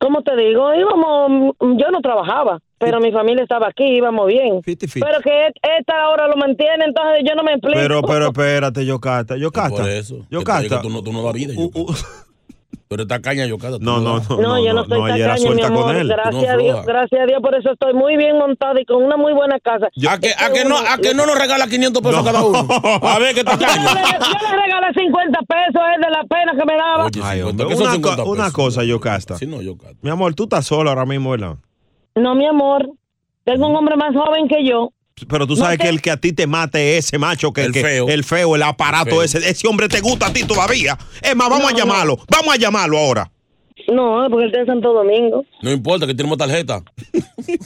[SPEAKER 23] ¿Cómo te digo? Íbamos, yo no trabajaba, pero mi familia estaba aquí, íbamos bien.
[SPEAKER 1] fifty.
[SPEAKER 23] Pero que et- esta ahora lo mantiene, entonces yo no me explico.
[SPEAKER 1] Pero, pero espérate, Yocasta. Yocasta.
[SPEAKER 2] Por eso.
[SPEAKER 1] Yocasta. Uh,
[SPEAKER 2] Que Tú no, tú no das vida, Yocasta. Tú eres tacaña, Yocasta. tú
[SPEAKER 1] No, no,
[SPEAKER 2] das.
[SPEAKER 1] no, No, yo no no, soy no, ella era
[SPEAKER 23] Caña, mi
[SPEAKER 1] suelta con
[SPEAKER 23] amor,
[SPEAKER 1] él.
[SPEAKER 2] Tú
[SPEAKER 23] Gracias
[SPEAKER 2] no
[SPEAKER 23] a Dios,
[SPEAKER 2] aflojas.
[SPEAKER 23] gracias a Dios, por eso estoy muy bien montada y con una muy buena casa. Este
[SPEAKER 2] ¿A que, a, que no, ¿A que no nos regala 500 pesos
[SPEAKER 23] No.
[SPEAKER 2] cada uno? A ver, que
[SPEAKER 23] Yo
[SPEAKER 2] tacaña.
[SPEAKER 23] le, yo le regalé 50 pesos, es de la pena que me daba.
[SPEAKER 1] Ay, hombre,
[SPEAKER 2] ¿qué son
[SPEAKER 1] una,
[SPEAKER 2] 50
[SPEAKER 1] co- una
[SPEAKER 2] pesos?
[SPEAKER 1] cosa, Yocasta.
[SPEAKER 2] Sí, no, Yocasta.
[SPEAKER 1] Mi amor, tú estás sola ahora mismo, ¿verdad?
[SPEAKER 23] No, mi amor, tengo un hombre más joven que yo.
[SPEAKER 1] Pero tú sabes que el que a ti te mate es ese macho, que el, feo. el feo, el aparato ese, ese hombre te gusta a ti todavía. Es más, vamos a llamarlo, vamos a llamarlo ahora.
[SPEAKER 23] No, porque él está en Santo Domingo.
[SPEAKER 2] No importa, que tenemos tarjeta.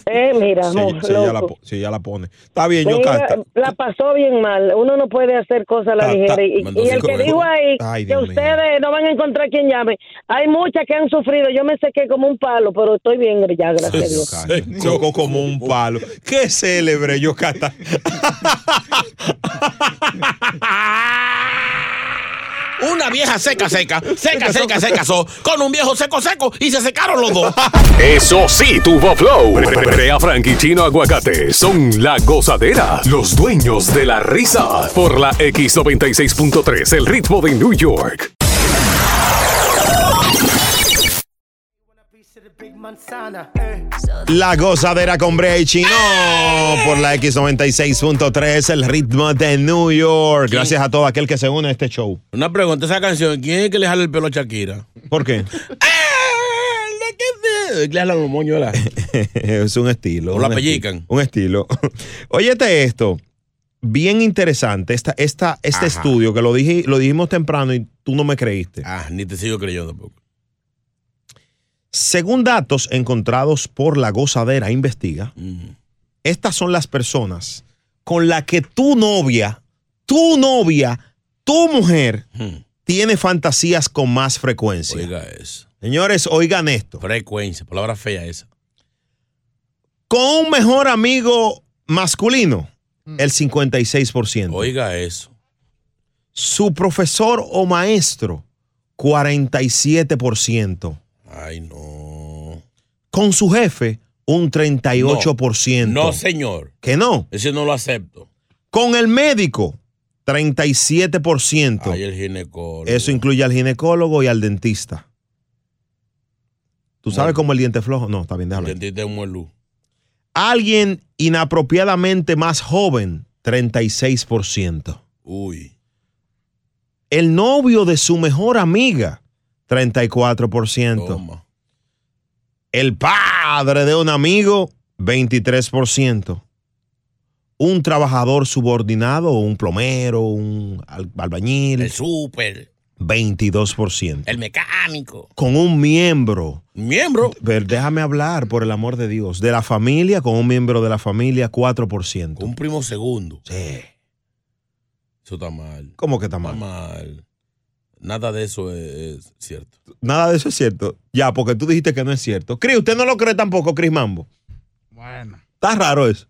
[SPEAKER 23] Eh, mira,
[SPEAKER 1] Si,
[SPEAKER 23] amor,
[SPEAKER 1] si ella la,
[SPEAKER 23] loco.
[SPEAKER 1] po- si ella la pone. Está Ah, bien, yo
[SPEAKER 23] Mira,
[SPEAKER 1] canta. Ah,
[SPEAKER 23] la pasó bien mal. Uno no puede hacer cosas a
[SPEAKER 1] Ta-
[SPEAKER 23] la
[SPEAKER 1] ta-
[SPEAKER 23] ligera. Y,
[SPEAKER 1] mandó
[SPEAKER 23] y el
[SPEAKER 1] cinco
[SPEAKER 23] que
[SPEAKER 1] pesos.
[SPEAKER 23] dijo ahí
[SPEAKER 1] Ay,
[SPEAKER 23] que
[SPEAKER 1] Dios mío.
[SPEAKER 23] ustedes no van a encontrar quien llame. Hay muchas que han sufrido. Yo me sequé como un palo, pero estoy bien ya, gracias a Dios.
[SPEAKER 1] Coco como un palo. Qué célebre, yo canta.
[SPEAKER 2] Una vieja seca, seca, seca, seca, se casó con un viejo seco, seco y se secaron los dos.
[SPEAKER 3] Eso sí, tuvo flow. Brea Frank y Chino Aguacate son la gozadera, los dueños de la risa. Por la X96.3, el ritmo de New York.
[SPEAKER 1] La gozadera con Brea y Chino por la X96.3, el ritmo de New York. Gracias a todo aquel que se une a este show.
[SPEAKER 2] Una pregunta, esa canción, ¿quién es que le jala el pelo a Shakira?
[SPEAKER 1] ¿Por qué?
[SPEAKER 2] ¿Qué le hablan los moños? ¿verdad?
[SPEAKER 1] es un estilo.
[SPEAKER 2] O la
[SPEAKER 1] un esti-
[SPEAKER 2] pellican.
[SPEAKER 1] Un estilo. Óyete esto. Bien interesante esta, esta, este
[SPEAKER 2] Ajá.
[SPEAKER 1] estudio que lo, dije, lo dijimos temprano y tú no me creíste.
[SPEAKER 2] Ah, ni te sigo creyendo tampoco.
[SPEAKER 1] Según datos encontrados por la gozadera investiga, estas son las personas con las que tu novia, tu novia, tu mujer tiene fantasías con más frecuencia.
[SPEAKER 2] Oiga eso.
[SPEAKER 1] Señores, oigan esto.
[SPEAKER 2] Frecuencia, palabra fea esa.
[SPEAKER 1] Con un mejor amigo masculino, el 56%.
[SPEAKER 2] Oiga eso.
[SPEAKER 1] Su profesor o maestro, 47%.
[SPEAKER 2] Ay, no.
[SPEAKER 1] Con su jefe, un 38%.
[SPEAKER 2] No, señor.
[SPEAKER 1] Que no.
[SPEAKER 2] Ese no lo acepto.
[SPEAKER 1] Con el médico, 37%.
[SPEAKER 2] Ay, el ginecólogo.
[SPEAKER 1] Eso incluye al ginecólogo y al dentista. ¿Tú sabes cómo el diente flojo? No, está bien, déjalo. ahí.
[SPEAKER 2] Dentista es un muelú.
[SPEAKER 1] Alguien inapropiadamente más joven, 36%.
[SPEAKER 2] Uy.
[SPEAKER 1] El novio de su mejor amiga, 34%. El padre de un amigo, 23%. Un trabajador subordinado, un plomero, un al- albañil. El
[SPEAKER 2] súper.
[SPEAKER 1] 22%.
[SPEAKER 2] El mecánico.
[SPEAKER 1] Con un miembro.
[SPEAKER 2] Miembro.
[SPEAKER 1] Pero déjame hablar, por el amor de Dios. De la familia, con un miembro de la familia, 4%.
[SPEAKER 2] Un primo segundo.
[SPEAKER 1] Sí.
[SPEAKER 2] Eso está mal.
[SPEAKER 1] ¿Cómo que está mal?
[SPEAKER 2] Está mal. Nada de eso es, es cierto.
[SPEAKER 1] Nada de eso es cierto. Ya, porque tú dijiste que no es cierto. Cris, usted no lo cree tampoco, Cris Mambo.
[SPEAKER 12] Bueno.
[SPEAKER 1] Está raro eso.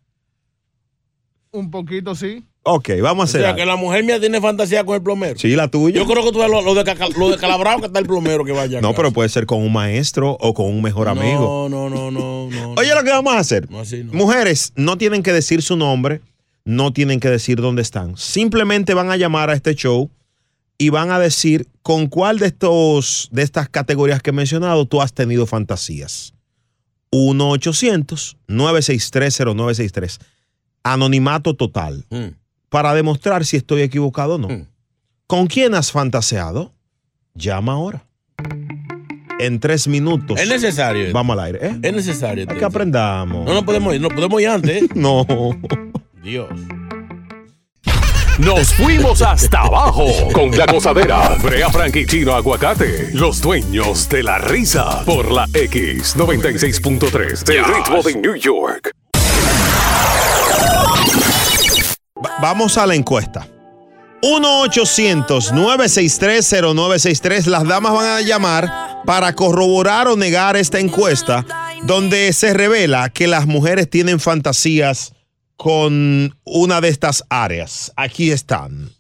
[SPEAKER 12] Un poquito sí.
[SPEAKER 1] Ok, vamos a
[SPEAKER 2] O
[SPEAKER 1] hacer.
[SPEAKER 2] sea,
[SPEAKER 1] algo.
[SPEAKER 2] que la mujer mía tiene fantasía con el plomero.
[SPEAKER 1] Sí, la tuya.
[SPEAKER 2] Yo creo que tú ves lo, lo descaca- lo descalabrado que está el plomero que vaya.
[SPEAKER 1] No, pero puede ser con un maestro o con un mejor amigo.
[SPEAKER 2] No, no, no, no, no.
[SPEAKER 1] Oye, lo que vamos a hacer.
[SPEAKER 2] No, así no.
[SPEAKER 1] Mujeres, no tienen que decir su nombre, no tienen que decir dónde están. Simplemente van a llamar a este show y van a decir con cuál de, estos, de estas categorías que he mencionado tú has tenido fantasías. 1-800-963-0963. Anonimato total. Para demostrar si estoy equivocado o no.
[SPEAKER 2] Hmm.
[SPEAKER 1] ¿Con quién has fantaseado? Llama ahora. En tres minutos.
[SPEAKER 2] Es necesario.
[SPEAKER 1] Vamos al aire. ¿eh?
[SPEAKER 2] Es necesario.
[SPEAKER 1] Hay que aprendamos.
[SPEAKER 2] No, no podemos ir, no podemos ir antes. ¿eh?
[SPEAKER 1] no.
[SPEAKER 2] Dios.
[SPEAKER 3] Nos fuimos hasta abajo con la gozadera. Brea Frank y Chino Aguacate, los dueños de la risa. Por la X96.3, el ritmo de New York.
[SPEAKER 1] Va- Vamos a la encuesta. 1-800-963-0963. Las damas van a llamar para corroborar o negar esta encuesta donde se revela que las mujeres tienen fantasías con una de estas áreas. Aquí están.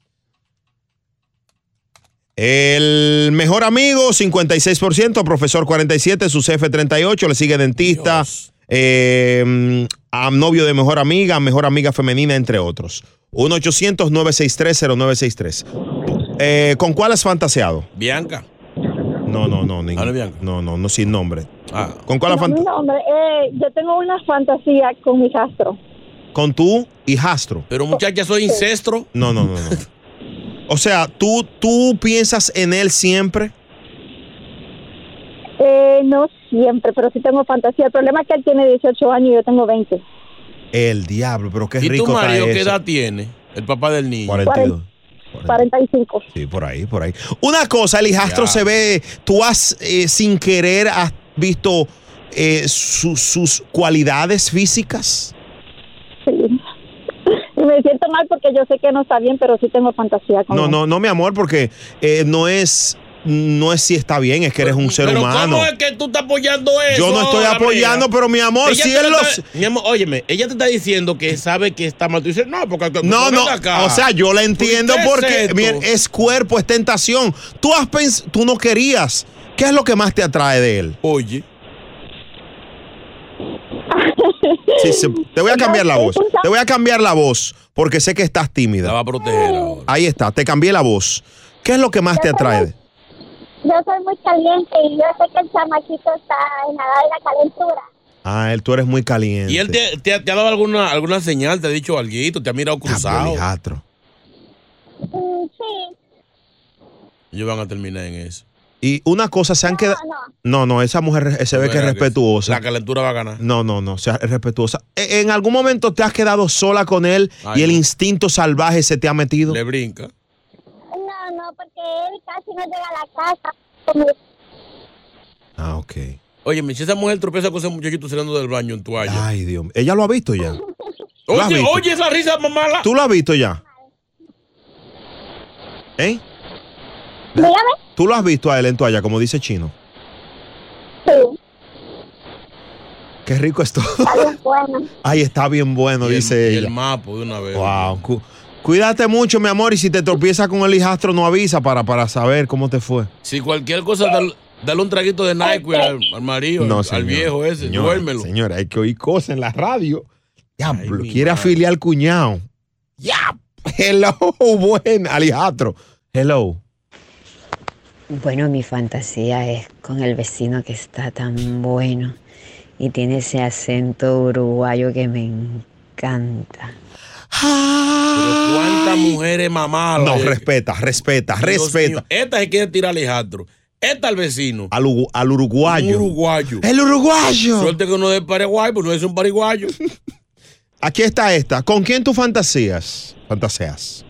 [SPEAKER 1] El mejor amigo, 56%, profesor 47%, su jefe 38%, le sigue dentista, eh, a novio de mejor amiga, mejor amiga femenina, entre otros. 1-800-963-0963. Eh, ¿Con cuál has fantaseado?
[SPEAKER 2] Bianca.
[SPEAKER 1] No, no, no, ningún- No, no, no, sin nombre.
[SPEAKER 2] Ah.
[SPEAKER 1] ¿Con cuál has
[SPEAKER 11] No,
[SPEAKER 1] fantaseado?
[SPEAKER 11] mira, hombre, eh, yo tengo una fantasía con mi castro.
[SPEAKER 1] Con tu hijastro.
[SPEAKER 2] Pero muchacha, soy incestro.
[SPEAKER 1] No, no, no, no. O sea, ¿tú, tú piensas en él siempre.
[SPEAKER 11] Eh, no siempre, pero sí tengo fantasía. El problema es que él tiene 18 años y yo tengo 20.
[SPEAKER 1] El diablo, pero qué
[SPEAKER 2] ¿Y
[SPEAKER 1] rico
[SPEAKER 2] tu
[SPEAKER 1] está
[SPEAKER 2] marido qué
[SPEAKER 1] eso.
[SPEAKER 2] edad tiene? El papá del niño.
[SPEAKER 1] 42.
[SPEAKER 11] 45.
[SPEAKER 1] Sí, por ahí, por ahí. Una cosa, el hijastro se ve, tú has eh, sin querer has visto eh, su- sus cualidades físicas.
[SPEAKER 11] Y me siento mal porque yo sé que no está bien, pero sí tengo fantasía con
[SPEAKER 1] No,
[SPEAKER 11] él.
[SPEAKER 1] no, no, mi amor, porque eh, no es no es si está bien, es que eres un ser
[SPEAKER 2] Pero
[SPEAKER 1] humano.
[SPEAKER 2] ¿cómo es que tú estás apoyando eso?
[SPEAKER 1] Yo no estoy
[SPEAKER 2] ahora,
[SPEAKER 1] apoyando,
[SPEAKER 2] Brea?
[SPEAKER 1] pero mi amor,
[SPEAKER 2] Ella
[SPEAKER 1] si
[SPEAKER 2] te
[SPEAKER 1] él
[SPEAKER 2] lo
[SPEAKER 1] los-
[SPEAKER 2] está- Mi amor, óyeme, ella te está diciendo que sabe que está mal. Tú dices, no, porque...
[SPEAKER 1] No,
[SPEAKER 2] ven
[SPEAKER 1] no,
[SPEAKER 2] acá.
[SPEAKER 1] o sea, yo la entiendo
[SPEAKER 2] ¿Qué es
[SPEAKER 1] porque
[SPEAKER 2] esto?
[SPEAKER 1] miren, es cuerpo, es tentación. Tú has pens- tú no querías. ¿Qué es lo que más te atrae de él?
[SPEAKER 2] Oye.
[SPEAKER 1] te voy a cambiar la voz. Te voy a cambiar la voz porque sé que estás tímida.
[SPEAKER 2] La va a proteger ahora.
[SPEAKER 1] Ahí está, te cambié la voz. ¿Qué es lo que más te atrae?
[SPEAKER 11] Yo soy muy caliente y yo sé que el chamaquito está en la edad de la calentura.
[SPEAKER 1] Ah, él, tú eres muy caliente.
[SPEAKER 2] ¿Y él te, te- te ha dado alguna, alguna señal? ¿Te ha dicho algo? ¿Te ha mirado cruzado?
[SPEAKER 1] hijastro.
[SPEAKER 11] Mm, sí,
[SPEAKER 2] Ellos van a terminar en eso.
[SPEAKER 1] Y una cosa, se han quedado. No, no, esa mujer se ve que es respetuosa.
[SPEAKER 2] La calentura va a ganar.
[SPEAKER 1] No, no, no, sea es respetuosa. E- ¿En algún momento te has quedado sola con él y el instinto salvaje se te ha metido?
[SPEAKER 2] Le brinca.
[SPEAKER 20] No, no, porque él casi no llega a la casa. Como-
[SPEAKER 1] Ah, ok.
[SPEAKER 2] Oye, mi, si esa mujer tropieza con ese muchachito saliendo del baño en toalla.
[SPEAKER 1] Ay, Dios mío. Ella lo ha visto ya. ¿Lo has
[SPEAKER 2] Oye,
[SPEAKER 1] visto?
[SPEAKER 2] oye, esa risa mamá. la-
[SPEAKER 1] ¿Tú lo has visto ya? ¿Eh? ¿Tú lo has visto a él en toalla, como dice Chino? Qué rico esto. Ay, está bien bueno, dice
[SPEAKER 2] Y
[SPEAKER 1] ella.
[SPEAKER 2] el mapo Ah, pues, de una vez.
[SPEAKER 1] Wow. cu- cuídate mucho, mi amor, y si te tropiezas con el hijastro, no avisa para, para saber cómo te fue.
[SPEAKER 2] Si cualquier cosa, dal- dale un traguito de Nike al, al marido,
[SPEAKER 1] No,
[SPEAKER 2] al- al
[SPEAKER 1] señora,
[SPEAKER 2] viejo ese,
[SPEAKER 1] señora,
[SPEAKER 2] duérmelo.
[SPEAKER 1] Señora, hay que oír cosas en la radio. Diablo,
[SPEAKER 2] mi
[SPEAKER 1] quiere afiliar al cuñado. Ya. Hello, buen Alejandro. Hello.
[SPEAKER 4] Bueno, mi fantasía es con el vecino que está tan bueno y tiene ese acento uruguayo que me encanta.
[SPEAKER 2] Pero cuántas mujeres mamadas.
[SPEAKER 1] Ah, No,
[SPEAKER 2] eh.
[SPEAKER 1] respeta, respeta,
[SPEAKER 2] Dios
[SPEAKER 1] respeta.
[SPEAKER 2] mío, Esta se quiere tirar a Alejandro. Esta al vecino.
[SPEAKER 1] Al, ugu- al uruguayo.
[SPEAKER 2] Un uruguayo.
[SPEAKER 1] El uruguayo.
[SPEAKER 2] Suerte que no es paraguay, pues no es un paraguayo.
[SPEAKER 1] Aquí está esta. ¿Con quién tú fantaseas? Fantaseas.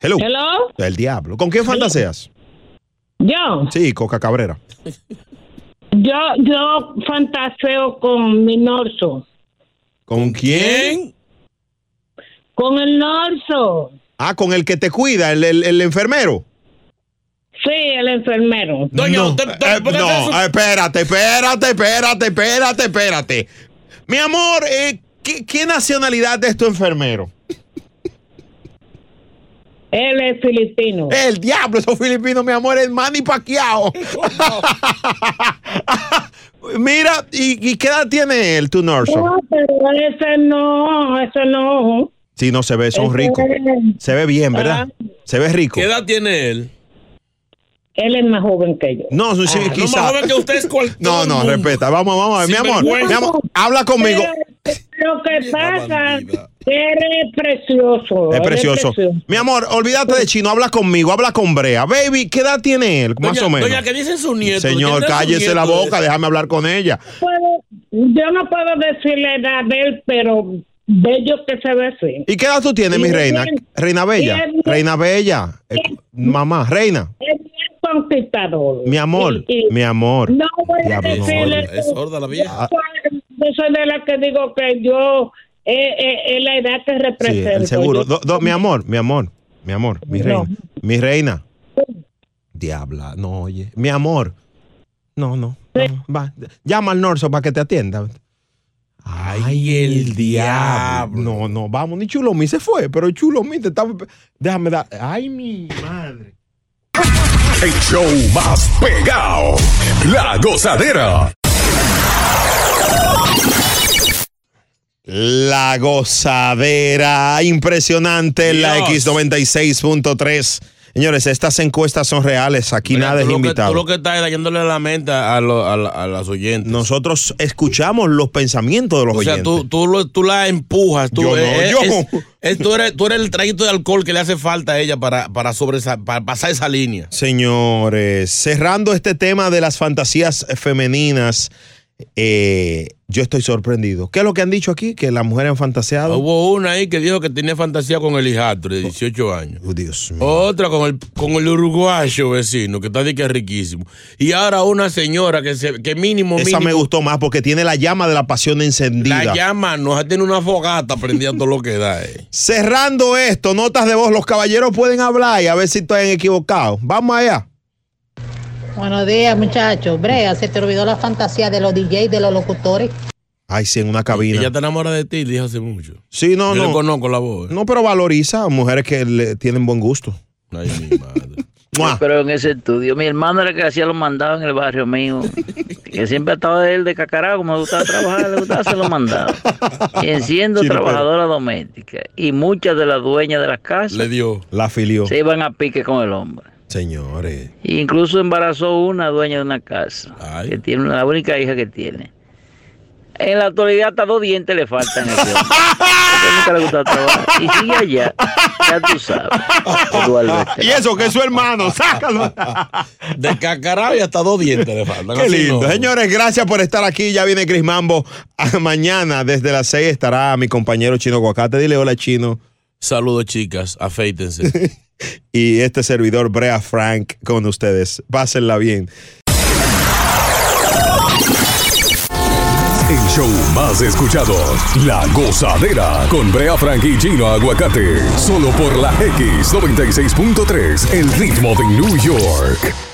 [SPEAKER 1] Hello.
[SPEAKER 9] Hello.
[SPEAKER 1] El diablo. ¿Con quién fantaseas?
[SPEAKER 9] Yo.
[SPEAKER 1] Sí, Coca Cabrera.
[SPEAKER 9] Yo, yo fantaseo con mi norso.
[SPEAKER 1] ¿Con quién?
[SPEAKER 9] Con el norso.
[SPEAKER 1] Ah, con el que te cuida, el, el- el enfermero.
[SPEAKER 9] Sí, el enfermero.
[SPEAKER 1] no, eh, no, eh, espérate, espérate, espérate, espérate, espérate. Mi amor, eh, ¿qué, qué nacionalidad es tu enfermero?
[SPEAKER 9] Él es filipino.
[SPEAKER 1] El diablo, esos filipinos, mi amor, es Manny Pacquiao. Mira, ¿y, y qué edad tiene él, tu
[SPEAKER 9] No,
[SPEAKER 1] Norso?
[SPEAKER 9] pero ese no, ese no.
[SPEAKER 1] Sí, no se ve, Pues son
[SPEAKER 9] Ese-
[SPEAKER 1] ricos. Se ve bien, ¿verdad? Se ve rico.
[SPEAKER 2] ¿Qué edad tiene él?
[SPEAKER 9] Él es más joven que yo.
[SPEAKER 1] No, sí, sí,
[SPEAKER 9] Ah.
[SPEAKER 1] quizá.
[SPEAKER 9] No, más joven que usted es cual-
[SPEAKER 1] No, no, respeta. Vamos, vamos a ver. Mi amor,
[SPEAKER 9] Sinvergüenza.
[SPEAKER 1] mi amor, habla conmigo.
[SPEAKER 9] Pero Lo que pasa es que él es precioso.
[SPEAKER 1] Es
[SPEAKER 9] él
[SPEAKER 1] precioso. Mi amor, olvídate de chino, habla conmigo, habla con Brea. Baby, ¿qué edad tiene él? Más
[SPEAKER 2] Doña-
[SPEAKER 1] o menos.
[SPEAKER 2] Doña, ¿qué dice su nieto?
[SPEAKER 1] Señor,
[SPEAKER 2] ¿Qué dice su
[SPEAKER 1] cállese
[SPEAKER 2] nieto
[SPEAKER 1] la
[SPEAKER 2] de-
[SPEAKER 1] boca, déjame hablar con ella.
[SPEAKER 9] Puedo- yo no puedo decir la edad de él, pero bello que se ve sí.
[SPEAKER 1] ¿Y qué edad tú tienes, mi
[SPEAKER 9] Bien,
[SPEAKER 1] reina? Reina Bella.
[SPEAKER 9] bien.
[SPEAKER 1] Reina Bella. Eh, mamá, reina.
[SPEAKER 9] Es bien conquistador.
[SPEAKER 1] Mi amor,
[SPEAKER 9] Y- y-
[SPEAKER 1] mi amor.
[SPEAKER 9] No voy a
[SPEAKER 1] Diablo, no,
[SPEAKER 9] decirle.
[SPEAKER 1] es sorda la vieja.
[SPEAKER 9] Yo soy de la que digo que yo eh, eh, es la edad que
[SPEAKER 1] Sí,
[SPEAKER 9] represento.
[SPEAKER 1] el seguro.
[SPEAKER 9] Yo-
[SPEAKER 1] Do- do- mi amor, mi amor, mi amor, mi
[SPEAKER 9] No.
[SPEAKER 1] reina. Mi reina. Diabla, no, oye. Mi amor. No, no. no, va. Llama al Norso para que te atienda. Ay, el diablo. No, no, vamos, ni Chulomi se fue, pero Chulomi te estaba. Déjame dar. Ay, mi madre.
[SPEAKER 3] El show más pegado. La gozadera.
[SPEAKER 1] La gozadera impresionante, la
[SPEAKER 2] Dios.
[SPEAKER 1] X96.3. Señores, estas encuestas son reales, aquí nada es
[SPEAKER 2] Tú lo que-
[SPEAKER 1] invitado.
[SPEAKER 2] Tú lo que estás es dañándole la mente a, lo- a la- a las oyentes.
[SPEAKER 1] Nosotros escuchamos los pensamientos de los
[SPEAKER 2] O sea,
[SPEAKER 1] oyentes.
[SPEAKER 2] tú, tú, lo- tú la empujas. Tú,
[SPEAKER 1] Yo no, yo.
[SPEAKER 2] es- es- tú, eres, tú eres el traguito de alcohol que le hace falta a ella para, para, sobresa- para pasar esa línea.
[SPEAKER 1] Señores, cerrando este tema de las fantasías femeninas, eh, yo estoy sorprendido. ¿Qué es lo que han dicho aquí? Que las mujeres han fantaseado.
[SPEAKER 2] Hubo una ahí que dijo que tenía fantasía con el hijastro de 18 años.
[SPEAKER 1] Dios
[SPEAKER 2] Otra con el, con el uruguayo vecino, que está de que es riquísimo. Y ahora una señora que, se, que mínimo,
[SPEAKER 1] Esa
[SPEAKER 2] mínimo,
[SPEAKER 1] me gustó más porque tiene la llama de la pasión encendida.
[SPEAKER 2] la llama, no tiene una fogata prendida todo lo que da. eh.
[SPEAKER 1] Cerrando esto, notas de voz, los caballeros pueden hablar y a ver si están equivocados. Vamos allá.
[SPEAKER 23] Buenos días, muchachos. Brea, se te olvidó la fantasía de los DJs, de los locutores.
[SPEAKER 1] Ay, sí, en una cabina.
[SPEAKER 2] Ella está enamorada de ti, dijo hace mucho.
[SPEAKER 1] Sí, no,
[SPEAKER 2] Yo
[SPEAKER 1] no.
[SPEAKER 2] le conozco la voz. eh.
[SPEAKER 1] No, pero valoriza a mujeres que le tienen buen gusto.
[SPEAKER 2] Ay,
[SPEAKER 24] Pero en ese estudio, mi hermano era el que hacía los mandados en el barrio mío. Que siempre estaba él de cacarago, me gustaba trabajar, le gustaba hacer los mandados. Y siendo
[SPEAKER 1] Chino, pero-
[SPEAKER 24] trabajadora doméstica, y muchas de las dueñas de las casas
[SPEAKER 2] Le dio.
[SPEAKER 1] La afilió.
[SPEAKER 24] se iban a pique con el hombre.
[SPEAKER 1] Señores.
[SPEAKER 24] Incluso embarazó una dueña de una casa, que tiene la única hija que tiene. En la actualidad hasta dos dientes le faltan a ese hombre. que nunca le gustaba trabajar. Y sigue allá, ya tú sabes. Eduardo Estrada.
[SPEAKER 1] Y eso que es su hermano, sácalo.
[SPEAKER 2] De cacarao y hasta dos dientes le faltan.
[SPEAKER 1] Qué
[SPEAKER 2] Así
[SPEAKER 1] lindo.
[SPEAKER 2] no.
[SPEAKER 1] Señores, gracias por estar aquí. Ya viene Cris Mambo. Ah, Mañana desde las 6 estará mi compañero Chino Aguacate. Dile hola, Chino.
[SPEAKER 2] Saludos, chicas. Afeítense.
[SPEAKER 1] y este servidor Brea Frank con ustedes. Pásenla bien.
[SPEAKER 3] El show más escuchado, La Gozadera, con Brea Frank y Gino Aguacate, solo por la X96.3, el ritmo de New York.